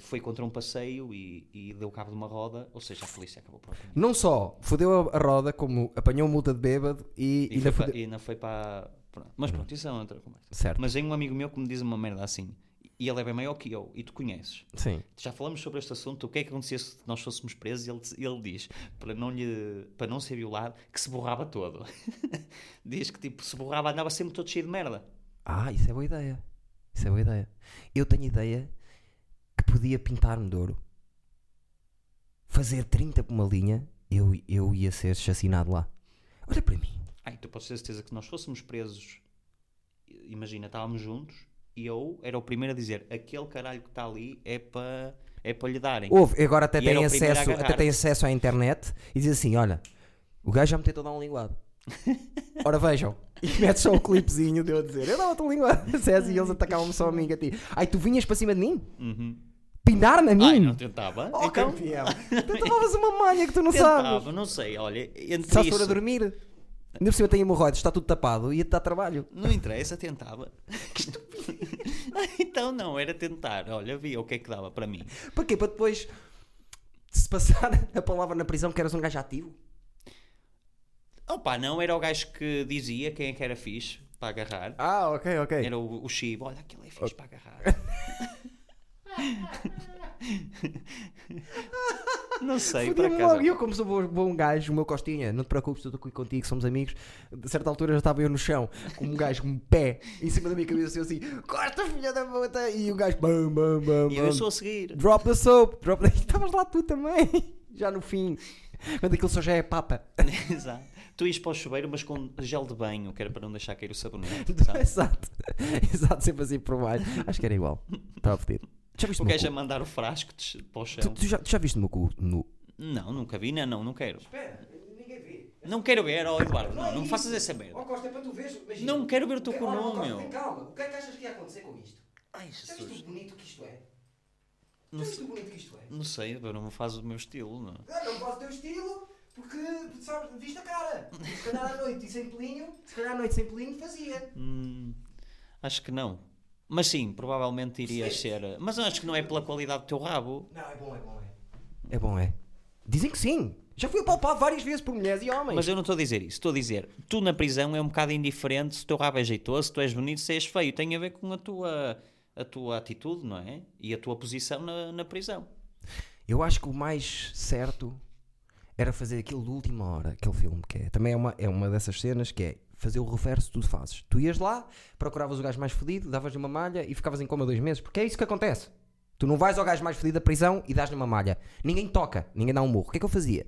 Speaker 1: foi contra um passeio e, e deu cabo de uma roda, ou seja, a polícia acabou por apanhar.
Speaker 2: Não só fodeu a a roda, como apanhou multa de bêbado e,
Speaker 1: E,
Speaker 2: ainda
Speaker 1: foi
Speaker 2: fodeu.
Speaker 1: pa- e não foi para. pronto. Mas pronto, isso é outra conversa.
Speaker 2: Certo.
Speaker 1: Mas tem um amigo meu que me diz uma merda assim, e ele é bem maior que eu, e tu conheces.
Speaker 2: Sim.
Speaker 1: Já falamos sobre este assunto, o que é que acontecia se nós fôssemos presos, e ele, ele diz, para não, lhe, para não ser violado, que se borrava todo. diz que tipo, se borrava, andava sempre todo cheio de merda.
Speaker 2: Ah, isso é boa ideia. Isso é boa ideia. Eu tenho ideia que podia pintar-me de ouro. Fazer 30 por uma linha, eu, eu ia ser chacinado lá. Olha para mim.
Speaker 1: Ai, tu podes ter então certeza que se nós fôssemos presos, i- imagina, estávamos juntos e eu era o primeiro a dizer aquele caralho que está ali é para é pa lhe darem.
Speaker 2: Houve, agora até
Speaker 1: E era
Speaker 2: tem,
Speaker 1: o primeiro a
Speaker 2: acesso, até
Speaker 1: agarrar.
Speaker 2: tem acesso à internet e diz assim: olha, o gajo já me tentou dar um linguado. Ora vejam. E mete só o clipezinho de eu dizer: eu dava-te um linguado. César, e eles atacavam-me só a mim a ti. Ai, tu vinhas para cima de mim?
Speaker 1: Uhum.
Speaker 2: Pinar-me a
Speaker 1: Ai,
Speaker 2: mim?
Speaker 1: não tentava.
Speaker 2: oh,
Speaker 1: então,
Speaker 2: campeão. Tu tomavas uma malha que tu não sabes.
Speaker 1: tentava, não sei, olha, entre
Speaker 2: Só se for a
Speaker 1: isso,
Speaker 2: dormir. Ainda por cima tem hemorroides, está tudo tapado e ia-te dar trabalho.
Speaker 1: não interessa, tentava. então não, era tentar. Olha, via o que é que dava para mim.
Speaker 2: Para quê? Para depois se passar a palavra na prisão que eras um gajo ativo?
Speaker 1: Opa, não, era o gajo que dizia quem é que era fixe para agarrar.
Speaker 2: Ah, ok, ok.
Speaker 1: Era o, o Chivo, olha, aquele é fixe para agarrar. não sei, por
Speaker 2: Fodia-me
Speaker 1: acaso.
Speaker 2: logo. E eu, como sou bom, bom gajo, o meu costinha, não te preocupes, estou aqui contigo, somos amigos. De certa altura já estava eu no chão, com um gajo com um pé em cima da minha cabeça, eu assim, corta, filha da puta! E o gajo, bam, bam, bam,
Speaker 1: E eu
Speaker 2: bam.
Speaker 1: sou a seguir.
Speaker 2: Drop the soap, drop the... Estavas lá tu também, já no fim. Quando aquilo só já é papa.
Speaker 1: Exato. Tu ias para o chuveiro, mas com gel de banho, que era para não deixar cair o sabonete. sabe?
Speaker 2: Exato. Exato, sempre assim por baixo. Acho que era igual. Estava fedido. Já viste
Speaker 1: O é
Speaker 2: o meu
Speaker 1: gajo a
Speaker 2: cu?
Speaker 1: mandar o frasco de- para o
Speaker 2: Tu,
Speaker 1: chão.
Speaker 2: tu já, tu já viste o meu cu nu?
Speaker 1: Não, nunca vi, não, não, não quero.
Speaker 2: Espera, ninguém vê.
Speaker 1: Não quero ver, ó Eduardo, não, não me faças essa merda.
Speaker 2: Costa, é para tu veres.
Speaker 1: Não quero ver o teu cu nu, meu.
Speaker 2: Calma, o que é que achas que ia acontecer com isto?
Speaker 1: Ai, Jesus.
Speaker 2: bonito que isto é?
Speaker 1: Não Já viste
Speaker 2: o bonito que isto é? Ah,
Speaker 1: Não sei, eu não me faz o meu estilo, não.
Speaker 2: Não posso ter estilo, porque, sabes, viste a cara. Se calhar à noite e sem pelinho, se calhar à noite sem pelinho fazia.
Speaker 1: Hum, acho que não. Mas sim, provavelmente irias ser. Mas eu acho que não é pela qualidade do teu rabo.
Speaker 2: Não, é bom, é bom, é. É bom, é. Dizem que sim. Já fui apalpado várias vezes por mulheres e homens.
Speaker 1: Mas eu não estou a dizer isso. Estou a dizer, tu na prisão é um bocado indiferente se o teu rabo é jeitoso, se tu és bonito, se és feio. Tem a ver com a tua, a tua atitude, não é? E a tua posição na, na prisão.
Speaker 2: Eu acho que o mais certo era fazer aquilo de última hora, aquele filme que é. Também é uma, é uma dessas cenas que é fazer o reverso, tu fazes. Tu ias lá, procuravas o gajo mais fedido, davas-lhe uma malha e ficavas em coma dois meses, porque é isso que acontece. Tu não vais ao gajo mais fedido da prisão e dás-lhe uma malha. Ninguém toca, ninguém dá um murro. O que é que eu fazia?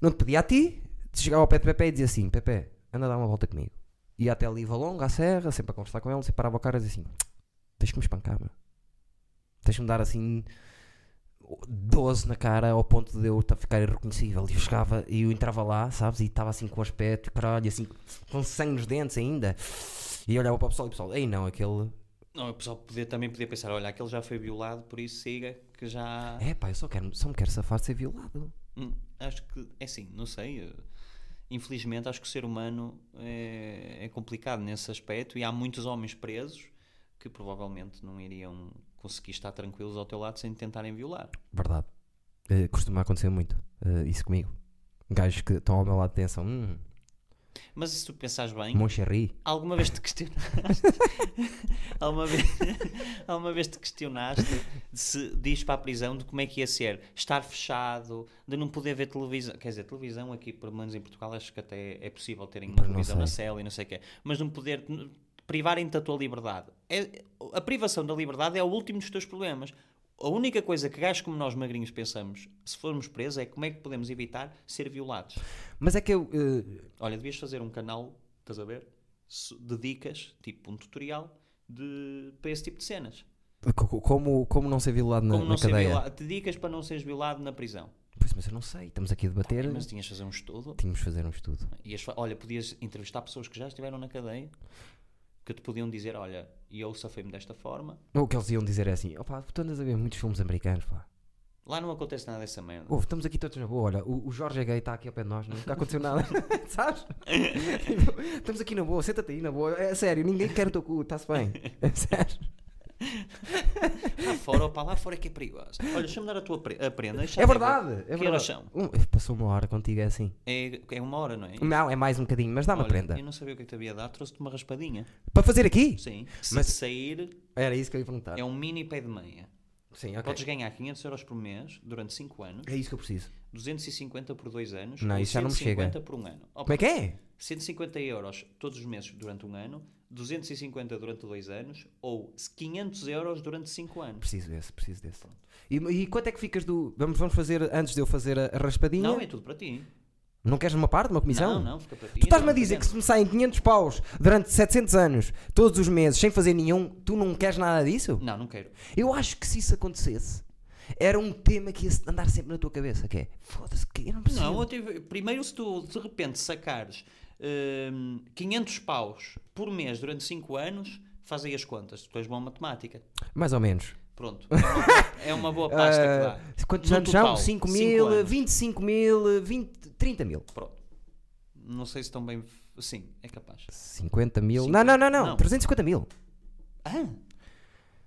Speaker 2: Não te pedia a ti, te chegava ao pé de Pepe e dizia assim: Pepe, anda a dar uma volta comigo. Ia até ali Valonga, à Serra, sempre a conversar com ele, sempre parava o cara e dizia assim: Tens que me espancar, meu. Tens que me dar assim 12 na cara ao ponto de eu ta- ficar irreconhecível. E eu chegava e eu entrava lá, sabes? E estava assim com o aspecto, caralho, assim, com sangue nos dentes ainda. E eu olhava para o pessoal e o pessoal, ei não, aquele.
Speaker 1: Não, o pessoal podia, também podia pensar: olha, aquele já foi violado, por isso siga, que já.
Speaker 2: É pá, eu só, quero, só me quero safar de ser violado.
Speaker 1: Hum, Acho que é assim, não sei. eh, Infelizmente, acho que o ser humano é, é complicado nesse aspecto e há muitos homens presos que provavelmente não iriam conseguir estar tranquilos ao teu lado sem te tentarem violar.
Speaker 2: Verdade. Eh, costuma acontecer muito eh, isso comigo. Gajos que estão ao meu lado pensam, hum,
Speaker 1: Mas se tu pensares bem,
Speaker 2: Moncherry.
Speaker 1: alguma vez te questionaste? alguma, vez, alguma vez te questionaste se diz para a prisão de como é que ia ser estar fechado, de não poder ver televisão? Quer dizer, televisão aqui, pelo menos em Portugal, acho que até é possível terem
Speaker 2: Pois não
Speaker 1: televisão
Speaker 2: sei.
Speaker 1: na cela e não sei o quê, mas não poder. privarem-te da tua liberdade. É- a privação da liberdade é o último dos teus problemas. A única coisa que gajos como nós magrinhos pensamos, se formos presos, é como é que podemos evitar ser violados.
Speaker 2: Mas é que eu. eh,
Speaker 1: Olha, devias fazer um canal, estás a ver? So- De dicas, tipo um tutorial, de, para esse tipo de cenas.
Speaker 2: co- co- como, como não ser violado na,
Speaker 1: Como não
Speaker 2: na
Speaker 1: ser
Speaker 2: cadeia.
Speaker 1: violado. Te dicas para não seres violado na prisão.
Speaker 2: Pois, mas eu não sei. Estamos aqui a debater.
Speaker 1: Mas tinhas de fazer um estudo.
Speaker 2: Tínhamos de fazer um estudo.
Speaker 1: Ias fa- olha, podias entrevistar pessoas que já estiveram na cadeia que te podiam dizer: Olha, e eu safei-me desta forma.
Speaker 2: Ou o que eles iam dizer é assim: opá, tu andas a ver muitos filmes americanos, pá.
Speaker 1: Lá não acontece nada dessa merda.
Speaker 2: Ouve, estamos aqui todos na boa. Olha, o, o Jorge é gay, está aqui ao pé de nós, nunca aconteceu nada. Sabes? estamos aqui na boa, senta-te aí na boa. É sério, ninguém quer o teu cu, está-se bem. É sério.
Speaker 1: Lá fora, opa, lá fora é que é perigoso. Olha, deixa-me dar a tua pre- a prenda. deixa
Speaker 2: É
Speaker 1: eu ver.
Speaker 2: verdade, é verdade.
Speaker 1: Que horas são?
Speaker 2: Hum, passou uma hora contigo, é assim.
Speaker 1: É, é uma hora, não é?
Speaker 2: Não, é mais um bocadinho, mas dá-me a
Speaker 1: Olha,
Speaker 2: prenda.
Speaker 1: Eu não sabia o que é que te havia dado, trouxe-te uma raspadinha.
Speaker 2: Para fazer aqui?
Speaker 1: Sim. Se
Speaker 2: Mas-
Speaker 1: sair,
Speaker 2: Era isso que eu ia perguntar.
Speaker 1: é um mini pé de meia.
Speaker 2: Sim, ok.
Speaker 1: Podes ganhar 500 euros por mês durante 5 anos,
Speaker 2: É isso que eu preciso.
Speaker 1: 250 por 2 anos,
Speaker 2: Não,
Speaker 1: ou
Speaker 2: isso já não me chega.
Speaker 1: 150 por um ano. Opa,
Speaker 2: Como é que é?
Speaker 1: 150 euros todos os meses durante um ano, 250 durante dois anos ou 500 euros durante cinco anos.
Speaker 2: Preciso desse, preciso desse. E, e quanto é que ficas do. Vamos, vamos fazer antes de eu fazer a, a raspadinha?
Speaker 1: Não, é tudo para ti.
Speaker 2: Não queres uma parte, uma comissão?
Speaker 1: Não, não, fica para ti.
Speaker 2: Tu estás-me a
Speaker 1: Então,
Speaker 2: dizer que
Speaker 1: fazemos.
Speaker 2: se me saem 500 paus durante 700 anos, todos os meses, sem fazer nenhum, tu não queres nada disso?
Speaker 1: Não, não quero.
Speaker 2: Eu acho que se isso acontecesse, era um tema que ia andar sempre na tua cabeça, que é, foda-se, que eu não preciso.
Speaker 1: Não, eu tive- primeiro se tu de repente sacares hum, 500 paus por mês durante cinco anos, faz aí as contas. Tu és bom em matemática.
Speaker 2: Mais ou menos.
Speaker 1: Pronto. É uma- É uma boa pasta
Speaker 2: Ah,
Speaker 1: que dá.
Speaker 2: quantos
Speaker 1: No
Speaker 2: anos
Speaker 1: total,
Speaker 2: são? 5
Speaker 1: cinco
Speaker 2: mil,
Speaker 1: anos.
Speaker 2: 25 mil, 20, 30 mil.
Speaker 1: Pronto. Não sei se estão bem... Sim, é capaz.
Speaker 2: 50 mil. Não,
Speaker 1: Cinquenta-
Speaker 2: não, não, não,
Speaker 1: não.
Speaker 2: 350 mil.
Speaker 1: Ah!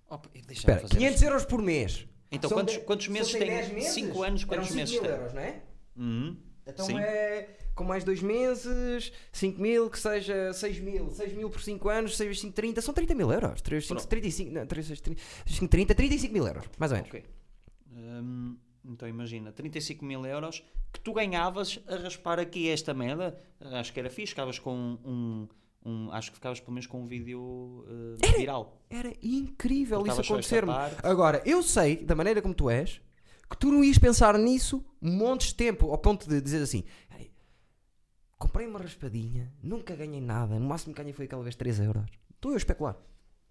Speaker 1: Oh, deixa
Speaker 2: Espera, 500 euros por mês.
Speaker 1: Então,
Speaker 2: São
Speaker 1: quantos-
Speaker 2: de-
Speaker 1: quantos
Speaker 2: são
Speaker 1: meses
Speaker 2: tem
Speaker 1: tem?
Speaker 2: 10 meses?
Speaker 1: Cinco anos,
Speaker 2: Eram
Speaker 1: quantos
Speaker 2: cinco
Speaker 1: meses
Speaker 2: mil
Speaker 1: tem?
Speaker 2: euros, não é?
Speaker 1: Uhum.
Speaker 2: Então
Speaker 1: Sim.
Speaker 2: é com mais dois meses, 5 mil, que seja 6 mil, 6 mil por 5 anos, 6 vezes 5, 30, são 30 mil euros. 3 vezes 5,
Speaker 1: Pronto.
Speaker 2: 35, não, 3 vezes 30, 5, 30, 35 mil euros, mais ou menos.
Speaker 1: Ok. Hum, então imagina, 35 mil euros que tu ganhavas a raspar aqui esta merda. Acho que era fixe, ficavas com um. um- acho que ficavas pelo menos com um vídeo eh, viral.
Speaker 2: Era incrível isso
Speaker 1: Cortavas só esta
Speaker 2: acontecer-me.
Speaker 1: parte.
Speaker 2: Agora, eu sei, da maneira como tu és, que tu não ias pensar nisso montes de tempo, ao ponto de dizer assim: "Ei, comprei uma raspadinha, nunca ganhei nada, no máximo que ganhei foi aquela vez 3 euros. Estou eu a especular.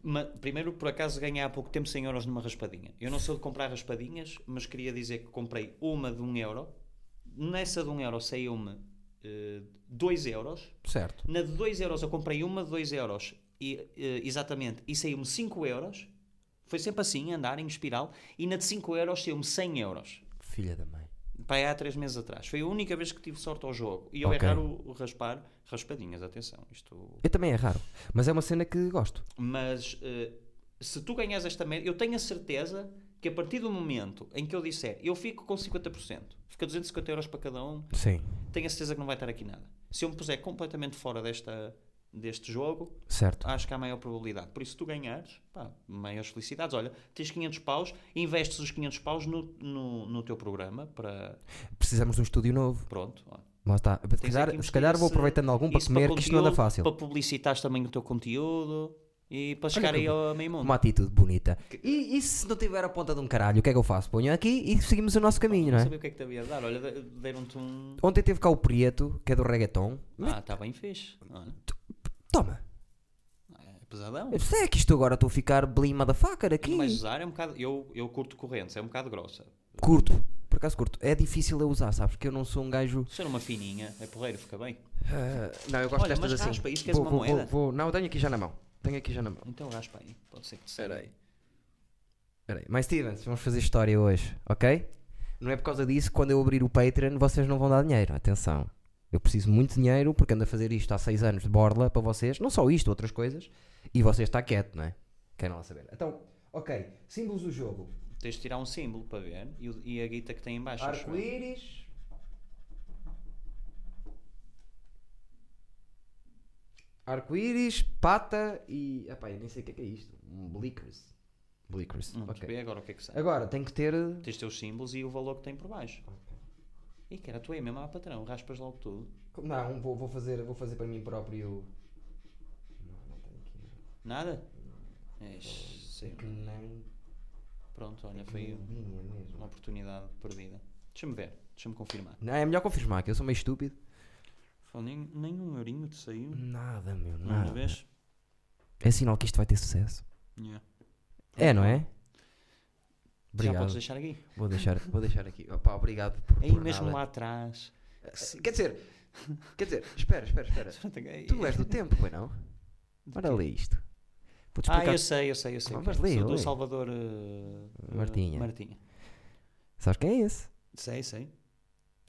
Speaker 1: Ma- primeiro, por acaso, ganhei há pouco tempo 100 euros numa raspadinha. Eu não sou de comprar raspadinhas, mas queria dizer que comprei uma de 1 euro. Nessa de 1 euro saiu-me eh, 2 euros.
Speaker 2: Certo.
Speaker 1: Na de 2 euros eu comprei uma de 2 euros e, eh, exatamente e saiu-me 5 euros. Foi sempre assim, a andar em espiral. E na de 5 euros saiu-me 100 euros.
Speaker 2: Filha da mãe.
Speaker 1: Pai, há 3 meses atrás. Foi a única vez que tive sorte ao jogo. E eu
Speaker 2: Ok.
Speaker 1: errar o, o raspar, raspadinhas, atenção. Isto...
Speaker 2: Eu também é raro, mas é uma cena que gosto.
Speaker 1: Mas eh, se tu ganhas esta merda, eu tenho a certeza que a partir do momento em que eu disser eu fico com 50%, fica 250 euros para cada um,
Speaker 2: Sim.
Speaker 1: tenho a certeza que não vai estar aqui nada. Se eu me puser completamente fora desta, deste jogo,
Speaker 2: Certo.
Speaker 1: acho que há maior probabilidade. Por isso, se tu ganhares, pá, maiores felicidades. Olha, tens 500 paus, investes os 500 paus no, no, no teu programa para.
Speaker 2: Precisamos de um estúdio novo.
Speaker 1: Pronto. olha.
Speaker 2: Lá está. Se
Speaker 1: Tens
Speaker 2: calhar,
Speaker 1: aqui um
Speaker 2: se calhar vou
Speaker 1: esse-
Speaker 2: aproveitando algum para
Speaker 1: isso
Speaker 2: comer, que isto não anda
Speaker 1: conteúdo,
Speaker 2: fácil.
Speaker 1: Para publicitares também o teu conteúdo e para chegar
Speaker 2: que
Speaker 1: aí
Speaker 2: bom.
Speaker 1: ao meio mundo.
Speaker 2: Uma atitude bonita. E, e se não tiver a ponta de um caralho, o que é que eu faço? Ponho aqui e seguimos o nosso caminho, não é?
Speaker 1: Saber o que é que te havia de dar? Olha, de- deram-te um.
Speaker 2: Ontem teve cá o Prieto, que é do reggaeton.
Speaker 1: Ah, está bem fixe. Olha,
Speaker 2: Toma.
Speaker 1: é pesadão.
Speaker 2: É que isto agora estou a ficar blim motherfucker aqui.
Speaker 1: Mas usar é um bocado. Eu, eu curto correntes, é um bocado grossa.
Speaker 2: Curto. Por acaso curto. É difícil eu usar, sabes? Porque eu não sou um gajo.
Speaker 1: Ser uma fininha, é porreiro, fica bem.
Speaker 2: Ah, não, eu gosto
Speaker 1: Olha,
Speaker 2: destas
Speaker 1: mas
Speaker 2: assim.
Speaker 1: raspa, isso queres
Speaker 2: vou,
Speaker 1: uma
Speaker 2: vou- vou-
Speaker 1: moeda?
Speaker 2: vou- Não, eu tenho aqui já na mão. Tenho aqui já na mão.
Speaker 1: Então raspa aí, pode ser que te
Speaker 2: Espera
Speaker 1: saia.
Speaker 2: aí. Espera aí. Mas Stevens, vamos fazer história hoje, ok? Não é por causa disso que quando eu abrir o Patreon vocês não vão dar dinheiro. Atenção. Eu preciso muito de dinheiro porque ando a fazer isto há 6 anos de borla para vocês. Não só isto, outras coisas. E você está quieto, não é? Querem lá saber. Então, ok. Símbolos do jogo.
Speaker 1: Tens de tirar um símbolo para ver e, o- e a guita que tem em baixo. acho eu.
Speaker 2: Arco-íris. Arco-íris, pata e. Epá, eu nem sei o que é, que é isto. Um blickers. Blickers.
Speaker 1: Não
Speaker 2: ok.
Speaker 1: percebi agora o que é que sai.
Speaker 2: Agora, tem que ter.
Speaker 1: Tens de ter os símbolos e o valor que tem por baixo. E que era tu aí mesmo, ah patrão, raspas logo tudo.
Speaker 2: Não, vou, vou fazer, vou fazer para mim próprio. Não, não tenho aqui.
Speaker 1: Nada? Eish, sei.
Speaker 2: Nem
Speaker 1: Pronto, olha, foi
Speaker 2: pinguinha mesmo.
Speaker 1: uma oportunidade perdida. Deixa-me ver, deixa-me confirmar.
Speaker 2: Não, é melhor confirmar que eu sou meio estúpido.
Speaker 1: Foi nem, nem um eurinho te saiu.
Speaker 2: Nada, meu,
Speaker 1: Não
Speaker 2: nada.
Speaker 1: vês?
Speaker 2: É sinal que isto vai ter sucesso.
Speaker 1: Yeah.
Speaker 2: É, não é?
Speaker 1: Já
Speaker 2: Obrigado.
Speaker 1: podes deixar aqui.
Speaker 2: Vou deixar, vou deixar aqui. Opa, obrigado por,
Speaker 1: Aí
Speaker 2: por
Speaker 1: mesmo
Speaker 2: nada.
Speaker 1: lá atrás.
Speaker 2: Eh, Quer dizer, quer dizer, espera, espera, espera. Eh, Tu és do tempo, pois não? Ora lê isto. Vou-te
Speaker 1: Ah,
Speaker 2: explicar.
Speaker 1: eu sei, eu sei, eu sei.
Speaker 2: Vamos
Speaker 1: quem é.
Speaker 2: ler,
Speaker 1: Sou do
Speaker 2: ler.
Speaker 1: Salvador eh, eh,
Speaker 2: Martinha.
Speaker 1: Martinha.
Speaker 2: Sabes quem é esse?
Speaker 1: Sei, sei.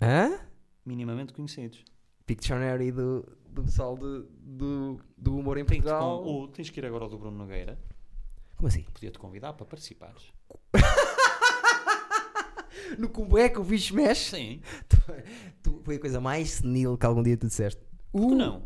Speaker 2: Hã?
Speaker 1: Minimamente conhecidos.
Speaker 2: Pictionary do, do pessoal de- do, do humor em
Speaker 1: Tens, de
Speaker 2: Portugal.
Speaker 1: con- o- tens que ir agora ao do Bruno Nogueira.
Speaker 2: Como assim?
Speaker 1: Podia-te convidar para participares.
Speaker 2: No cubeco o bicho mexe?
Speaker 1: Sim.
Speaker 2: Tu- foi a coisa mais senil que algum dia tu disseste. Uh,
Speaker 1: Tu não.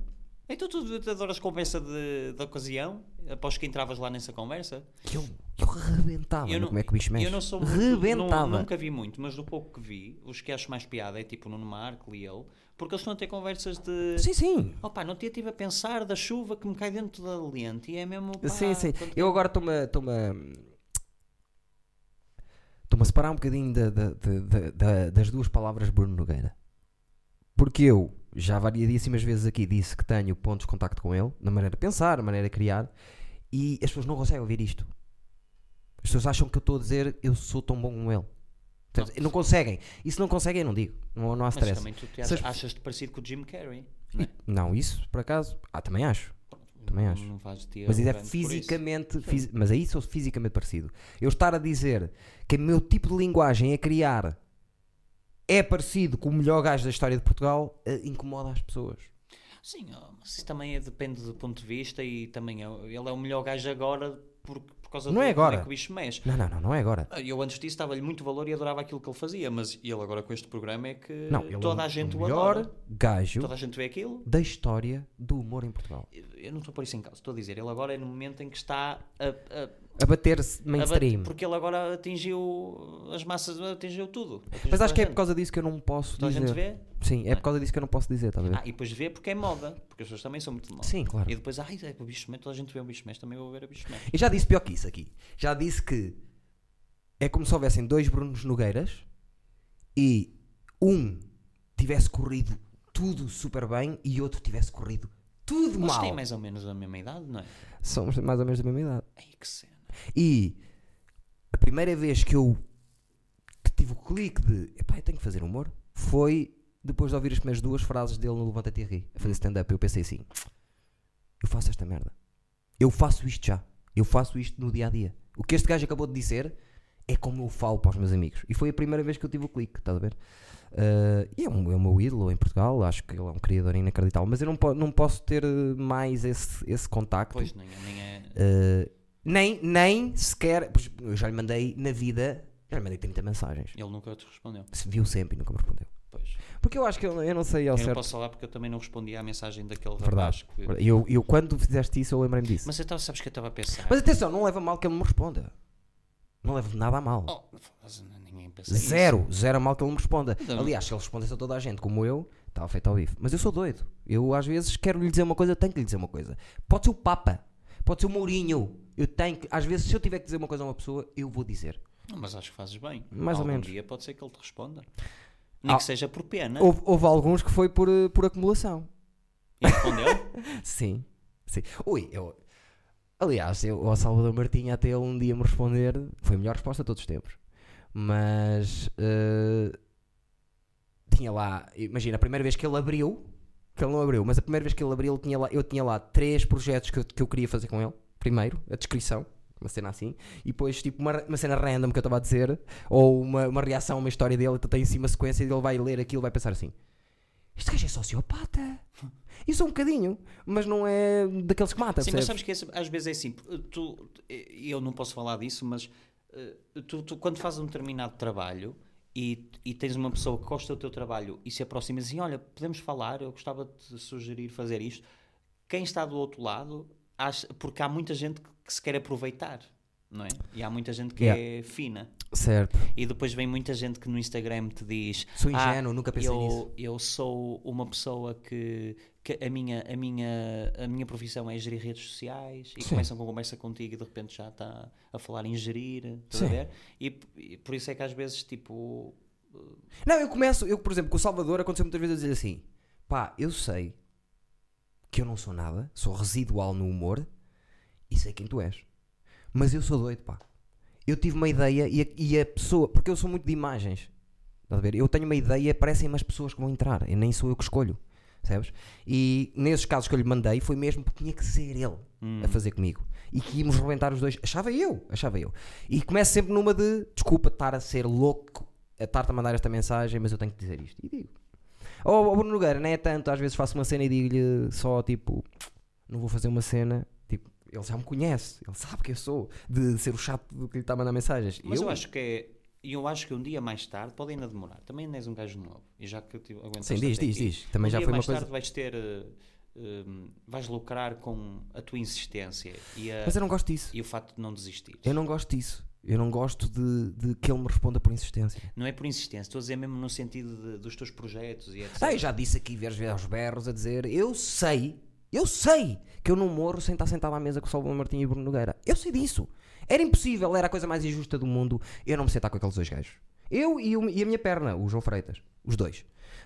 Speaker 1: Então tu te adoras conversa de, de ocasião? Após que entravas lá nessa conversa?
Speaker 2: Que eu, que eu rebentava
Speaker 1: Eu
Speaker 2: no
Speaker 1: não-
Speaker 2: como é que o bicho mexe.
Speaker 1: Eu não sou muito-
Speaker 2: Rebentava.
Speaker 1: nu- nunca vi muito, mas do pouco que vi, os que acho mais piada é tipo o Nuno Marco e ele, porque eles estão a ter conversas de.
Speaker 2: Sim, sim.
Speaker 1: Opa, não te estive a pensar da chuva que me cai dentro da lente e é mesmo. Pá,
Speaker 2: sim, sim.
Speaker 1: quando- é?
Speaker 2: Eu agora estou-me a- estou-me a. Estou-me a separar um bocadinho da- da- da- da- da- das duas palavras Bruno Nogueira. Porque eu já variadíssimas vezes aqui disse que tenho pontos de contacto com ele, na maneira de pensar, na maneira de criar, e as pessoas não conseguem ouvir isto. As pessoas acham que eu estou a dizer eu sou tão bom como ele. Portanto, não conseguem. E se não conseguem, eu não digo. Não, não há
Speaker 1: Mas
Speaker 2: stress.
Speaker 1: também tu te
Speaker 2: Se
Speaker 1: achas,
Speaker 2: as-
Speaker 1: achas-te parecido com o Jim Carrey.
Speaker 2: Não, isso por acaso. Ah, também acho. Também
Speaker 1: não,
Speaker 2: acho.
Speaker 1: Não um faz de ti
Speaker 2: Mas isso é
Speaker 1: arrogante por isso.
Speaker 2: fisicamente. fisi- mas aí sou fisicamente parecido. Eu estar a dizer que o meu tipo de linguagem a criar é parecido com o melhor gajo da história de Portugal, eh, incomoda as pessoas.
Speaker 1: Sim, oh, mas isso também é- depende do ponto de vista e também é, ele é o melhor gajo agora por, por causa do
Speaker 2: Não é
Speaker 1: como
Speaker 2: agora.
Speaker 1: que o bicho mexe.
Speaker 2: Não, não, não, não é agora.
Speaker 1: Ah, Eu antes disso dava-lhe muito valor e adorava aquilo que ele fazia, mas ele agora com este programa é que
Speaker 2: Não, ele
Speaker 1: toda
Speaker 2: é
Speaker 1: a
Speaker 2: o
Speaker 1: gente o
Speaker 2: melhor
Speaker 1: adora.
Speaker 2: gajo
Speaker 1: Toda a gente vê aquilo.
Speaker 2: da história do humor em Portugal.
Speaker 1: Eu não estou por isso em causa, estou a dizer, ele agora é no momento em que está a, a-
Speaker 2: A bater-se
Speaker 1: a
Speaker 2: mainstream.
Speaker 1: bat- porque ele agora atingiu as massas, atingiu tudo. Atingiu
Speaker 2: Mas
Speaker 1: toda
Speaker 2: acho que
Speaker 1: a
Speaker 2: é por
Speaker 1: gente.
Speaker 2: causa disso que eu não posso
Speaker 1: Toda a gente
Speaker 2: dizer.
Speaker 1: vê.
Speaker 2: Sim, é por causa disso que eu não posso dizer, está a ver?
Speaker 1: Ah, e depois vê porque é moda, porque as pessoas também são muito de moda.
Speaker 2: Sim, claro.
Speaker 1: E depois, ai, é para o bicho mexe, toda a gente vê o bicho mexe, também vou ver o bicho mexe.
Speaker 2: Eu já disse pior que isso aqui. Já disse que é como se houvessem dois Brunos Nogueiras e um tivesse corrido tudo super bem e outro tivesse corrido tudo
Speaker 1: Eles
Speaker 2: mal.
Speaker 1: têm mais ou menos a mesma idade, não é?
Speaker 2: Somos mais ou menos da mesma idade.
Speaker 1: Ai, que cena.
Speaker 2: E a primeira vez que eu tive o clique de epá, eu tenho que fazer humor foi depois de ouvir as primeiras duas frases dele no Levanta-te e Ri, a fazer stand-up. Eu pensei assim: eu faço esta merda. Eu faço isto já. Eu faço isto no dia a dia. O que este gajo acabou de dizer é como eu falo para os meus amigos. E foi a primeira vez que eu tive o clique, estás a ver? Ah, e é, um, é o meu ídolo em Portugal. Acho que ele é um criador inacreditável. Mas eu não, po- não posso ter eh, mais esse, esse contacto.
Speaker 1: Pois, nem, nem é.
Speaker 2: Uh, nem, nem sequer. pois, Eu já lhe mandei na vida. Já lhe mandei 30 mensagens.
Speaker 1: Ele nunca te respondeu.
Speaker 2: Se Viu sempre e nunca me respondeu.
Speaker 1: Pois.
Speaker 2: Porque eu acho que eu, não- eu não sei ao
Speaker 1: Eu não
Speaker 2: Tá certo.
Speaker 1: posso falar porque eu também não respondi à mensagem daquele
Speaker 2: Verdade.
Speaker 1: rapaz que.
Speaker 2: Eu, eu, quando fizeste isso, eu lembrei-me disso. Mas,
Speaker 1: Mas então sabes que eu estava a pensar.
Speaker 2: atenção, não leva a mal que ele me responda. Não leva nada a mal.
Speaker 1: Oh, foda-se, n- ninguém pensa nisso.
Speaker 2: Zero, zero a mal que ele me responda.
Speaker 1: Então-
Speaker 2: Aliás, se ele respondesse a toda a gente, como eu, estava feito ao vivo. Mas eu sou doido. Eu às vezes quero lhe dizer uma coisa, eu tenho que lhe dizer uma coisa. Pode ser o Papa, pode ser o Mourinho. Eu tenho que, às vezes, se eu tiver que dizer uma coisa a uma pessoa, eu vou dizer.
Speaker 1: Não, Mas acho que fazes bem.
Speaker 2: Mais ou
Speaker 1: Algum
Speaker 2: menos.
Speaker 1: dia pode ser que ele te responda. Nem
Speaker 2: Ah.
Speaker 1: que seja por pena.
Speaker 2: Houve, houve alguns que foi por, eh, por acumulação.
Speaker 1: E respondeu?
Speaker 2: Sim. Sim. Ui, eu. Aliás, eu ao Salvador Martinha até ele um dia me responder. Foi a melhor resposta de todos os tempos. Mas. eh, tinha lá. Imagina, a primeira vez que ele abriu. Que ele não abriu, mas a primeira vez que ele abriu, ele tinha lá, eu tinha lá três projetos que eu, que eu queria fazer com ele. Primeiro, a descrição, uma cena assim. E depois, tipo, uma, uma cena random que eu estava a dizer. Ou uma, uma reação a uma história dele. Então tem assim uma sequência e ele vai ler aquilo vai pensar assim: Este gajo é sociopata. Eu sou um bocadinho, mas não é daqueles que mata,
Speaker 1: Sim, mas
Speaker 2: percebes?
Speaker 1: sabes que esse- às vezes é assim. Tu, eh, eu não posso falar disso, mas eh, tu, tu, quando fazes um determinado trabalho e, e tens uma pessoa que gosta do teu trabalho e se aproxima e diz assim: Olha, podemos falar, eu gostava de te sugerir fazer isto. Quem está do outro lado, acha- porque há muita gente que, que se quer aproveitar. não é? E há muita gente que
Speaker 2: Yeah.
Speaker 1: é fina.
Speaker 2: Certo.
Speaker 1: E depois vem muita gente que no Instagram te diz:
Speaker 2: Sou
Speaker 1: "Ah,
Speaker 2: ingênuo, nunca pensei
Speaker 1: eu,
Speaker 2: nisso."
Speaker 1: Eu sou uma pessoa que, que a, minha, a, minha, a minha profissão é gerir redes sociais e
Speaker 2: Sim.
Speaker 1: começam com conversa contigo e de repente já está a falar em gerir, estás a
Speaker 2: Sim.
Speaker 1: ver? E, p- e por isso é que às vezes, tipo,
Speaker 2: Não, eu começo, eu, por exemplo, com o Salvador aconteceu muitas vezes eu dizer assim: pá, eu sei que eu não sou nada, sou residual no humor e sei quem tu és. Mas eu sou doido, pá. Eu tive uma ideia e a, e a pessoa, porque eu sou muito de imagens, estás a ver? Eu tenho uma ideia, parecem-me as pessoas que vão entrar, e nem sou eu que escolho, sabes? E nesses casos que eu lhe mandei foi mesmo porque tinha que ser ele
Speaker 1: Hum.
Speaker 2: a fazer comigo. E que íamos rebentar os dois, achava eu, achava eu. E começo sempre numa de desculpa estar a ser louco, a estar-te a mandar esta mensagem, mas eu tenho que dizer isto. E digo. Ou o Bruno Nogueira, não é tanto, às vezes faço uma cena e digo-lhe só tipo, não vou fazer uma cena, tipo, ele já me conhece, ele sabe quem eu sou, de ser o chato do que lhe está a mandar mensagens. E
Speaker 1: mas eu, acho que é. E eu acho que um dia mais tarde, pode ainda demorar, também ainda és um gajo novo. E já que eu tive- aguentaste
Speaker 2: Sim, diz,
Speaker 1: até
Speaker 2: diz,
Speaker 1: aqui,
Speaker 2: diz. Também
Speaker 1: um
Speaker 2: já
Speaker 1: dia
Speaker 2: foi uma
Speaker 1: mais
Speaker 2: coisa.
Speaker 1: tarde vais ter. eh, eh, vais lucrar com a tua insistência e, a-
Speaker 2: Mas eu não gosto disso.
Speaker 1: e o facto de não desistir.
Speaker 2: Eu não gosto disso. Eu não gosto de, de que ele me responda por insistência.
Speaker 1: Não é por insistência, estou a dizer mesmo no sentido de- dos teus projetos e etc.
Speaker 2: Ah, eu já disse aqui, vieres ver aos berros a dizer: Eu sei, eu sei que eu não morro sem estar sentado à mesa com o Salvador Martinho e Bruno Nogueira. Eu sei disso. Era impossível, era a coisa mais injusta do mundo eu não me sentar com aqueles dois gajos. Eu e, o- e a minha perna, o João Freitas, os dois.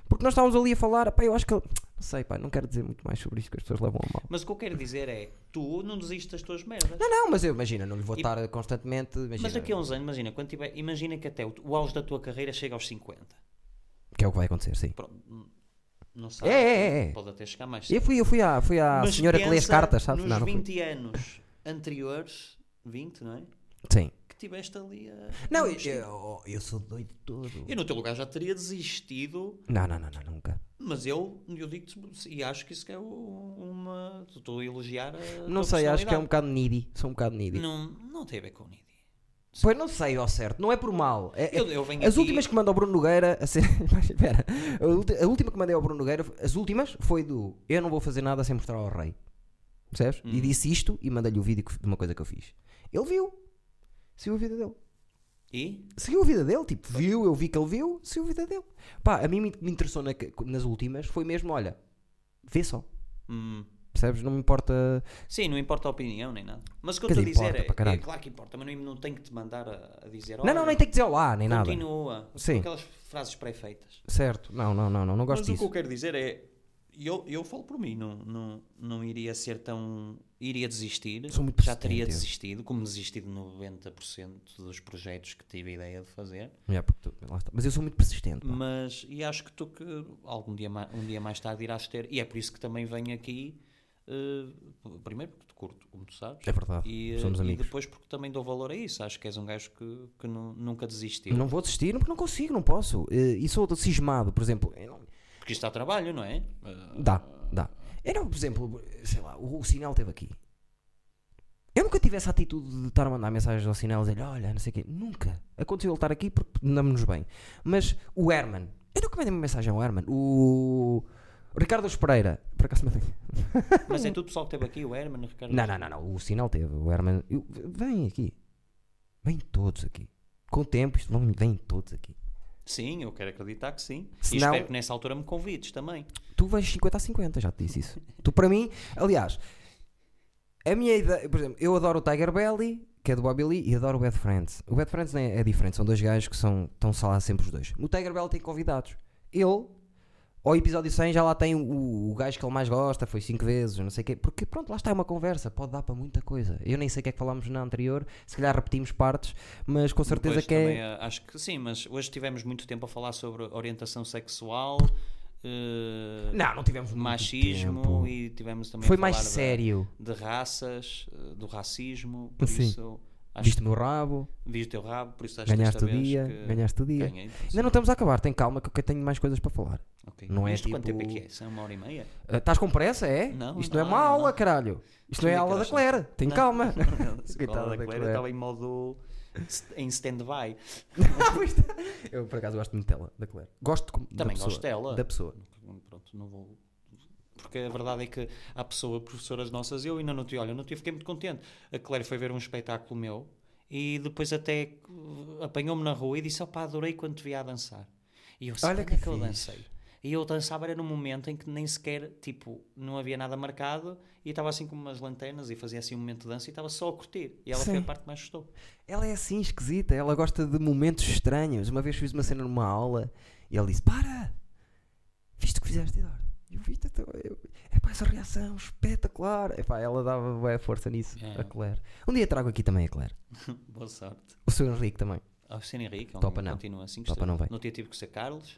Speaker 2: Porque nós estávamos ali a falar, pá, eu acho que. ele- Não sei, pá, não quero dizer muito mais sobre isto que as pessoas levam a mal.
Speaker 1: Mas o que eu quero dizer é, tu não desistes das tuas merdas.
Speaker 2: Não, não, mas eu imagino, não lhe vou
Speaker 1: E-
Speaker 2: estar constantemente. Imagina,
Speaker 1: Mas daqui a uns anos, imagina, quando tiver, imagina que até o, o auge da tua carreira chega aos 50.
Speaker 2: Que é o que vai acontecer, sim.
Speaker 1: Pronto, n- não sabes,
Speaker 2: É, é, é, é.
Speaker 1: pode até chegar mais
Speaker 2: Eu fui, eu fui à, fui à
Speaker 1: Mas
Speaker 2: senhora que lê as
Speaker 1: pensa
Speaker 2: cartas, sabes?
Speaker 1: Nos
Speaker 2: Não, não fui.
Speaker 1: 20 anos anteriores, 20, não é?
Speaker 2: Sim.
Speaker 1: Que tiveste ali a.
Speaker 2: Não,
Speaker 1: a
Speaker 2: eu,
Speaker 1: investir.
Speaker 2: eu, eu sou doido todo.
Speaker 1: Eu no teu lugar já teria desistido,
Speaker 2: Não, não, não, não, nunca.
Speaker 1: mas eu, eu digo-te e acho que isso que é o- uma. Estou a elogiar a.
Speaker 2: Não
Speaker 1: tua
Speaker 2: sei, acho que é
Speaker 1: personalidade.
Speaker 2: um bocado needy. Sou um bocado needy.
Speaker 1: Não, não tem a ver com o Nidi.
Speaker 2: Pois não sei ao certo, não é por mal. É- é-
Speaker 1: Eu, eu venho
Speaker 2: as
Speaker 1: aqui-
Speaker 2: últimas que manda ao Bruno Nogueira. A ser, mas espera, a, ulti- a última que mandei ao Bruno Nogueira, as últimas, foi do Eu não vou fazer nada sem mostrar ao rei. Percebes?
Speaker 1: Uhum.
Speaker 2: E disse isto e mandei-lhe o vídeo que- de uma coisa que eu fiz. Ele viu. Seguiu a vida dele.
Speaker 1: E?
Speaker 2: Seguiu a vida dele, tipo, viu, eu vi que ele viu, seguiu a vida dele. Pá, a mim me me interessou na- nas últimas, foi mesmo, olha, vê só.
Speaker 1: Hum.
Speaker 2: Percebes? Não me importa.
Speaker 1: Sim, não importa a opinião nem nada. Mas o que eu
Speaker 2: Quer
Speaker 1: estou a
Speaker 2: dizer,
Speaker 1: dizer é,
Speaker 2: importa para
Speaker 1: é.
Speaker 2: caralho.
Speaker 1: Claro que importa, mas não, não tenho que te mandar a, a dizer.
Speaker 2: Não, não, nem tem que dizer olá, nem nada.
Speaker 1: Continua.
Speaker 2: Sim.
Speaker 1: Com Aquelas frases pré-feitas.
Speaker 2: Certo, não, não, não, não, não
Speaker 1: Mas
Speaker 2: gosto
Speaker 1: o que eu
Speaker 2: disso.
Speaker 1: quero dizer é. Eu, eu falo por mim, não, não, não iria ser tão. Iria desistir.
Speaker 2: Sou muito
Speaker 1: já teria
Speaker 2: persistente, eu.
Speaker 1: desistido, como desisti de 90% dos projetos que tive a ideia de fazer.
Speaker 2: Já, porque tu- lá está. Mas eu sou muito persistente. pá.
Speaker 1: Mas, e acho que tu que algum dia, ma- um dia mais tarde irás ter, e é por isso que também venho aqui, eh, primeiro porque te curto, como tu sabes,
Speaker 2: É verdade.
Speaker 1: e, eh,
Speaker 2: Somos
Speaker 1: e
Speaker 2: amigos.
Speaker 1: depois porque também dou valor a isso, acho que és um gajo que, que nu- nunca desistiu,
Speaker 2: Não vou desistir porque não consigo, não posso. Eh, E sou cismado, por exemplo. eu não-
Speaker 1: porque isto dá trabalho, não é? Eh,
Speaker 2: Dá, dá. Eu não, por exemplo, sei lá, o, o sinal teve aqui. Eu nunca tive essa atitude de estar a mandar mensagens ao sinal e dizer olha, não sei o quê. Nunca. Aconteceu ele estar aqui porque andamos nos bem. Mas o Herman, eu nunca mandei uma mensagem ao Herman. O Ricardo Os Pereira, por acaso mandei.
Speaker 1: mas é tudo pessoal que esteve aqui, o Herman, o Ricardo...
Speaker 2: Não, não, não, não. O sinal teve. O Herman. eu- Vem aqui. Vem todos aqui. Com o tempo, isto vão- vem todos aqui.
Speaker 1: Sim, eu quero acreditar que sim,
Speaker 2: Se
Speaker 1: e
Speaker 2: não-
Speaker 1: espero que nessa altura me convides também.
Speaker 2: Tu vais 50 a 50, já te disse isso. tu, para mim, aliás, a minha ideia. Por exemplo, eu adoro o Tiger Belly, que é do Bobby Lee, e adoro o Bad Friends. O Bad Friends nem é, é diferente, são dois gajos que são, estão lá sempre os dois. O Tiger Belly tem convidados. Ele, ao episódio 100, já lá tem o, o gajo que ele mais gosta, foi 5 vezes, não sei o quê. Porque, pronto, lá está é uma conversa, pode dar para muita coisa. Eu nem sei o que é que falámos na anterior, se calhar repetimos partes, mas com certeza
Speaker 1: Depois
Speaker 2: que
Speaker 1: também, eh,
Speaker 2: é.
Speaker 1: Acho que sim, mas hoje tivemos muito tempo a falar sobre orientação sexual... eh,
Speaker 2: Não, não tivemos muito
Speaker 1: machismo
Speaker 2: tempo.
Speaker 1: e tivemos também
Speaker 2: Foi
Speaker 1: a
Speaker 2: mais
Speaker 1: falar da-
Speaker 2: sério.
Speaker 1: de raças, eh, do racismo, por
Speaker 2: Sim.
Speaker 1: isso acho
Speaker 2: Viste o meu rabo.
Speaker 1: que vi o teu rabo, por isso acho
Speaker 2: Ganhaste
Speaker 1: que
Speaker 2: o
Speaker 1: desta vez
Speaker 2: dia,
Speaker 1: que
Speaker 2: ganhaste o dia.
Speaker 1: ganhei.
Speaker 2: Ainda não estamos a acabar, tem calma que eu tenho mais coisas para falar.
Speaker 1: Ok.
Speaker 2: não é
Speaker 1: Isto quanto
Speaker 2: tipo-
Speaker 1: tempo é que é? São uma hora e meia?
Speaker 2: Ah, estás com pressa, é?
Speaker 1: Não,
Speaker 2: Isto não, é
Speaker 1: não,
Speaker 2: uma
Speaker 1: não.
Speaker 2: aula, caralho. Isto não é a aula da Clara, tem
Speaker 1: Não.
Speaker 2: calma.
Speaker 1: Coitada da Clara,
Speaker 2: Claire.
Speaker 1: estava em modo st- em stand-by.
Speaker 2: Pois está. eu por acaso gosto muito dela, da Clara. Gosto como- da
Speaker 1: Também
Speaker 2: pessoa,
Speaker 1: gosto dela.
Speaker 2: Da pessoa.
Speaker 1: Pronto, não vou... Porque a verdade é que há pessoa, professoras nossas, eu ainda não tive, olha, eu não tive, fiquei muito contente. A Clara foi ver um espetáculo meu E depois até uh, apanhou-me na rua e disse: Opá, adorei quando te vi a dançar. E eu
Speaker 2: Olha
Speaker 1: sei
Speaker 2: que
Speaker 1: que, é que eu
Speaker 2: fixe.
Speaker 1: dancei. E eu dançava era num momento em que nem sequer, tipo, não havia nada marcado e estava assim com umas lanternas e fazia assim um momento de dança e estava só a curtir. E ela foi a
Speaker 2: Sim.
Speaker 1: parte que mais gostou.
Speaker 2: Ela é assim esquisita, ela gosta de momentos estranhos. Uma vez fiz uma cena numa aula e ela disse: Para! Viste o que fizeste, Eduardo? Eu vi Epá, essa reação espetacular! Epá, ela dava bué força nisso,
Speaker 1: É.
Speaker 2: a Claire. Um dia trago aqui também a Claire.
Speaker 1: Boa sorte.
Speaker 2: O seu Henrique também.
Speaker 1: Alcino Henrique, ele
Speaker 2: Topa não.
Speaker 1: continua assim.
Speaker 2: Topa não vai.
Speaker 1: No dia tive que ser Carlos,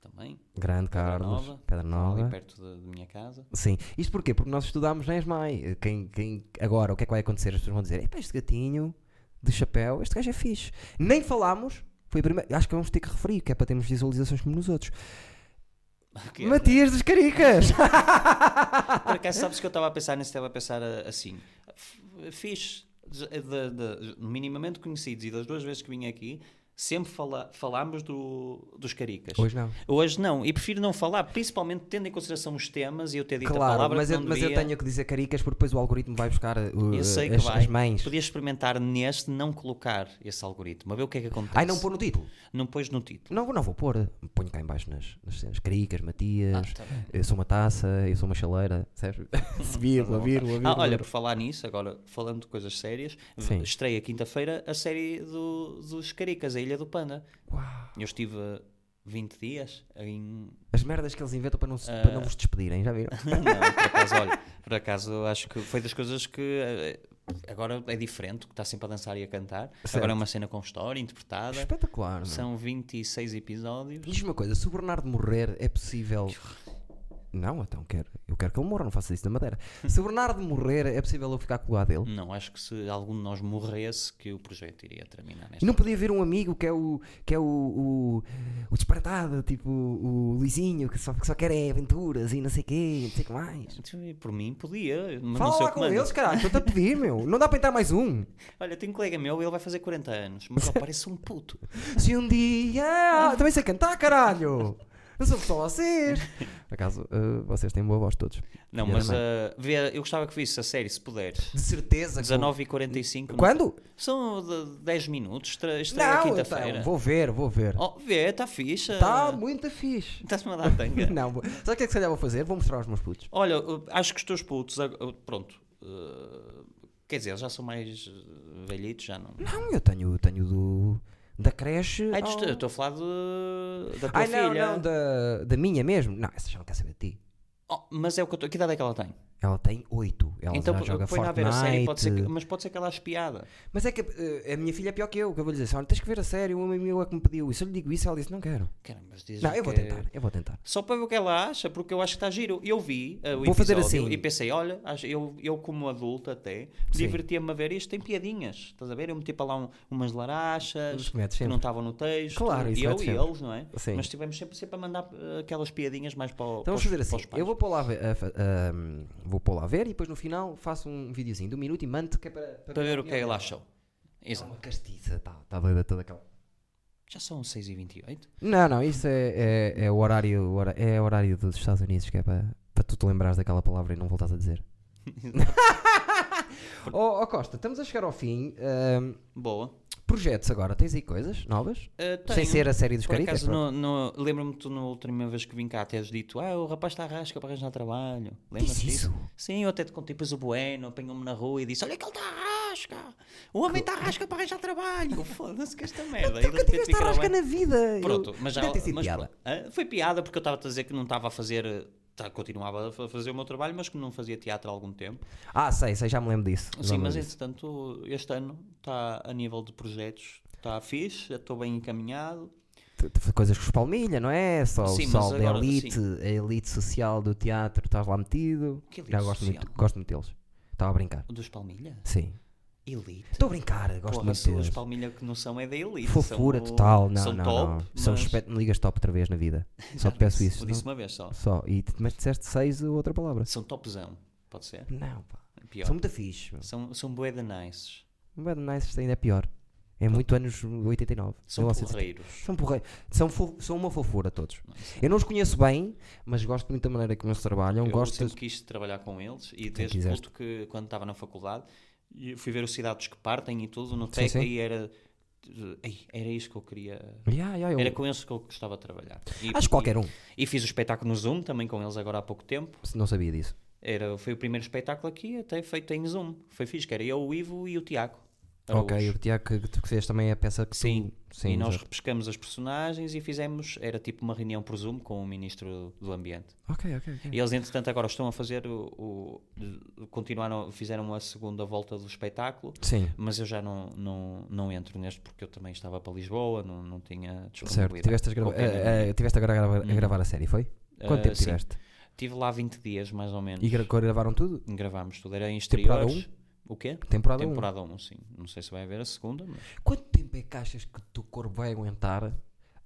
Speaker 1: também,
Speaker 2: Grande
Speaker 1: Pedra
Speaker 2: Carlos.
Speaker 1: Nova. Tá
Speaker 2: Pedra Nova.
Speaker 1: ali perto da, da minha casa.
Speaker 2: Sim. Isto porquê? Porque nós estudámos na ESMAI. Quem, quem, agora, o que é que vai acontecer? As pessoas vão dizer: Epá, este gatinho de chapéu, este gajo é fixe. Nem falámos. Foi a primeira- Acho que vamos ter que referir, que é para termos visualizações como nos outros.
Speaker 1: Que é-
Speaker 2: Matias dos Caricas!
Speaker 1: Por acaso sabes que eu estava a pensar nisso, estava a pensar ah, assim. F- Fiz de- de- de- minimamente conhecidos e das duas vezes que vim aqui, sempre fala, falámos do, dos caricas.
Speaker 2: Hoje não.
Speaker 1: Hoje não, e prefiro não falar, principalmente tendo em consideração os temas e eu ter dito a
Speaker 2: Claro,
Speaker 1: palavra
Speaker 2: mas
Speaker 1: que
Speaker 2: eu,
Speaker 1: não
Speaker 2: mas eu
Speaker 1: devia.
Speaker 2: tenho que dizer caricas porque depois o algoritmo vai buscar uh,
Speaker 1: Eu sei que
Speaker 2: as,
Speaker 1: vai.
Speaker 2: as mães.
Speaker 1: Podias experimentar neste não colocar esse algoritmo, a ver o que é que acontece.
Speaker 2: Ai, não pôr no título.
Speaker 1: Não pôs no título.
Speaker 2: Não, não vou pôr. Ponho cá em baixo nas, nas cenas. Caricas, Matias,
Speaker 1: Ah, tá bem.
Speaker 2: eu sou uma taça, eu sou uma chaleira. Sabes? vírgula, vírgula, vírgula.
Speaker 1: Ah, olha, por falar nisso, agora falando de coisas sérias, v-
Speaker 2: Sim.
Speaker 1: estreia quinta-feira a série do- dos Caricas, a Ilha do Panda.
Speaker 2: Uau.
Speaker 1: Eu estive eh, 20 dias em.
Speaker 2: As merdas que eles inventam para não, se- para
Speaker 1: Ah.
Speaker 2: não vos despedirem, já viram?
Speaker 1: Não, por acaso, olha, por acaso acho que foi das coisas que eh, agora é diferente, que está sempre a dançar e a cantar.
Speaker 2: Certo.
Speaker 1: Agora é uma cena com história interpretada.
Speaker 2: Espetacular, meu.
Speaker 1: São 26 episódios.
Speaker 2: Diz-me uma coisa, se o Bernardo morrer, é possível. Não, então quero. Eu quero que ele morra, não faça isso da madeira. Se o Bernardo morrer, é possível eu ficar colado dele?
Speaker 1: Não, acho que se algum de nós morresse, que o projeto iria terminar
Speaker 2: E
Speaker 1: nesta.
Speaker 2: não podia haver um amigo que é o que é o, o, o disparatado, tipo o Luizinho, que só, que só quer é aventuras e não sei o quê, não sei o que mais.
Speaker 1: Por mim, podia, mas não
Speaker 2: Fala
Speaker 1: sei
Speaker 2: lá
Speaker 1: o que
Speaker 2: com
Speaker 1: manda.
Speaker 2: eles, caralho, estou-te a pedir, meu. Não dá para entrar mais um.
Speaker 1: Olha, tem um colega meu, ele vai fazer 40 anos, mas ele parece um puto.
Speaker 2: Se um dia. Também sei cantar, caralho! Não sou só vocês! Por acaso, uh, vocês têm boa voz todos.
Speaker 1: Não,
Speaker 2: Filha
Speaker 1: mas
Speaker 2: da mãe.
Speaker 1: ah, vê, eu gostava que visse a série, se puderes.
Speaker 2: De certeza que.
Speaker 1: 19h45.
Speaker 2: Quando?
Speaker 1: São ah, de- 10 minutos, estra- estreia
Speaker 2: Não,
Speaker 1: quinta-feira.
Speaker 2: então, vou ver, vou ver.
Speaker 1: Oh, vê, está fixe. ah,
Speaker 2: Está muito fixe.
Speaker 1: Estás-me a dar tanga.
Speaker 2: Não, vou- sabe o que é que se calhar vou fazer? Vou mostrar aos meus putos.
Speaker 1: Olha, eu acho que os teus putos, ag- eu- pronto, eh, quer dizer, eles já são mais eh, velhitos, já não...
Speaker 2: Não, eu tenho, tenho do. Da creche.
Speaker 1: Ai,
Speaker 2: ao-
Speaker 1: tu- eu estou a falar de, da tua
Speaker 2: Oh. Ai, não,
Speaker 1: filha.
Speaker 2: não, da, da minha mesmo. Não, essa já não quer saber de ti.
Speaker 1: Oh, mas é o que eu estou... Que idade é que ela tem?
Speaker 2: Ela tem oito Ela
Speaker 1: então
Speaker 2: já joga
Speaker 1: põe-na a
Speaker 2: Fortnite.
Speaker 1: ver a série, pode ser que- mas pode ser que ela ache piada.
Speaker 2: Mas é que eh, a minha filha é pior que eu, que eu vou lhe dizer assim, olha, tens que ver a série, um amigo meu é que me pediu. E se eu lhe digo isso, ela disse, não quero.
Speaker 1: Caramba, mas diz
Speaker 2: não, eu vou
Speaker 1: que-
Speaker 2: tentar, eu vou tentar.
Speaker 1: Só para ver o que ela acha, porque eu acho que está giro. Eu vi ah, o
Speaker 2: Vou fazer
Speaker 1: episódio
Speaker 2: assim.
Speaker 1: e pensei, olha, acho- eu, eu como adulto até,
Speaker 2: Sim.
Speaker 1: divertia-me a ver isto, tem piadinhas, estás a ver? Eu meti para lá um- umas
Speaker 2: Mas
Speaker 1: larachas
Speaker 2: que metes
Speaker 1: que não
Speaker 2: sempre.
Speaker 1: estavam no texto,
Speaker 2: Claro, isso
Speaker 1: e eu
Speaker 2: metes
Speaker 1: e
Speaker 2: sempre.
Speaker 1: eles, não é?
Speaker 2: Sim.
Speaker 1: Mas tivemos sempre, sempre a mandar ah, aquelas piadinhas mais para, o-
Speaker 2: Então
Speaker 1: para
Speaker 2: vamos
Speaker 1: os-
Speaker 2: fazer assim,
Speaker 1: para os pais.
Speaker 2: eu vou pôr lá a ver, a fa- ahm, vou pôr lá a ver e depois no final faço um videozinho de um minuto e mando que é para...
Speaker 1: Para ver o que ela achou.
Speaker 2: Está
Speaker 1: Exato.
Speaker 2: uma castiça, está tá doida toda aquela...
Speaker 1: Já são 6h28.
Speaker 2: Não, não, isso é, é, é o horário, o hora- é o horário dos Estados Unidos que é para, para tu te lembrares daquela palavra e não voltares a dizer. oh, oh, Costa, estamos a chegar ao fim. ahm,
Speaker 1: Boa.
Speaker 2: projetos agora, tens aí coisas novas?
Speaker 1: Ah,
Speaker 2: Sem
Speaker 1: tenho.
Speaker 2: ser a série dos
Speaker 1: Por
Speaker 2: caricas?
Speaker 1: acaso,
Speaker 2: pronto.
Speaker 1: no, no- lembro-me tu na última vez que vim cá teres dito Ah, o rapaz está à rasca para arranjar trabalho Lembras
Speaker 2: Disse
Speaker 1: disso?
Speaker 2: isso?
Speaker 1: Sim, eu até te contei Pois o Bueno apanhou-me na rua e disse Olha que ele está à rasca O homem está à rasca para arranjar trabalho Eu, Foda-se que esta merda E de
Speaker 2: Nunca
Speaker 1: repente
Speaker 2: tiveste
Speaker 1: fica
Speaker 2: a rasca
Speaker 1: bem.
Speaker 2: na vida.
Speaker 1: Pronto,
Speaker 2: Eu-
Speaker 1: mas já
Speaker 2: Deve ter sido
Speaker 1: mas
Speaker 2: piada.
Speaker 1: pronto. Ah, Foi piada porque eu estava a dizer que não estava a fazer eh, tá, Continuava a fa- fazer o meu trabalho Mas que não fazia teatro há algum tempo
Speaker 2: Ah, sei, sei, já me lembro disso. já
Speaker 1: Sim,
Speaker 2: me
Speaker 1: mas
Speaker 2: lembro disso.
Speaker 1: entretanto este ano está a nível de projetos Está fixe, já estou bem encaminhado
Speaker 2: Tu- tu- Coisas com os Palmilha, não é? Só
Speaker 1: Sim,
Speaker 2: o
Speaker 1: mas
Speaker 2: pessoal da
Speaker 1: agora-
Speaker 2: elite, a elite social do teatro, estás lá metido.
Speaker 1: Que elite
Speaker 2: já gosto
Speaker 1: social?
Speaker 2: muito, gosto muito deles. Estava a brincar.
Speaker 1: Dos Palmilha?
Speaker 2: Sim.
Speaker 1: Elite?
Speaker 2: Estou a brincar, gosto
Speaker 1: Então, Porra,
Speaker 2: muito
Speaker 1: são
Speaker 2: deles.
Speaker 1: as palmilhas que não são é da elite.
Speaker 2: Fofura
Speaker 1: são, o-
Speaker 2: total, não,
Speaker 1: são
Speaker 2: não,
Speaker 1: top,
Speaker 2: não. São
Speaker 1: mas-
Speaker 2: respeito, me ligas top outra vez na vida. Só
Speaker 1: Já
Speaker 2: te peço
Speaker 1: disse,
Speaker 2: isso.
Speaker 1: eu
Speaker 2: não-
Speaker 1: disse uma vez só.
Speaker 2: Só, e tu- mas disseste seis ou outra palavra.
Speaker 1: São topzão, pode ser?
Speaker 2: Não, pá.
Speaker 1: É Pior.
Speaker 2: São
Speaker 1: São,
Speaker 2: muito fixe. meu.
Speaker 1: são, bué de nices.
Speaker 2: Bad Nice isto ainda é pior. É muito anos 89.
Speaker 1: São
Speaker 2: 1970.
Speaker 1: porreiros.
Speaker 2: São porreiros. São, fo- são uma fofura todos. Eu não os conheço bem, mas gosto muito da maneira como eles trabalham.
Speaker 1: Eu
Speaker 2: gosto
Speaker 1: sempre quis trabalhar com eles e
Speaker 2: Quem
Speaker 1: desde
Speaker 2: quiseste.
Speaker 1: puto que quando estava na faculdade E fui ver os cidades que partem e tudo no
Speaker 2: Sim,
Speaker 1: TEC
Speaker 2: sim.
Speaker 1: e era. ei, era isso que eu queria.
Speaker 2: Yeah, yeah, eu-
Speaker 1: Era com eles que eu gostava de trabalhar. E,
Speaker 2: Acho que qualquer um.
Speaker 1: E, e fiz o espetáculo no Zoom também com eles agora há pouco tempo.
Speaker 2: Se Não sabia disso.
Speaker 1: Era, foi o primeiro espetáculo aqui, até feito em Zoom. Foi fixe, que era eu, o Ivo e o Tiago.
Speaker 2: Ok, o Tiago, que, que tu fizeste também é a peça que
Speaker 1: Sim.
Speaker 2: tu... Sim,
Speaker 1: e nós
Speaker 2: exato.
Speaker 1: repescamos as personagens e fizemos, era tipo uma reunião por Zoom com o Ministro do Ambiente.
Speaker 2: Ok, ok, ok.
Speaker 1: E eles, entretanto, agora estão a fazer o. o continuaram, fizeram a segunda volta do espetáculo,
Speaker 2: Sim.
Speaker 1: mas eu já não, não, não entro neste porque eu também estava para Lisboa, não, não tinha
Speaker 2: Certo,
Speaker 1: disponibilidade.
Speaker 2: tiveste, a grava-
Speaker 1: Qualquer
Speaker 2: eh,
Speaker 1: maneira.
Speaker 2: eh, tiveste agora a gravar, a,
Speaker 1: Uhum.
Speaker 2: gravar a série, foi? Quanto
Speaker 1: Eh,
Speaker 2: tempo
Speaker 1: sim.
Speaker 2: tiveste?
Speaker 1: Tive lá 20 dias, mais ou menos.
Speaker 2: E gra- gravaram tudo?
Speaker 1: Gravámos tudo. Era em
Speaker 2: Temporada um?
Speaker 1: exteriores. O quê?
Speaker 2: Temporada 1.
Speaker 1: Temporada 1, sim. Não sei se vai haver a segunda, mas.
Speaker 2: Quanto tempo é que achas que o teu corpo vai aguentar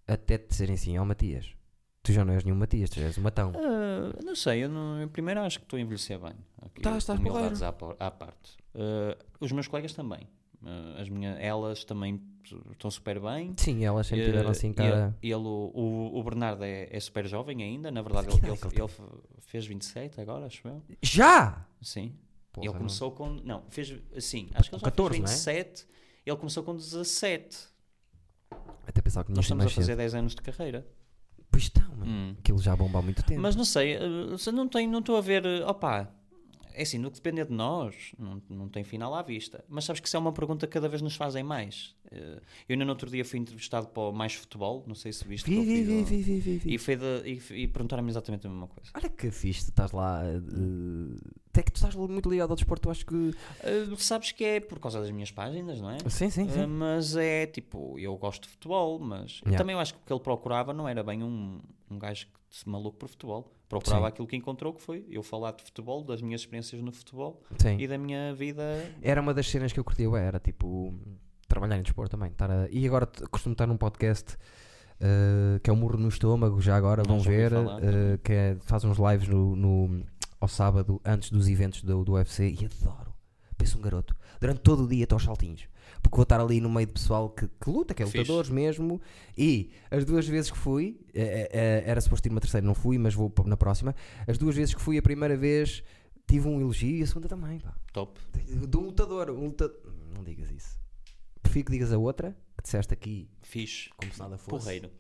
Speaker 2: até te dizerem assim, ó Matias? Tu já não és nenhum Matias, tu és um matão.
Speaker 1: Ah, não sei, eu, não, eu primeiro acho que estou a envelhecer bem. Aqui,
Speaker 2: Tá, estás
Speaker 1: humildades à, por- à parte. Ah, os meus colegas também. Ah, as minhas, elas também estão super bem.
Speaker 2: Sim, elas sempre tiveram
Speaker 1: Eh,
Speaker 2: assim,
Speaker 1: e-
Speaker 2: cara.
Speaker 1: Ele, o, o Bernardo é, é super jovem ainda, na verdade,
Speaker 2: Mas que
Speaker 1: ele,
Speaker 2: idade
Speaker 1: ele, ele fez 27 agora, acho eu.
Speaker 2: Já!
Speaker 1: Sim.
Speaker 2: Porra,
Speaker 1: ele
Speaker 2: não.
Speaker 1: começou com. Não, fez assim. Acho que ele já
Speaker 2: 14, não é?
Speaker 1: fez 27. Ele começou com 17.
Speaker 2: Até pensava que
Speaker 1: Nós
Speaker 2: não tinha
Speaker 1: estamos a
Speaker 2: mais
Speaker 1: fazer
Speaker 2: cedo.
Speaker 1: 10 anos de carreira.
Speaker 2: Pois estão, mano.
Speaker 1: Hum.
Speaker 2: Aquilo já bomba há muito tempo.
Speaker 1: Mas não sei, eh, se não tenho, não estou a ver. eh, Opa, é assim, no que depender de nós, não, não tem final à vista. Mas sabes que isso é uma pergunta que cada vez nos fazem mais. Eh, Eu ainda no outro dia fui entrevistado para o Mais Futebol, não sei se viste. que
Speaker 2: vi,
Speaker 1: eu
Speaker 2: vi,
Speaker 1: fiz
Speaker 2: vi,
Speaker 1: um-
Speaker 2: vi, vi, vi, vi.
Speaker 1: E, foi de- e f- e perguntaram-me exatamente a mesma coisa.
Speaker 2: Olha que fixe, tu estás lá. eh,
Speaker 1: Hum.
Speaker 2: até que tu estás muito ligado ao desporto, eu acho que.
Speaker 1: Eh, sabes que é por causa das minhas páginas, não é?
Speaker 2: Sim, sim,
Speaker 1: Eh,
Speaker 2: sim.
Speaker 1: mas é tipo, eu gosto de futebol, mas
Speaker 2: Yeah.
Speaker 1: também eu acho que o que ele procurava não era bem um, um gajo que se maluco por futebol. Procurava
Speaker 2: Sim.
Speaker 1: aquilo que encontrou, que foi eu falar de futebol, das minhas experiências no futebol
Speaker 2: Hum. Sim.
Speaker 1: e da minha vida.
Speaker 2: Era uma das cenas que eu curtia, bué, era tipo trabalhar em desporto também. estar a- E agora t- costumo estar num podcast eh, que é o Murro no Estômago, já agora
Speaker 1: Ah,
Speaker 2: vão
Speaker 1: já ouvi
Speaker 2: ver,
Speaker 1: falar.
Speaker 2: eh, que é- faz uns lives no, no- ao sábado antes dos eventos do, do UFC e adoro. Penso um garoto. Durante todo o dia estou aos saltinhos. Porque vou estar ali no meio de pessoal que, que luta, que é
Speaker 1: Fixe.
Speaker 2: lutadores mesmo. E as duas vezes que fui, eh, eh, era suposto ir uma terceira, não fui, mas vou na próxima. As duas vezes que fui, a primeira vez tive um elogio e a segunda também. Pá.
Speaker 1: Top.
Speaker 2: De um lutador, um lutador. Não digas isso. Prefiro que digas a outra que disseste aqui
Speaker 1: Fixe.
Speaker 2: como se nada fosse.
Speaker 1: Porreiro.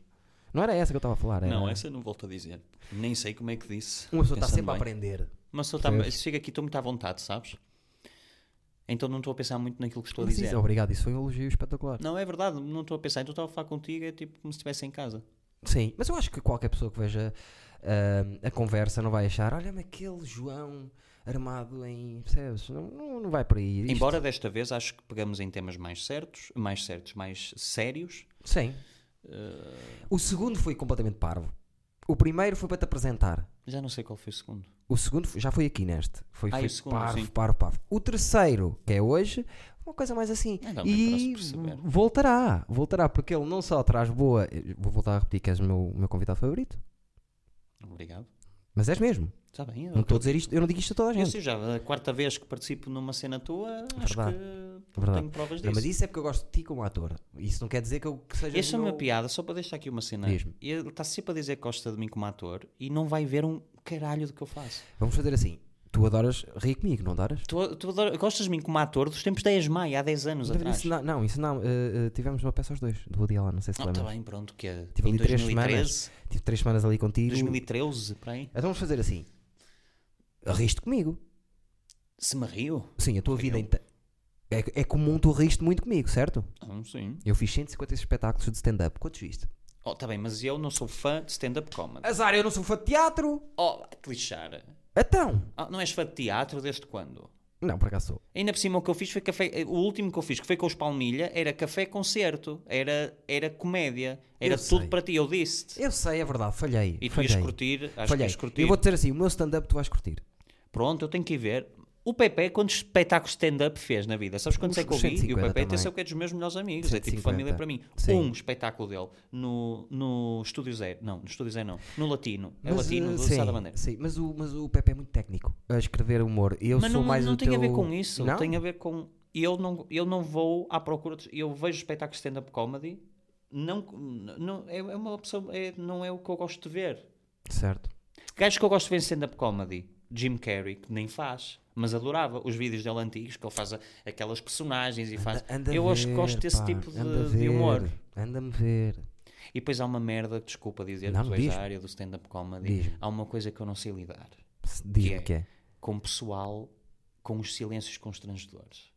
Speaker 2: Não era essa que eu estava a falar, era.
Speaker 1: Não, essa eu não volto a dizer. Nem sei como é que disse.
Speaker 2: Uma pessoa está
Speaker 1: Pensando
Speaker 2: sempre a
Speaker 1: bem.
Speaker 2: aprender.
Speaker 1: Uma pessoa está-
Speaker 2: Percebes?
Speaker 1: chega aqui, estou muito à vontade, sabes? Então não estou a pensar muito naquilo que estou a
Speaker 2: Mas
Speaker 1: dizer.
Speaker 2: isso, obrigado, isso foi um elogio espetacular.
Speaker 1: Não, é verdade, não estou a pensar. Então estava a falar contigo, é tipo como se estivesse em casa.
Speaker 2: Sim, mas eu acho que qualquer pessoa que veja ah, a conversa não vai achar, olha-me aquele João armado em. Percebes? Não, não, não vai por aí. Isto-
Speaker 1: Embora desta vez acho que pegamos em temas mais certos, mais certos, mais sérios.
Speaker 2: Sim.
Speaker 1: Eh,
Speaker 2: O segundo foi completamente parvo. O primeiro foi para te apresentar.
Speaker 1: Já não sei qual foi o segundo.
Speaker 2: O segundo foi- já foi aqui neste. Foi,
Speaker 1: Ah, e
Speaker 2: foi
Speaker 1: o segundo,
Speaker 2: parvo,
Speaker 1: sim.
Speaker 2: parvo, parvo. O terceiro, que é hoje, uma coisa mais assim.
Speaker 1: Ah, não, me
Speaker 2: e
Speaker 1: interessa perceber.
Speaker 2: voltará, voltará, porque ele não só traz boa. eh, Vou voltar a repetir que és o meu, meu convidado favorito.
Speaker 1: Obrigado.
Speaker 2: Mas és mesmo.
Speaker 1: Está bem. Eu,
Speaker 2: Não estou a dizer isto, eu não digo isto a toda a
Speaker 1: eu
Speaker 2: gente.
Speaker 1: sei já, a quarta vez que participo numa cena tua, acho
Speaker 2: Verdade.
Speaker 1: que
Speaker 2: É Verdade.
Speaker 1: tenho provas
Speaker 2: Não,
Speaker 1: disso.
Speaker 2: mas isso é porque eu gosto de ti como ator. Isso não quer dizer que eu que seja.
Speaker 1: Esta é
Speaker 2: o
Speaker 1: uma
Speaker 2: meu-
Speaker 1: piada, só para deixar aqui uma cena.
Speaker 2: Diz-me.
Speaker 1: Ele está sempre a dizer que gosta de mim como ator e não vai ver um caralho do que eu faço.
Speaker 2: Vamos fazer assim. Tu adoras rir comigo, não adoras?
Speaker 1: Tu, tu adora- gostas de mim como ator dos tempos da ESMAI, há 10 anos atrás.
Speaker 2: Isso não, não, isso não. eh, eh, tivemos uma peça aos dois, do Woody Allen, não sei se
Speaker 1: Não, está
Speaker 2: lembras.
Speaker 1: Ah, tá bem, pronto, que é
Speaker 2: Tive
Speaker 1: em
Speaker 2: ali três
Speaker 1: 2013,
Speaker 2: Tive três semanas ali contigo.
Speaker 1: 2013, para aí.
Speaker 2: Então vamos fazer assim. Riste comigo.
Speaker 1: Se me rio?
Speaker 2: Sim, a tua
Speaker 1: Sim,
Speaker 2: vida
Speaker 1: eu-
Speaker 2: inteira. É, é comum tu riste muito comigo, certo?
Speaker 1: Não, sim.
Speaker 2: Eu fiz 150 espetáculos de stand-up. Quantos viste?
Speaker 1: Oh, tá bem, mas eu não sou fã de stand-up comedy.
Speaker 2: Azar, eu não sou fã de teatro!
Speaker 1: Oh, vai te lixar.
Speaker 2: Então!
Speaker 1: Ah, não és fã de teatro desde quando?
Speaker 2: Não, por acaso sou.
Speaker 1: Ainda por cima o que eu fiz foi café. eh, O último que eu fiz, que foi com os Palmilha, era café concerto, era, era comédia, era
Speaker 2: Eu
Speaker 1: tudo
Speaker 2: sei.
Speaker 1: para ti, eu disse-te.
Speaker 2: Eu sei, é verdade, falhei.
Speaker 1: E tu
Speaker 2: falhei.
Speaker 1: ias curtir, acho que
Speaker 2: falhei.
Speaker 1: ias curtir.
Speaker 2: Eu vou dizer assim: o meu stand-up tu vais curtir.
Speaker 1: Pronto, eu tenho que ir ver. O Pepe, quantos espetáculos de stand-up fez na vida? Sabes quantos
Speaker 2: Uns-
Speaker 1: é que eu
Speaker 2: uns
Speaker 1: vi? E o
Speaker 2: 150
Speaker 1: Pepe,
Speaker 2: também.
Speaker 1: atenção, que é dos meus melhores amigos. É tipo
Speaker 2: 150.
Speaker 1: família para mim.
Speaker 2: Sim.
Speaker 1: Um espetáculo dele no, no Estúdio Zero. Não, no Estúdio Zero não. No Latino. É Latino,
Speaker 2: eh,
Speaker 1: do
Speaker 2: sim,
Speaker 1: Sá da Bandeira.
Speaker 2: Sim, mas o, mas o Pepe é muito técnico a escrever humor. Eu
Speaker 1: Mas
Speaker 2: sou
Speaker 1: não,
Speaker 2: mais
Speaker 1: não
Speaker 2: o
Speaker 1: tem a ver
Speaker 2: teu-
Speaker 1: com isso.
Speaker 2: Não?
Speaker 1: Tem a ver com... Eu não, eu não vou à procura... De, eu vejo espetáculos de stand-up comedy. Não, não, é é uma opção... é- não é o que eu gosto de ver.
Speaker 2: Certo.
Speaker 1: Gajos que eu gosto de ver em stand-up comedy. Jim Carrey, que nem faz, mas adorava os vídeos dele antigos, que ele faz a- aquelas personagens e faz.
Speaker 2: Anda a
Speaker 1: eu acho que
Speaker 2: ver,
Speaker 1: gosto desse
Speaker 2: pá,
Speaker 1: tipo de,
Speaker 2: anda a
Speaker 1: de humor.
Speaker 2: ver, Anda-me ver.
Speaker 1: E depois há uma merda, desculpa dizer,
Speaker 2: Não,
Speaker 1: mas vejo a
Speaker 2: diz-me.
Speaker 1: área do stand-up comedy.
Speaker 2: Diz-me.
Speaker 1: Há uma coisa que eu não sei lidar
Speaker 2: Se- Diz-me
Speaker 1: é?
Speaker 2: que é.
Speaker 1: com o pessoal com os silêncios constrangedores.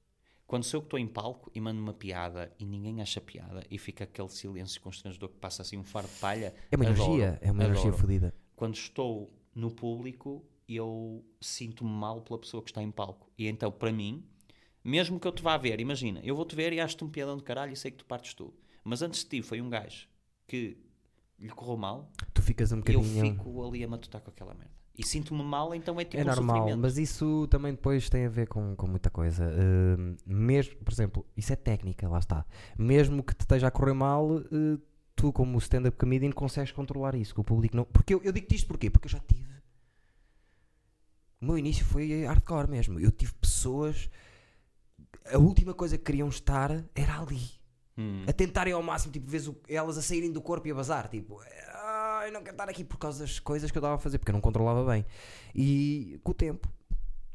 Speaker 1: Quando sou eu que estou em palco e mando uma piada e ninguém acha piada e fica aquele silêncio constrangedor que passa assim um fardo de palha.
Speaker 2: É uma
Speaker 1: adoro,
Speaker 2: energia, é uma energia
Speaker 1: adoro.
Speaker 2: fodida.
Speaker 1: Quando estou no público, eu sinto-me mal pela pessoa que está em palco. E então, para mim, mesmo que eu te vá ver, imagina, eu vou-te ver e acho-te um piadão de caralho e sei que tu partes tu. Mas antes de ti foi um gajo que lhe correu mal
Speaker 2: Tu ficas um
Speaker 1: e eu
Speaker 2: bocadinho.
Speaker 1: fico ali a matutar com aquela merda. E sinto-me mal, então é tipo
Speaker 2: é
Speaker 1: um
Speaker 2: normal,
Speaker 1: sofrimento.
Speaker 2: mas isso também depois tem a ver com, com muita coisa. Hum, mesmo, por exemplo, isso é técnica, lá está. Mesmo que te esteja a correr mal, eh, tu, como stand-up comedian, consegues controlar isso, que o público não. Porque eu, eu digo-te isto porquê? Porque eu já tive. O meu início foi hardcore mesmo. Eu tive pessoas. A última coisa que queriam estar era ali
Speaker 1: Hum.
Speaker 2: a tentarem ao máximo, tipo, vês o- elas a saírem do corpo e a bazar, tipo, ah, eu não quero estar aqui por causa das coisas que eu estava a fazer, porque eu não controlava bem. E com o tempo,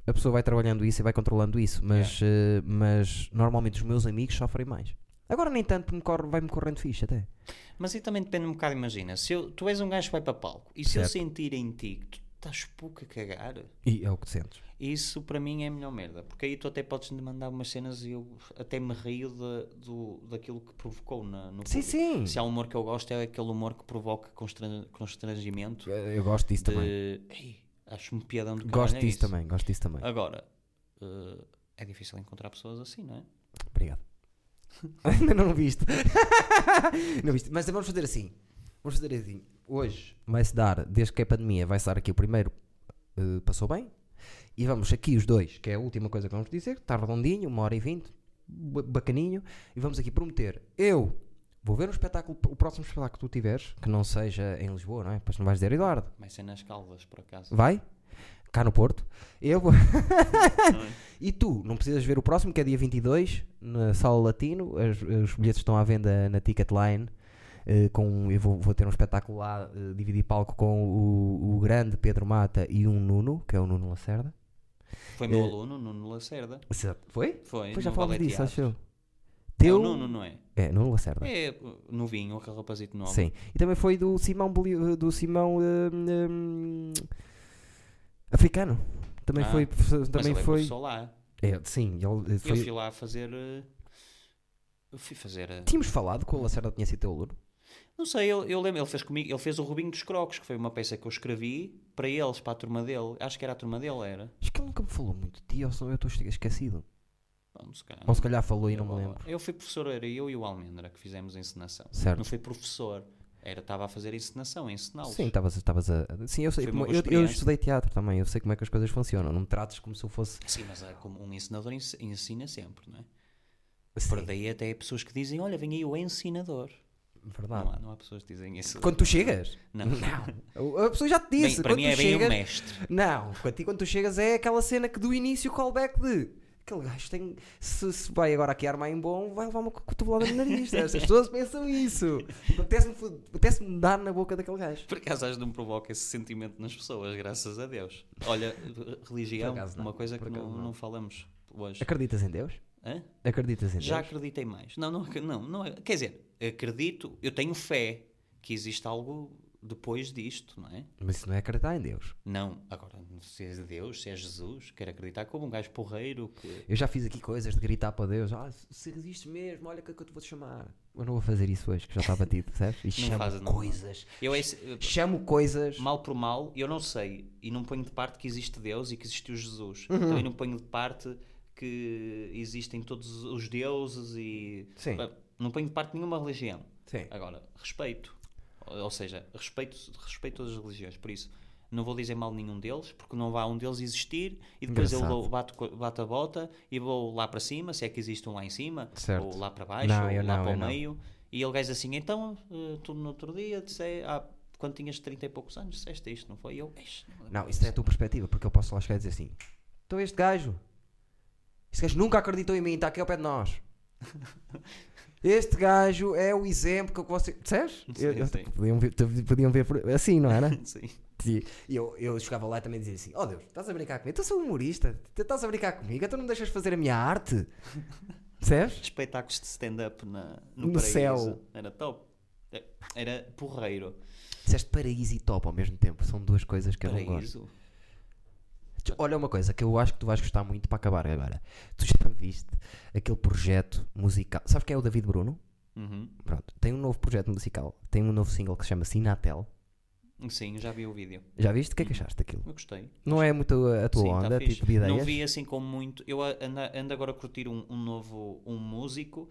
Speaker 2: a pessoa vai trabalhando isso e vai controlando isso, mas, eh, mas normalmente os meus amigos sofrem mais. Agora nem tanto, porque me corre, vai-me correndo fixe até.
Speaker 1: Mas e também depende um bocado, imagina, se eu- tu és um gajo que vai para palco e se eu
Speaker 2: Certo.
Speaker 1: sentir em ti que tu estás pouco a cagar,
Speaker 2: E é o que sentes.
Speaker 1: isso para mim é a melhor merda, porque aí tu até podes me mandar umas cenas e eu até me rio de- do, daquilo que provocou na, no
Speaker 2: Sim,
Speaker 1: público.
Speaker 2: sim.
Speaker 1: Se há humor que eu gosto é aquele humor que provoca constran- constrangimento
Speaker 2: Eu, eu gosto disso também.
Speaker 1: de "Ei, acho-me piadão de caralho,
Speaker 2: Gosto
Speaker 1: é
Speaker 2: disso
Speaker 1: isso."
Speaker 2: também, gosto disso também.
Speaker 1: Agora, eh, é difícil encontrar pessoas assim, não é?
Speaker 2: Obrigado. Ainda não viste. não viste. Mas vamos fazer assim. Vamos fazer assim. Hoje vai-se dar, desde que é pandemia, vai-se dar aqui o primeiro. eh, passou bem. E vamos aqui os dois, que é a última coisa que vamos dizer. Está redondinho, uma hora e vinte. ba- Bacaninho. E vamos aqui prometer. Eu vou ver um espetáculo, o próximo espetáculo que tu tiveres, que não seja em Lisboa, não é? Pois não vais dizer Eduardo.
Speaker 1: Vai ser nas calvas, por acaso.
Speaker 2: Vai? Cá no Porto. Eu vou. e tu, não precisas ver o próximo, que é dia 22, na Sala Latino. As- os bilhetes estão à venda na Ticketline. eh, com, eu vou, vou ter um espetáculo lá, eh, dividir palco com o, o grande Pedro Mata e um Nuno, que é o Nuno Lacerda.
Speaker 1: Foi meu
Speaker 2: Eh,
Speaker 1: aluno, Nuno Lacerda.
Speaker 2: Foi?
Speaker 1: Foi,
Speaker 2: Pois já
Speaker 1: no
Speaker 2: falámos
Speaker 1: Ballet
Speaker 2: disso, acho
Speaker 1: Teatro.
Speaker 2: eu.
Speaker 1: É
Speaker 2: Teu...
Speaker 1: o Nuno, não é?
Speaker 2: É, Nuno Lacerda.
Speaker 1: É uh, novinho, aquele rapazito novo.
Speaker 2: Sim. E também foi do Simão, Boli- eh, do Simão hum, hum, africano. Também
Speaker 1: Ah,
Speaker 2: foi.
Speaker 1: Também
Speaker 2: Também
Speaker 1: Mas ele
Speaker 2: foi.
Speaker 1: foi. lá.
Speaker 2: É, sim, ele eh,
Speaker 1: Eu
Speaker 2: foi-
Speaker 1: fui lá fazer. uh, Eu fui fazer. uh,
Speaker 2: Tínhamos falado que o Lacerda tinha sido teu aluno.
Speaker 1: Não sei, eu, eu lembro, ele fez comigo, ele fez o Rubinho dos Crocos, que foi uma peça que eu escrevi para eles, para a turma dele. Acho que era a turma dele, era.
Speaker 2: Acho que ele nunca me falou muito de ti, ou senão eu estou esquecido.
Speaker 1: Bom, se calhar.
Speaker 2: Ou se calhar falou e não me
Speaker 1: Eu-
Speaker 2: lembro.
Speaker 1: Eu fui professor, era eu e o Almendra que fizemos a encenação.
Speaker 2: Certo.
Speaker 1: Não fui professor, era, estava a fazer a encenação, a encená-los.
Speaker 2: Sim, tá. estavas estavas a. Sim, eu sei.
Speaker 1: Foi uma
Speaker 2: como-
Speaker 1: boa
Speaker 2: Eu, eu
Speaker 1: experiência.
Speaker 2: estudei teatro também, eu sei como é que as coisas funcionam. Não me trates como se eu fosse.
Speaker 1: Sim, mas é como um ensinador ens- ensina sempre, não é? Por
Speaker 2: Sim,
Speaker 1: daí até há pessoas que dizem, olha, vem aí o ensinador. Não,
Speaker 2: verdade.
Speaker 1: há, não há pessoas que dizem isso.
Speaker 2: Quando tu chegas?
Speaker 1: Não.
Speaker 2: A pessoa já te
Speaker 1: Bem,
Speaker 2: disse.
Speaker 1: para
Speaker 2: quando
Speaker 1: mim
Speaker 2: tu
Speaker 1: é bem
Speaker 2: chegas,
Speaker 1: o mestre.
Speaker 2: Não, para ti quando tu chegas é aquela cena que do início o callback de aquele gajo tem. Se, se vai agora aqui armar em bom, vai levar uma co- cotovelada no nariz. As pessoas pensam isso. Apetece-me fo- Apetece-me dar na boca daquele gajo.
Speaker 1: Por acaso acho que não provoca esse sentimento nas pessoas, graças a Deus. Olha, religião,
Speaker 2: Por acaso não,
Speaker 1: uma coisa
Speaker 2: por
Speaker 1: que não,
Speaker 2: acaso não.
Speaker 1: não falamos hoje.
Speaker 2: Acreditas em Deus?
Speaker 1: Hã?
Speaker 2: Acreditas em
Speaker 1: Já
Speaker 2: Deus?
Speaker 1: acreditei mais. Não, não, ac- não, não, é- quer dizer, acredito, eu tenho fé que existe algo depois disto, não é?
Speaker 2: Mas isso não é acreditar em Deus.
Speaker 1: Não, agora, se é Deus, se é Jesus, quero acreditar como um gajo porreiro que...
Speaker 2: Eu já fiz aqui coisas de gritar para Deus: ah, se resistes mesmo, olha o que é que eu te vou te chamar. Eu não vou fazer isso hoje, que já está batido, percebes? E chamo
Speaker 1: fazes, não.
Speaker 2: coisas.
Speaker 1: Eu é esse-
Speaker 2: Chamo coisas.
Speaker 1: mal por mal, eu não sei e não ponho de parte que existe Deus e que existiu Jesus.
Speaker 2: Uhum.
Speaker 1: Também não ponho de parte que existem todos os deuses e
Speaker 2: Sim.
Speaker 1: Pá, não ponho de parte nenhuma religião.
Speaker 2: Sim.
Speaker 1: Agora, respeito. Ou ou seja, respeito, respeito todas as religiões, por isso não vou dizer mal nenhum deles, porque não vai um deles existir e depois eu
Speaker 2: Engraçado.
Speaker 1: dou, bato, co- bato a bota e vou lá para cima, se é que existe um lá em cima,
Speaker 2: Certo.
Speaker 1: ou lá para baixo,
Speaker 2: Não,
Speaker 1: ou
Speaker 2: eu
Speaker 1: lá
Speaker 2: não,
Speaker 1: para o
Speaker 2: eu não.
Speaker 1: meio. E ele gajo assim, então, eh, tu no outro dia disse, ah, quando tinhas 30 e poucos anos, disseste isto, não foi? E eu, "Eish, me lembro
Speaker 2: Não, isso é a tua perspectiva, porque eu posso lá chegar e dizer assim: então este gajo, este gajo nunca acreditou em mim, está aqui ao pé de nós. Este gajo é o exemplo que eu posso. Percebes?
Speaker 1: Sim,
Speaker 2: Eu- eu-
Speaker 1: sim.
Speaker 2: Podiam, ver, podiam ver por- assim, não era?
Speaker 1: disso." Sim.
Speaker 2: E eu, eu chegava lá e também dizia assim: Oh Deus, estás a brincar comigo? Eu sou humorista, tu estás a brincar comigo, então não me deixas fazer a minha arte. Percebes?
Speaker 1: Espetáculos de stand-up na- no,
Speaker 2: No
Speaker 1: paraíso.
Speaker 2: céu.
Speaker 1: Era top. Era porreiro.
Speaker 2: Disseste paraíso e top ao mesmo tempo, são duas coisas que eu não gosto.
Speaker 1: Paraíso.
Speaker 2: Tu- Olha uma coisa que eu acho que tu vais gostar muito para acabar agora. Tu já viste aquele projeto musical? Sabes quem é o David Bruno?
Speaker 1: Uhum.
Speaker 2: Pronto, tem um novo projeto musical, tem um novo single que se chama Sinatel.
Speaker 1: Sim, já vi o vídeo.
Speaker 2: Já viste? O que é que achaste daquilo?
Speaker 1: Eu gostei.
Speaker 2: Não é muito a a tua
Speaker 1: Hum. Sim, tá
Speaker 2: onda,
Speaker 1: fixe.
Speaker 2: tipo de ideias?
Speaker 1: Não vi assim como muito. Eu a- ando, ando agora a curtir um, um novo um músico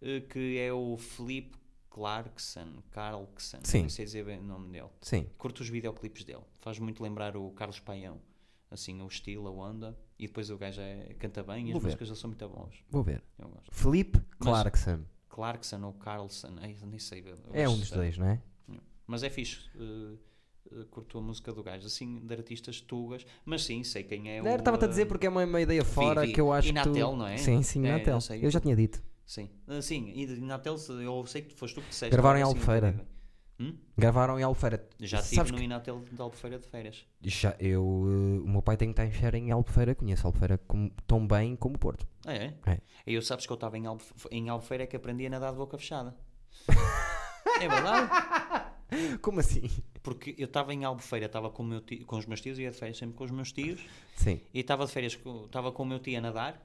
Speaker 1: eh, que é o Felipe Clarkson. Carlson.
Speaker 2: Sim.
Speaker 1: Não sei dizer bem o nome dele.
Speaker 2: Sim.
Speaker 1: Curto os videoclipes dele. Faz muito lembrar o Carlos Paião. Assim, o estilo, a onda. E depois o gajo é- canta bem e
Speaker 2: Vou
Speaker 1: as
Speaker 2: ver.
Speaker 1: músicas dele são muito bons.
Speaker 2: Vou ver.
Speaker 1: Eu gosto.
Speaker 2: Felipe Clarkson.
Speaker 1: Clarkson ou Carlson. Ai, nem sei. eu
Speaker 2: É um
Speaker 1: gosto
Speaker 2: dos
Speaker 1: de-
Speaker 2: dois, não é?
Speaker 1: Mas é fixe. eh, eh, curto a música do gajo, assim, de artistas tugas, mas sim, sei quem é o.
Speaker 2: Não, eu Estava-te a dizer
Speaker 1: eh,
Speaker 2: porque é uma, uma ideia fora
Speaker 1: vi.
Speaker 2: que eu acho que.
Speaker 1: Inatel,
Speaker 2: tu-
Speaker 1: não é?
Speaker 2: Sim, sim,
Speaker 1: É,
Speaker 2: Inatel.
Speaker 1: não sei.
Speaker 2: eu já tinha dito.
Speaker 1: Sim, Ah, sim, e de- na Inatel, se- eu sei que foste tu que disseste.
Speaker 2: Gravaram em
Speaker 1: algo assim,
Speaker 2: Albufeira.
Speaker 1: incrível.
Speaker 2: Gravaram em Albufeira.
Speaker 1: Já
Speaker 2: Sabes
Speaker 1: estive no
Speaker 2: que-
Speaker 1: Inatel de Albufeira de férias.
Speaker 2: Já, eu, eh, o meu pai tem que estar em férias em Albufeira. Conheço Albufeira como- tão bem como o Porto.
Speaker 1: Ah, é?
Speaker 2: É.
Speaker 1: E eu sabes que eu estava em, Albuf em Albufeira é que aprendi a nadar de boca fechada. é verdade?
Speaker 2: Como assim?
Speaker 1: Porque eu estava em Albufeira, estava com, o meu tio- com os meus tios, ia de férias sempre com os meus tios,
Speaker 2: Sim.
Speaker 1: E estava de férias, co- estava com o meu tio a nadar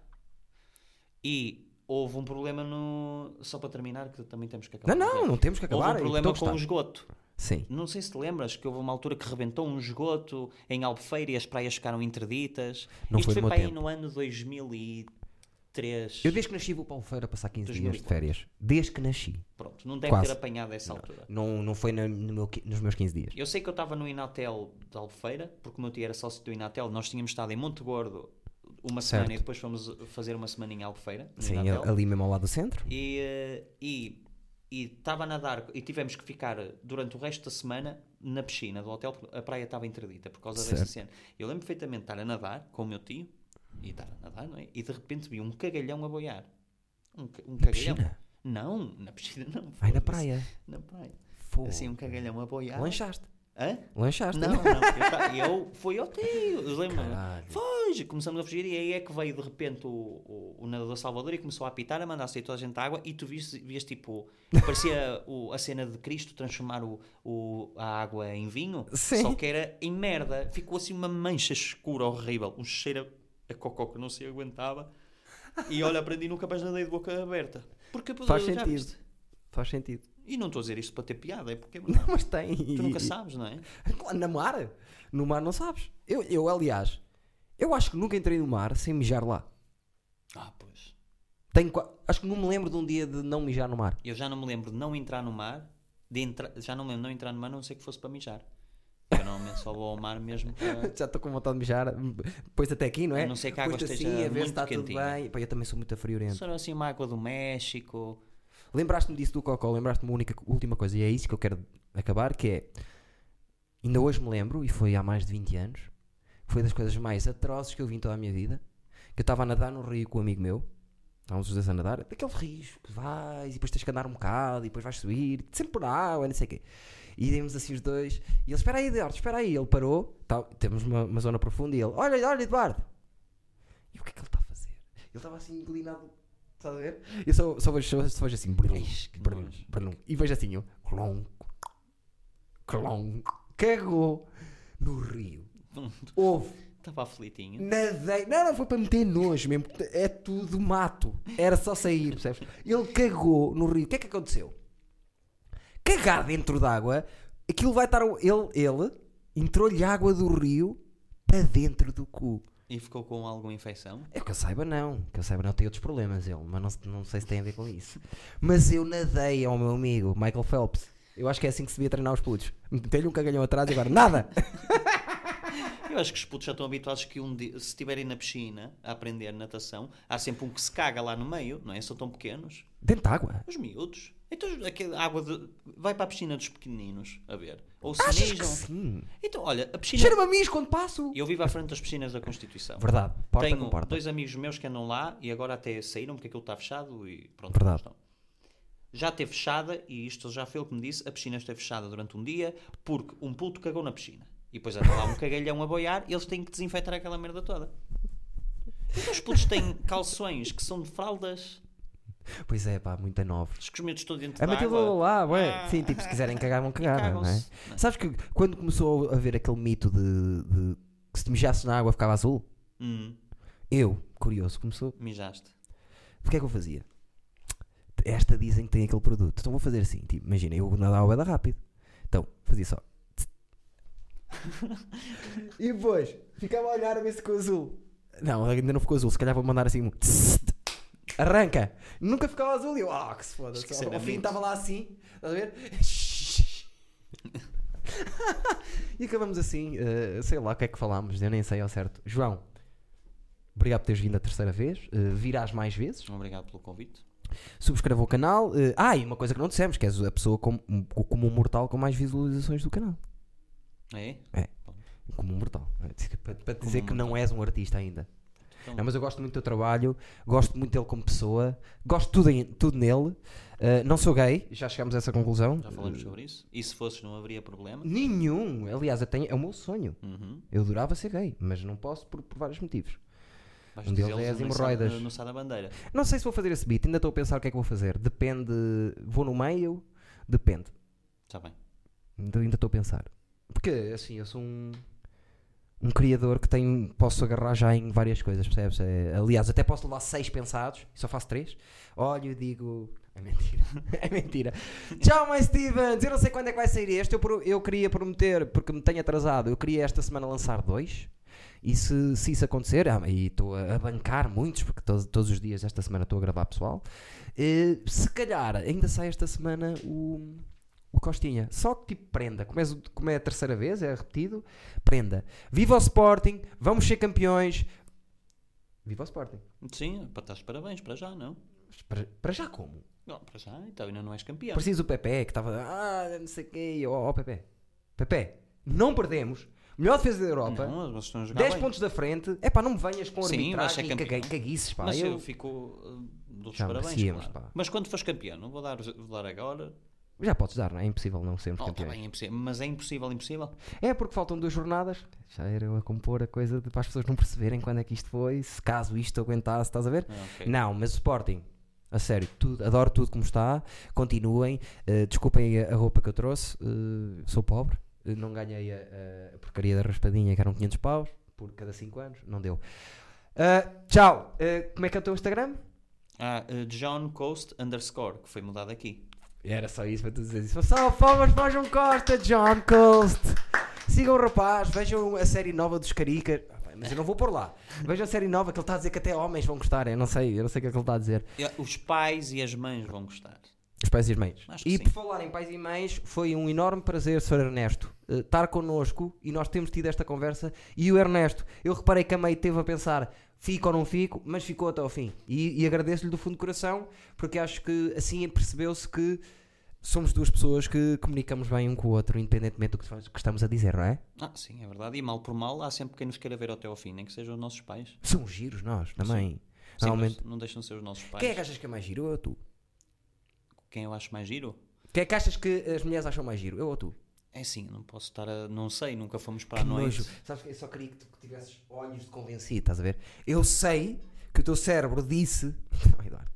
Speaker 1: e houve um problema no. Só para terminar, que também temos que acabar.
Speaker 2: Não, não, não temos que acabar.
Speaker 1: Houve um problema
Speaker 2: Estou a
Speaker 1: com o
Speaker 2: gostar.
Speaker 1: esgoto.
Speaker 2: Sim.
Speaker 1: Não sei se te lembras que houve uma altura que rebentou um esgoto em Albufeira e as praias ficaram interditas.
Speaker 2: Não
Speaker 1: Isto
Speaker 2: foi do
Speaker 1: foi
Speaker 2: meu
Speaker 1: para aí
Speaker 2: tempo.
Speaker 1: no ano 2003.
Speaker 2: Eu desde que nasci vou para Albufeira passar 15 dias de
Speaker 1: 2004.
Speaker 2: férias. Desde que nasci.
Speaker 1: Pronto, não deve
Speaker 2: Quase.
Speaker 1: ter apanhado essa altura.
Speaker 2: Não, não foi na- no meu qui- nos meus 15 dias.
Speaker 1: Eu sei que eu estava no Inatel de Albufeira, porque o meu tio era sócio do Inatel. Nós tínhamos estado em Monte Gordo uma semana
Speaker 2: Certo.
Speaker 1: e depois fomos fazer uma semana em Albufeira. no
Speaker 2: Sim,
Speaker 1: Inatel.
Speaker 2: ali mesmo ao lado do centro.
Speaker 1: e eh, e e estava a nadar e tivemos que ficar durante o resto da semana na piscina do hotel porque a praia estava interdita por causa dessa
Speaker 2: Certo.
Speaker 1: cena eu lembro perfeitamente de estar a nadar com o meu tio e estar a nadar não é? e de repente vi um cagalhão a boiar um, ca- um cagalhão
Speaker 2: piscina?
Speaker 1: não na piscina não
Speaker 2: Ai, na
Speaker 1: foda-se.
Speaker 2: praia. Oh. é
Speaker 1: na praia
Speaker 2: Fogo.
Speaker 1: assim um cagalhão a boiar
Speaker 2: Lanchaste.
Speaker 1: Hã?
Speaker 2: Lanchaste.
Speaker 1: Não, não, eu, ta- eu fui ao tio,
Speaker 2: Caralho.
Speaker 1: lembro-me. Foge, começamos a fugir e aí é que veio de repente o, o, o nadador Salvador e começou a apitar, a mandar sair toda a gente à água e tu viste, viste tipo, parecia o- a cena de Cristo transformar o, o- a água em vinho,
Speaker 2: Sim.
Speaker 1: só que era em merda. Ficou assim uma mancha escura horrível, um cheiro a cocó que não se aguentava. E olha, aprendi nunca mais nadei de boca aberta. Porque pô,
Speaker 2: Faz
Speaker 1: já
Speaker 2: sentido.
Speaker 1: viste?
Speaker 2: Faz sentido.
Speaker 1: E não estou a dizer isto para ter piada, é porque é
Speaker 2: Não,
Speaker 1: verdade.
Speaker 2: mas tem.
Speaker 1: Tu nunca sabes, não é?
Speaker 2: Claro, Na mar? No mar não sabes. Eu, eu, aliás, eu acho que nunca entrei no mar sem mijar lá.
Speaker 1: Ah, pois.
Speaker 2: Tenho, qua- acho que não me lembro de um dia de não mijar no mar.
Speaker 1: Eu já não me lembro de não entrar no mar, de entra... já não me lembro de não entrar no mar, a não sei que fosse para mijar. Eu normalmente só vou ao mar mesmo para.
Speaker 2: Já estou com vontade de mijar. Pois até aqui, não é?
Speaker 1: A não ser que a água
Speaker 2: Pões-te
Speaker 1: esteja
Speaker 2: assim, a ver se
Speaker 1: muito
Speaker 2: está tudo
Speaker 1: quentinha.
Speaker 2: bem. Pá, eu também sou muito afriorento.
Speaker 1: Só assim uma água do México.
Speaker 2: Lembraste-me disso do Cocó, lembraste-me uma única última coisa, e é isso que eu quero acabar, que é ainda hoje me lembro, e foi há mais de 20 anos, que foi das coisas mais atrozes que eu vi em toda a minha vida, que eu estava a nadar num rio com um amigo meu, estávamos os dois a nadar, daqueles rios que vais e depois tens que andar um bocado e depois vais subir, sempre por água, não sei o quê. E demos assim os dois, e ele, espera aí, Eduardo, espera aí, ele parou, tá- temos uma, uma zona profunda, e ele, olha, olha, Eduardo, e o que é que ele está a fazer? Ele estava assim inclinado, estás a ver? Eu só, só, vejo, só, só vejo assim, brum,
Speaker 1: Ixi, que
Speaker 2: brum,
Speaker 1: nojo.
Speaker 2: brum, e vejo assim, eu, clon, clon, cagou no rio. Houve,
Speaker 1: Estava aflitinho.
Speaker 2: nadei, não, não, foi para meter nojo mesmo, é tudo mato, era só sair, percebes? Ele cagou no rio, o que é que aconteceu? Cagar dentro d'água, aquilo vai estar, o- ele, ele entrou-lhe água do rio para dentro do cu.
Speaker 1: E ficou com alguma infecção?
Speaker 2: É que eu saiba não, que eu saiba não, tem outros problemas ele, mas não, se- não sei se tem a ver com isso. Mas eu nadei ao meu amigo, Michael Phelps. Eu acho que é assim que se devia treinar os putos. Metei-lhe um cagalhão atrás e agora nada!
Speaker 1: Eu acho que os putos já estão habituados que um dia, se estiverem na piscina a aprender natação, há sempre um que se caga lá no meio, não é? São tão pequenos.
Speaker 2: Dentro de água.
Speaker 1: Os miúdos. Então aquela água de... vai para a piscina dos pequeninos, a ver. Ou se
Speaker 2: Achas que
Speaker 1: mijam.
Speaker 2: sim?
Speaker 1: Então, olha, a piscina.
Speaker 2: Cheira-me a mijo quando passo!
Speaker 1: Eu vivo à frente das piscinas da Constituição.
Speaker 2: Verdade, porta
Speaker 1: Então, Tenho
Speaker 2: com porta.
Speaker 1: dois amigos meus que andam lá e agora até saíram porque aquilo está fechado e pronto.
Speaker 2: Verdade.
Speaker 1: não estão. Já teve fechada, e isto já foi ele que me disse, a piscina esteve fechada durante um dia porque um puto cagou na piscina. E depois anda lá um cagalhão a boiar e eles têm que desinfetar aquela merda toda. Então Os putos têm calções que são de fraldas.
Speaker 2: Pois é, pá, muita nova.
Speaker 1: Diz que os medos estão dentro
Speaker 2: A
Speaker 1: da
Speaker 2: metê-lo
Speaker 1: água.
Speaker 2: lá, ué.
Speaker 1: Ah.
Speaker 2: Sim, tipo, se quiserem cagar, vão
Speaker 1: E
Speaker 2: cagar, não é?
Speaker 1: cagam-se.
Speaker 2: Sabes que quando começou a haver aquele mito de, de que se te mijasses na água ficava azul,
Speaker 1: Hum,
Speaker 2: eu, curioso, começou.
Speaker 1: mijaste.
Speaker 2: O que é que eu fazia? Esta dizem que tem aquele produto. Então vou fazer assim, tipo, imagina, eu nadava bela rápido. Então, fazia só. e depois, ficava a olhar a ver se ficou azul. Não, ainda não ficou azul, se calhar vou mandar assim um. Arranca! Nunca ficava azul e eu, ah, que se foda.
Speaker 1: Acho que isso era
Speaker 2: Ao fim
Speaker 1: mito.
Speaker 2: estava lá assim, estás a ver? e acabamos assim, eh, sei lá o que é que falámos, eu nem sei ao certo. João, obrigado por teres vindo a terceira vez, eh, virás mais vezes
Speaker 1: Obrigado pelo convite.
Speaker 2: subscreva o canal. eh, ah, e uma coisa que não dissemos, que és a pessoa com, como um mortal com mais visualizações do canal.
Speaker 1: É?
Speaker 2: Como um mortal. Para, para dizer
Speaker 1: um
Speaker 2: que não és um artista ainda.
Speaker 1: Então-
Speaker 2: Não, mas eu gosto muito do teu trabalho, gosto muito dele como pessoa, gosto tudo, em- tudo nele. eh, não sou gay, já chegámos a essa conclusão.
Speaker 1: Já falamos sobre isso. E se fosses, não haveria problema.
Speaker 2: Nenhum! Aliás, eu tenho, é o meu sonho.
Speaker 1: Uhum.
Speaker 2: Eu adorava ser gay, mas não posso por, por vários motivos.
Speaker 1: Vais
Speaker 2: Um deles
Speaker 1: dizê-los
Speaker 2: é as
Speaker 1: no Sá-
Speaker 2: hemorroidas.
Speaker 1: No, no Sá da Bandeira.
Speaker 2: Não sei se vou fazer esse beat, ainda estou a pensar o que é que vou fazer. Depende. Vou no meio? Depende.
Speaker 1: Está Tá bem.
Speaker 2: Ainda ainda estou a pensar. Porque, assim, eu sou um, um criador que tenho, posso agarrar já em várias coisas, percebes? É, aliás, até posso levar seis pensados e só faço três. Olho e digo. É mentira. é mentira. Tchau, mãe Stevens! Eu não sei quando é que vai sair este. Eu, pro- eu queria prometer, porque me tenho atrasado, eu queria esta semana lançar dois. E se, se isso acontecer, ah, e estou a, a bancar muitos, porque to- todos os dias esta semana estou a gravar pessoal, eh, se calhar ainda sai esta semana o, o Costinha. Só que tipo prenda, como, és o- como é a terceira vez, é repetido, prenda. Viva o Sporting, vamos ser campeões. Viva o Sporting.
Speaker 1: Sim, para estás de parabéns, para já, não?
Speaker 2: Mas Para, para já como?
Speaker 1: Não, para já, então ainda não és campeão.
Speaker 2: Preciso o Pepe que estava, ah, não sei o quê, ó ó, Pepe. Pepe, não perdemos. Melhor defesa da Europa.
Speaker 1: Não, vocês estão a jogar
Speaker 2: 10
Speaker 1: bem.
Speaker 2: pontos da frente. É pá, não me venhas com
Speaker 1: Sim, mas ser
Speaker 2: arbitragem e
Speaker 1: campeão.
Speaker 2: caga- caguices, pá.
Speaker 1: Mas eu,
Speaker 2: Eu-
Speaker 1: fico. uh, Dou-te
Speaker 2: Já
Speaker 1: os parabéns.
Speaker 2: merecíamos,
Speaker 1: claro.
Speaker 2: pá.
Speaker 1: Mas quando fores campeão, não vou dar, vou dar agora.
Speaker 2: Já podes dar, não é? É impossível não sermos
Speaker 1: Oh, tá
Speaker 2: campeões.
Speaker 1: bem, é impossível. Mas é impossível, impossível.
Speaker 2: É porque faltam duas jornadas. Já era eu a compor a coisa de, para as pessoas não perceberem quando é que isto foi, se caso isto aguentasse, estás a ver?
Speaker 1: Ah, ok.
Speaker 2: Não, mas o Sporting, a sério, tudo, adoro tudo como está. Continuem. eh, desculpem a, a roupa que eu trouxe. eh, sou pobre. eh, não ganhei a, a porcaria da raspadinha que eram 500 paus por cada 5 anos. Não deu. Ah, tchau. Eh, como é que é o teu Instagram?
Speaker 1: Ah, uh, John Coast underscore, que foi mudado aqui.
Speaker 2: Era só isso para tu dizer isso. Salve palmas para o João Costa, John Coast. Sigam o rapaz, vejam a série nova dos Caricas. Ah, bem, Mas eu não vou por lá. Vejam a série nova que ele está a dizer que até homens vão gostar. Eu não sei, eu não sei o que é que ele está a dizer.
Speaker 1: Eh, Os pais e as mães vão gostar.
Speaker 2: Os pais e as mães.
Speaker 1: Acho que
Speaker 2: E
Speaker 1: sim.
Speaker 2: por falar em pais e mães, foi um enorme prazer, Sr. Ernesto, eh, estar connosco e nós temos tido esta conversa. E o Ernesto, eu reparei que a meio teve a pensar fico ou não fico, mas ficou até ao fim. E, e agradeço-lhe do fundo do coração, porque acho que assim percebeu-se que somos duas pessoas que comunicamos bem um com o outro, independentemente do que, faz- que estamos a dizer, não é?
Speaker 1: Ah, sim, é verdade. E mal por mal, há sempre quem nos queira ver até ao fim, nem que sejam os nossos pais.
Speaker 2: São giros nós também.
Speaker 1: Sim,
Speaker 2: Normalmente.
Speaker 1: mas não deixam de ser os nossos pais.
Speaker 2: Quem é que achas que é mais giro? Eu ou tu?
Speaker 1: Quem eu acho mais giro?
Speaker 2: Quem é que achas que as mulheres acham mais giro? Eu ou tu?
Speaker 1: É sim, não posso estar a. Não sei, nunca fomos para
Speaker 2: Que
Speaker 1: a noite.
Speaker 2: nojo. Sabes que eu só queria que tu tivesses olhos de convencido, estás a ver? Eu sei que o teu cérebro disse. Oh, Eduardo.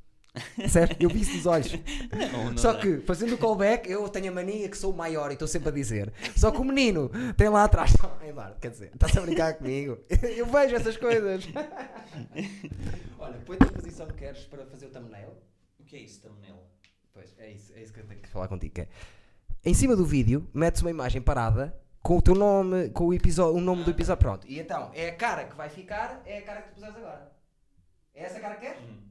Speaker 2: Sério, eu vi isso nos olhos.
Speaker 1: Não, não
Speaker 2: Só
Speaker 1: dá.
Speaker 2: que, fazendo o callback, eu tenho a mania que sou o maior e estou sempre a dizer. Só que o menino tem lá atrás. Oh, Eduardo, quer dizer, estás a brincar comigo. Eu vejo essas coisas. Olha, põe-te a posição que queres para fazer o thumbnail.
Speaker 1: O que é isso, thumbnail?
Speaker 2: Pois, é isso, é isso que eu tenho que falar contigo. que é, Em cima do vídeo, metes uma imagem parada com o teu nome, com o, episódio, o nome do episódio. Pronto. E então, é a cara que vai ficar, é a cara que tu puseste agora. É essa cara que queres?
Speaker 1: Hum.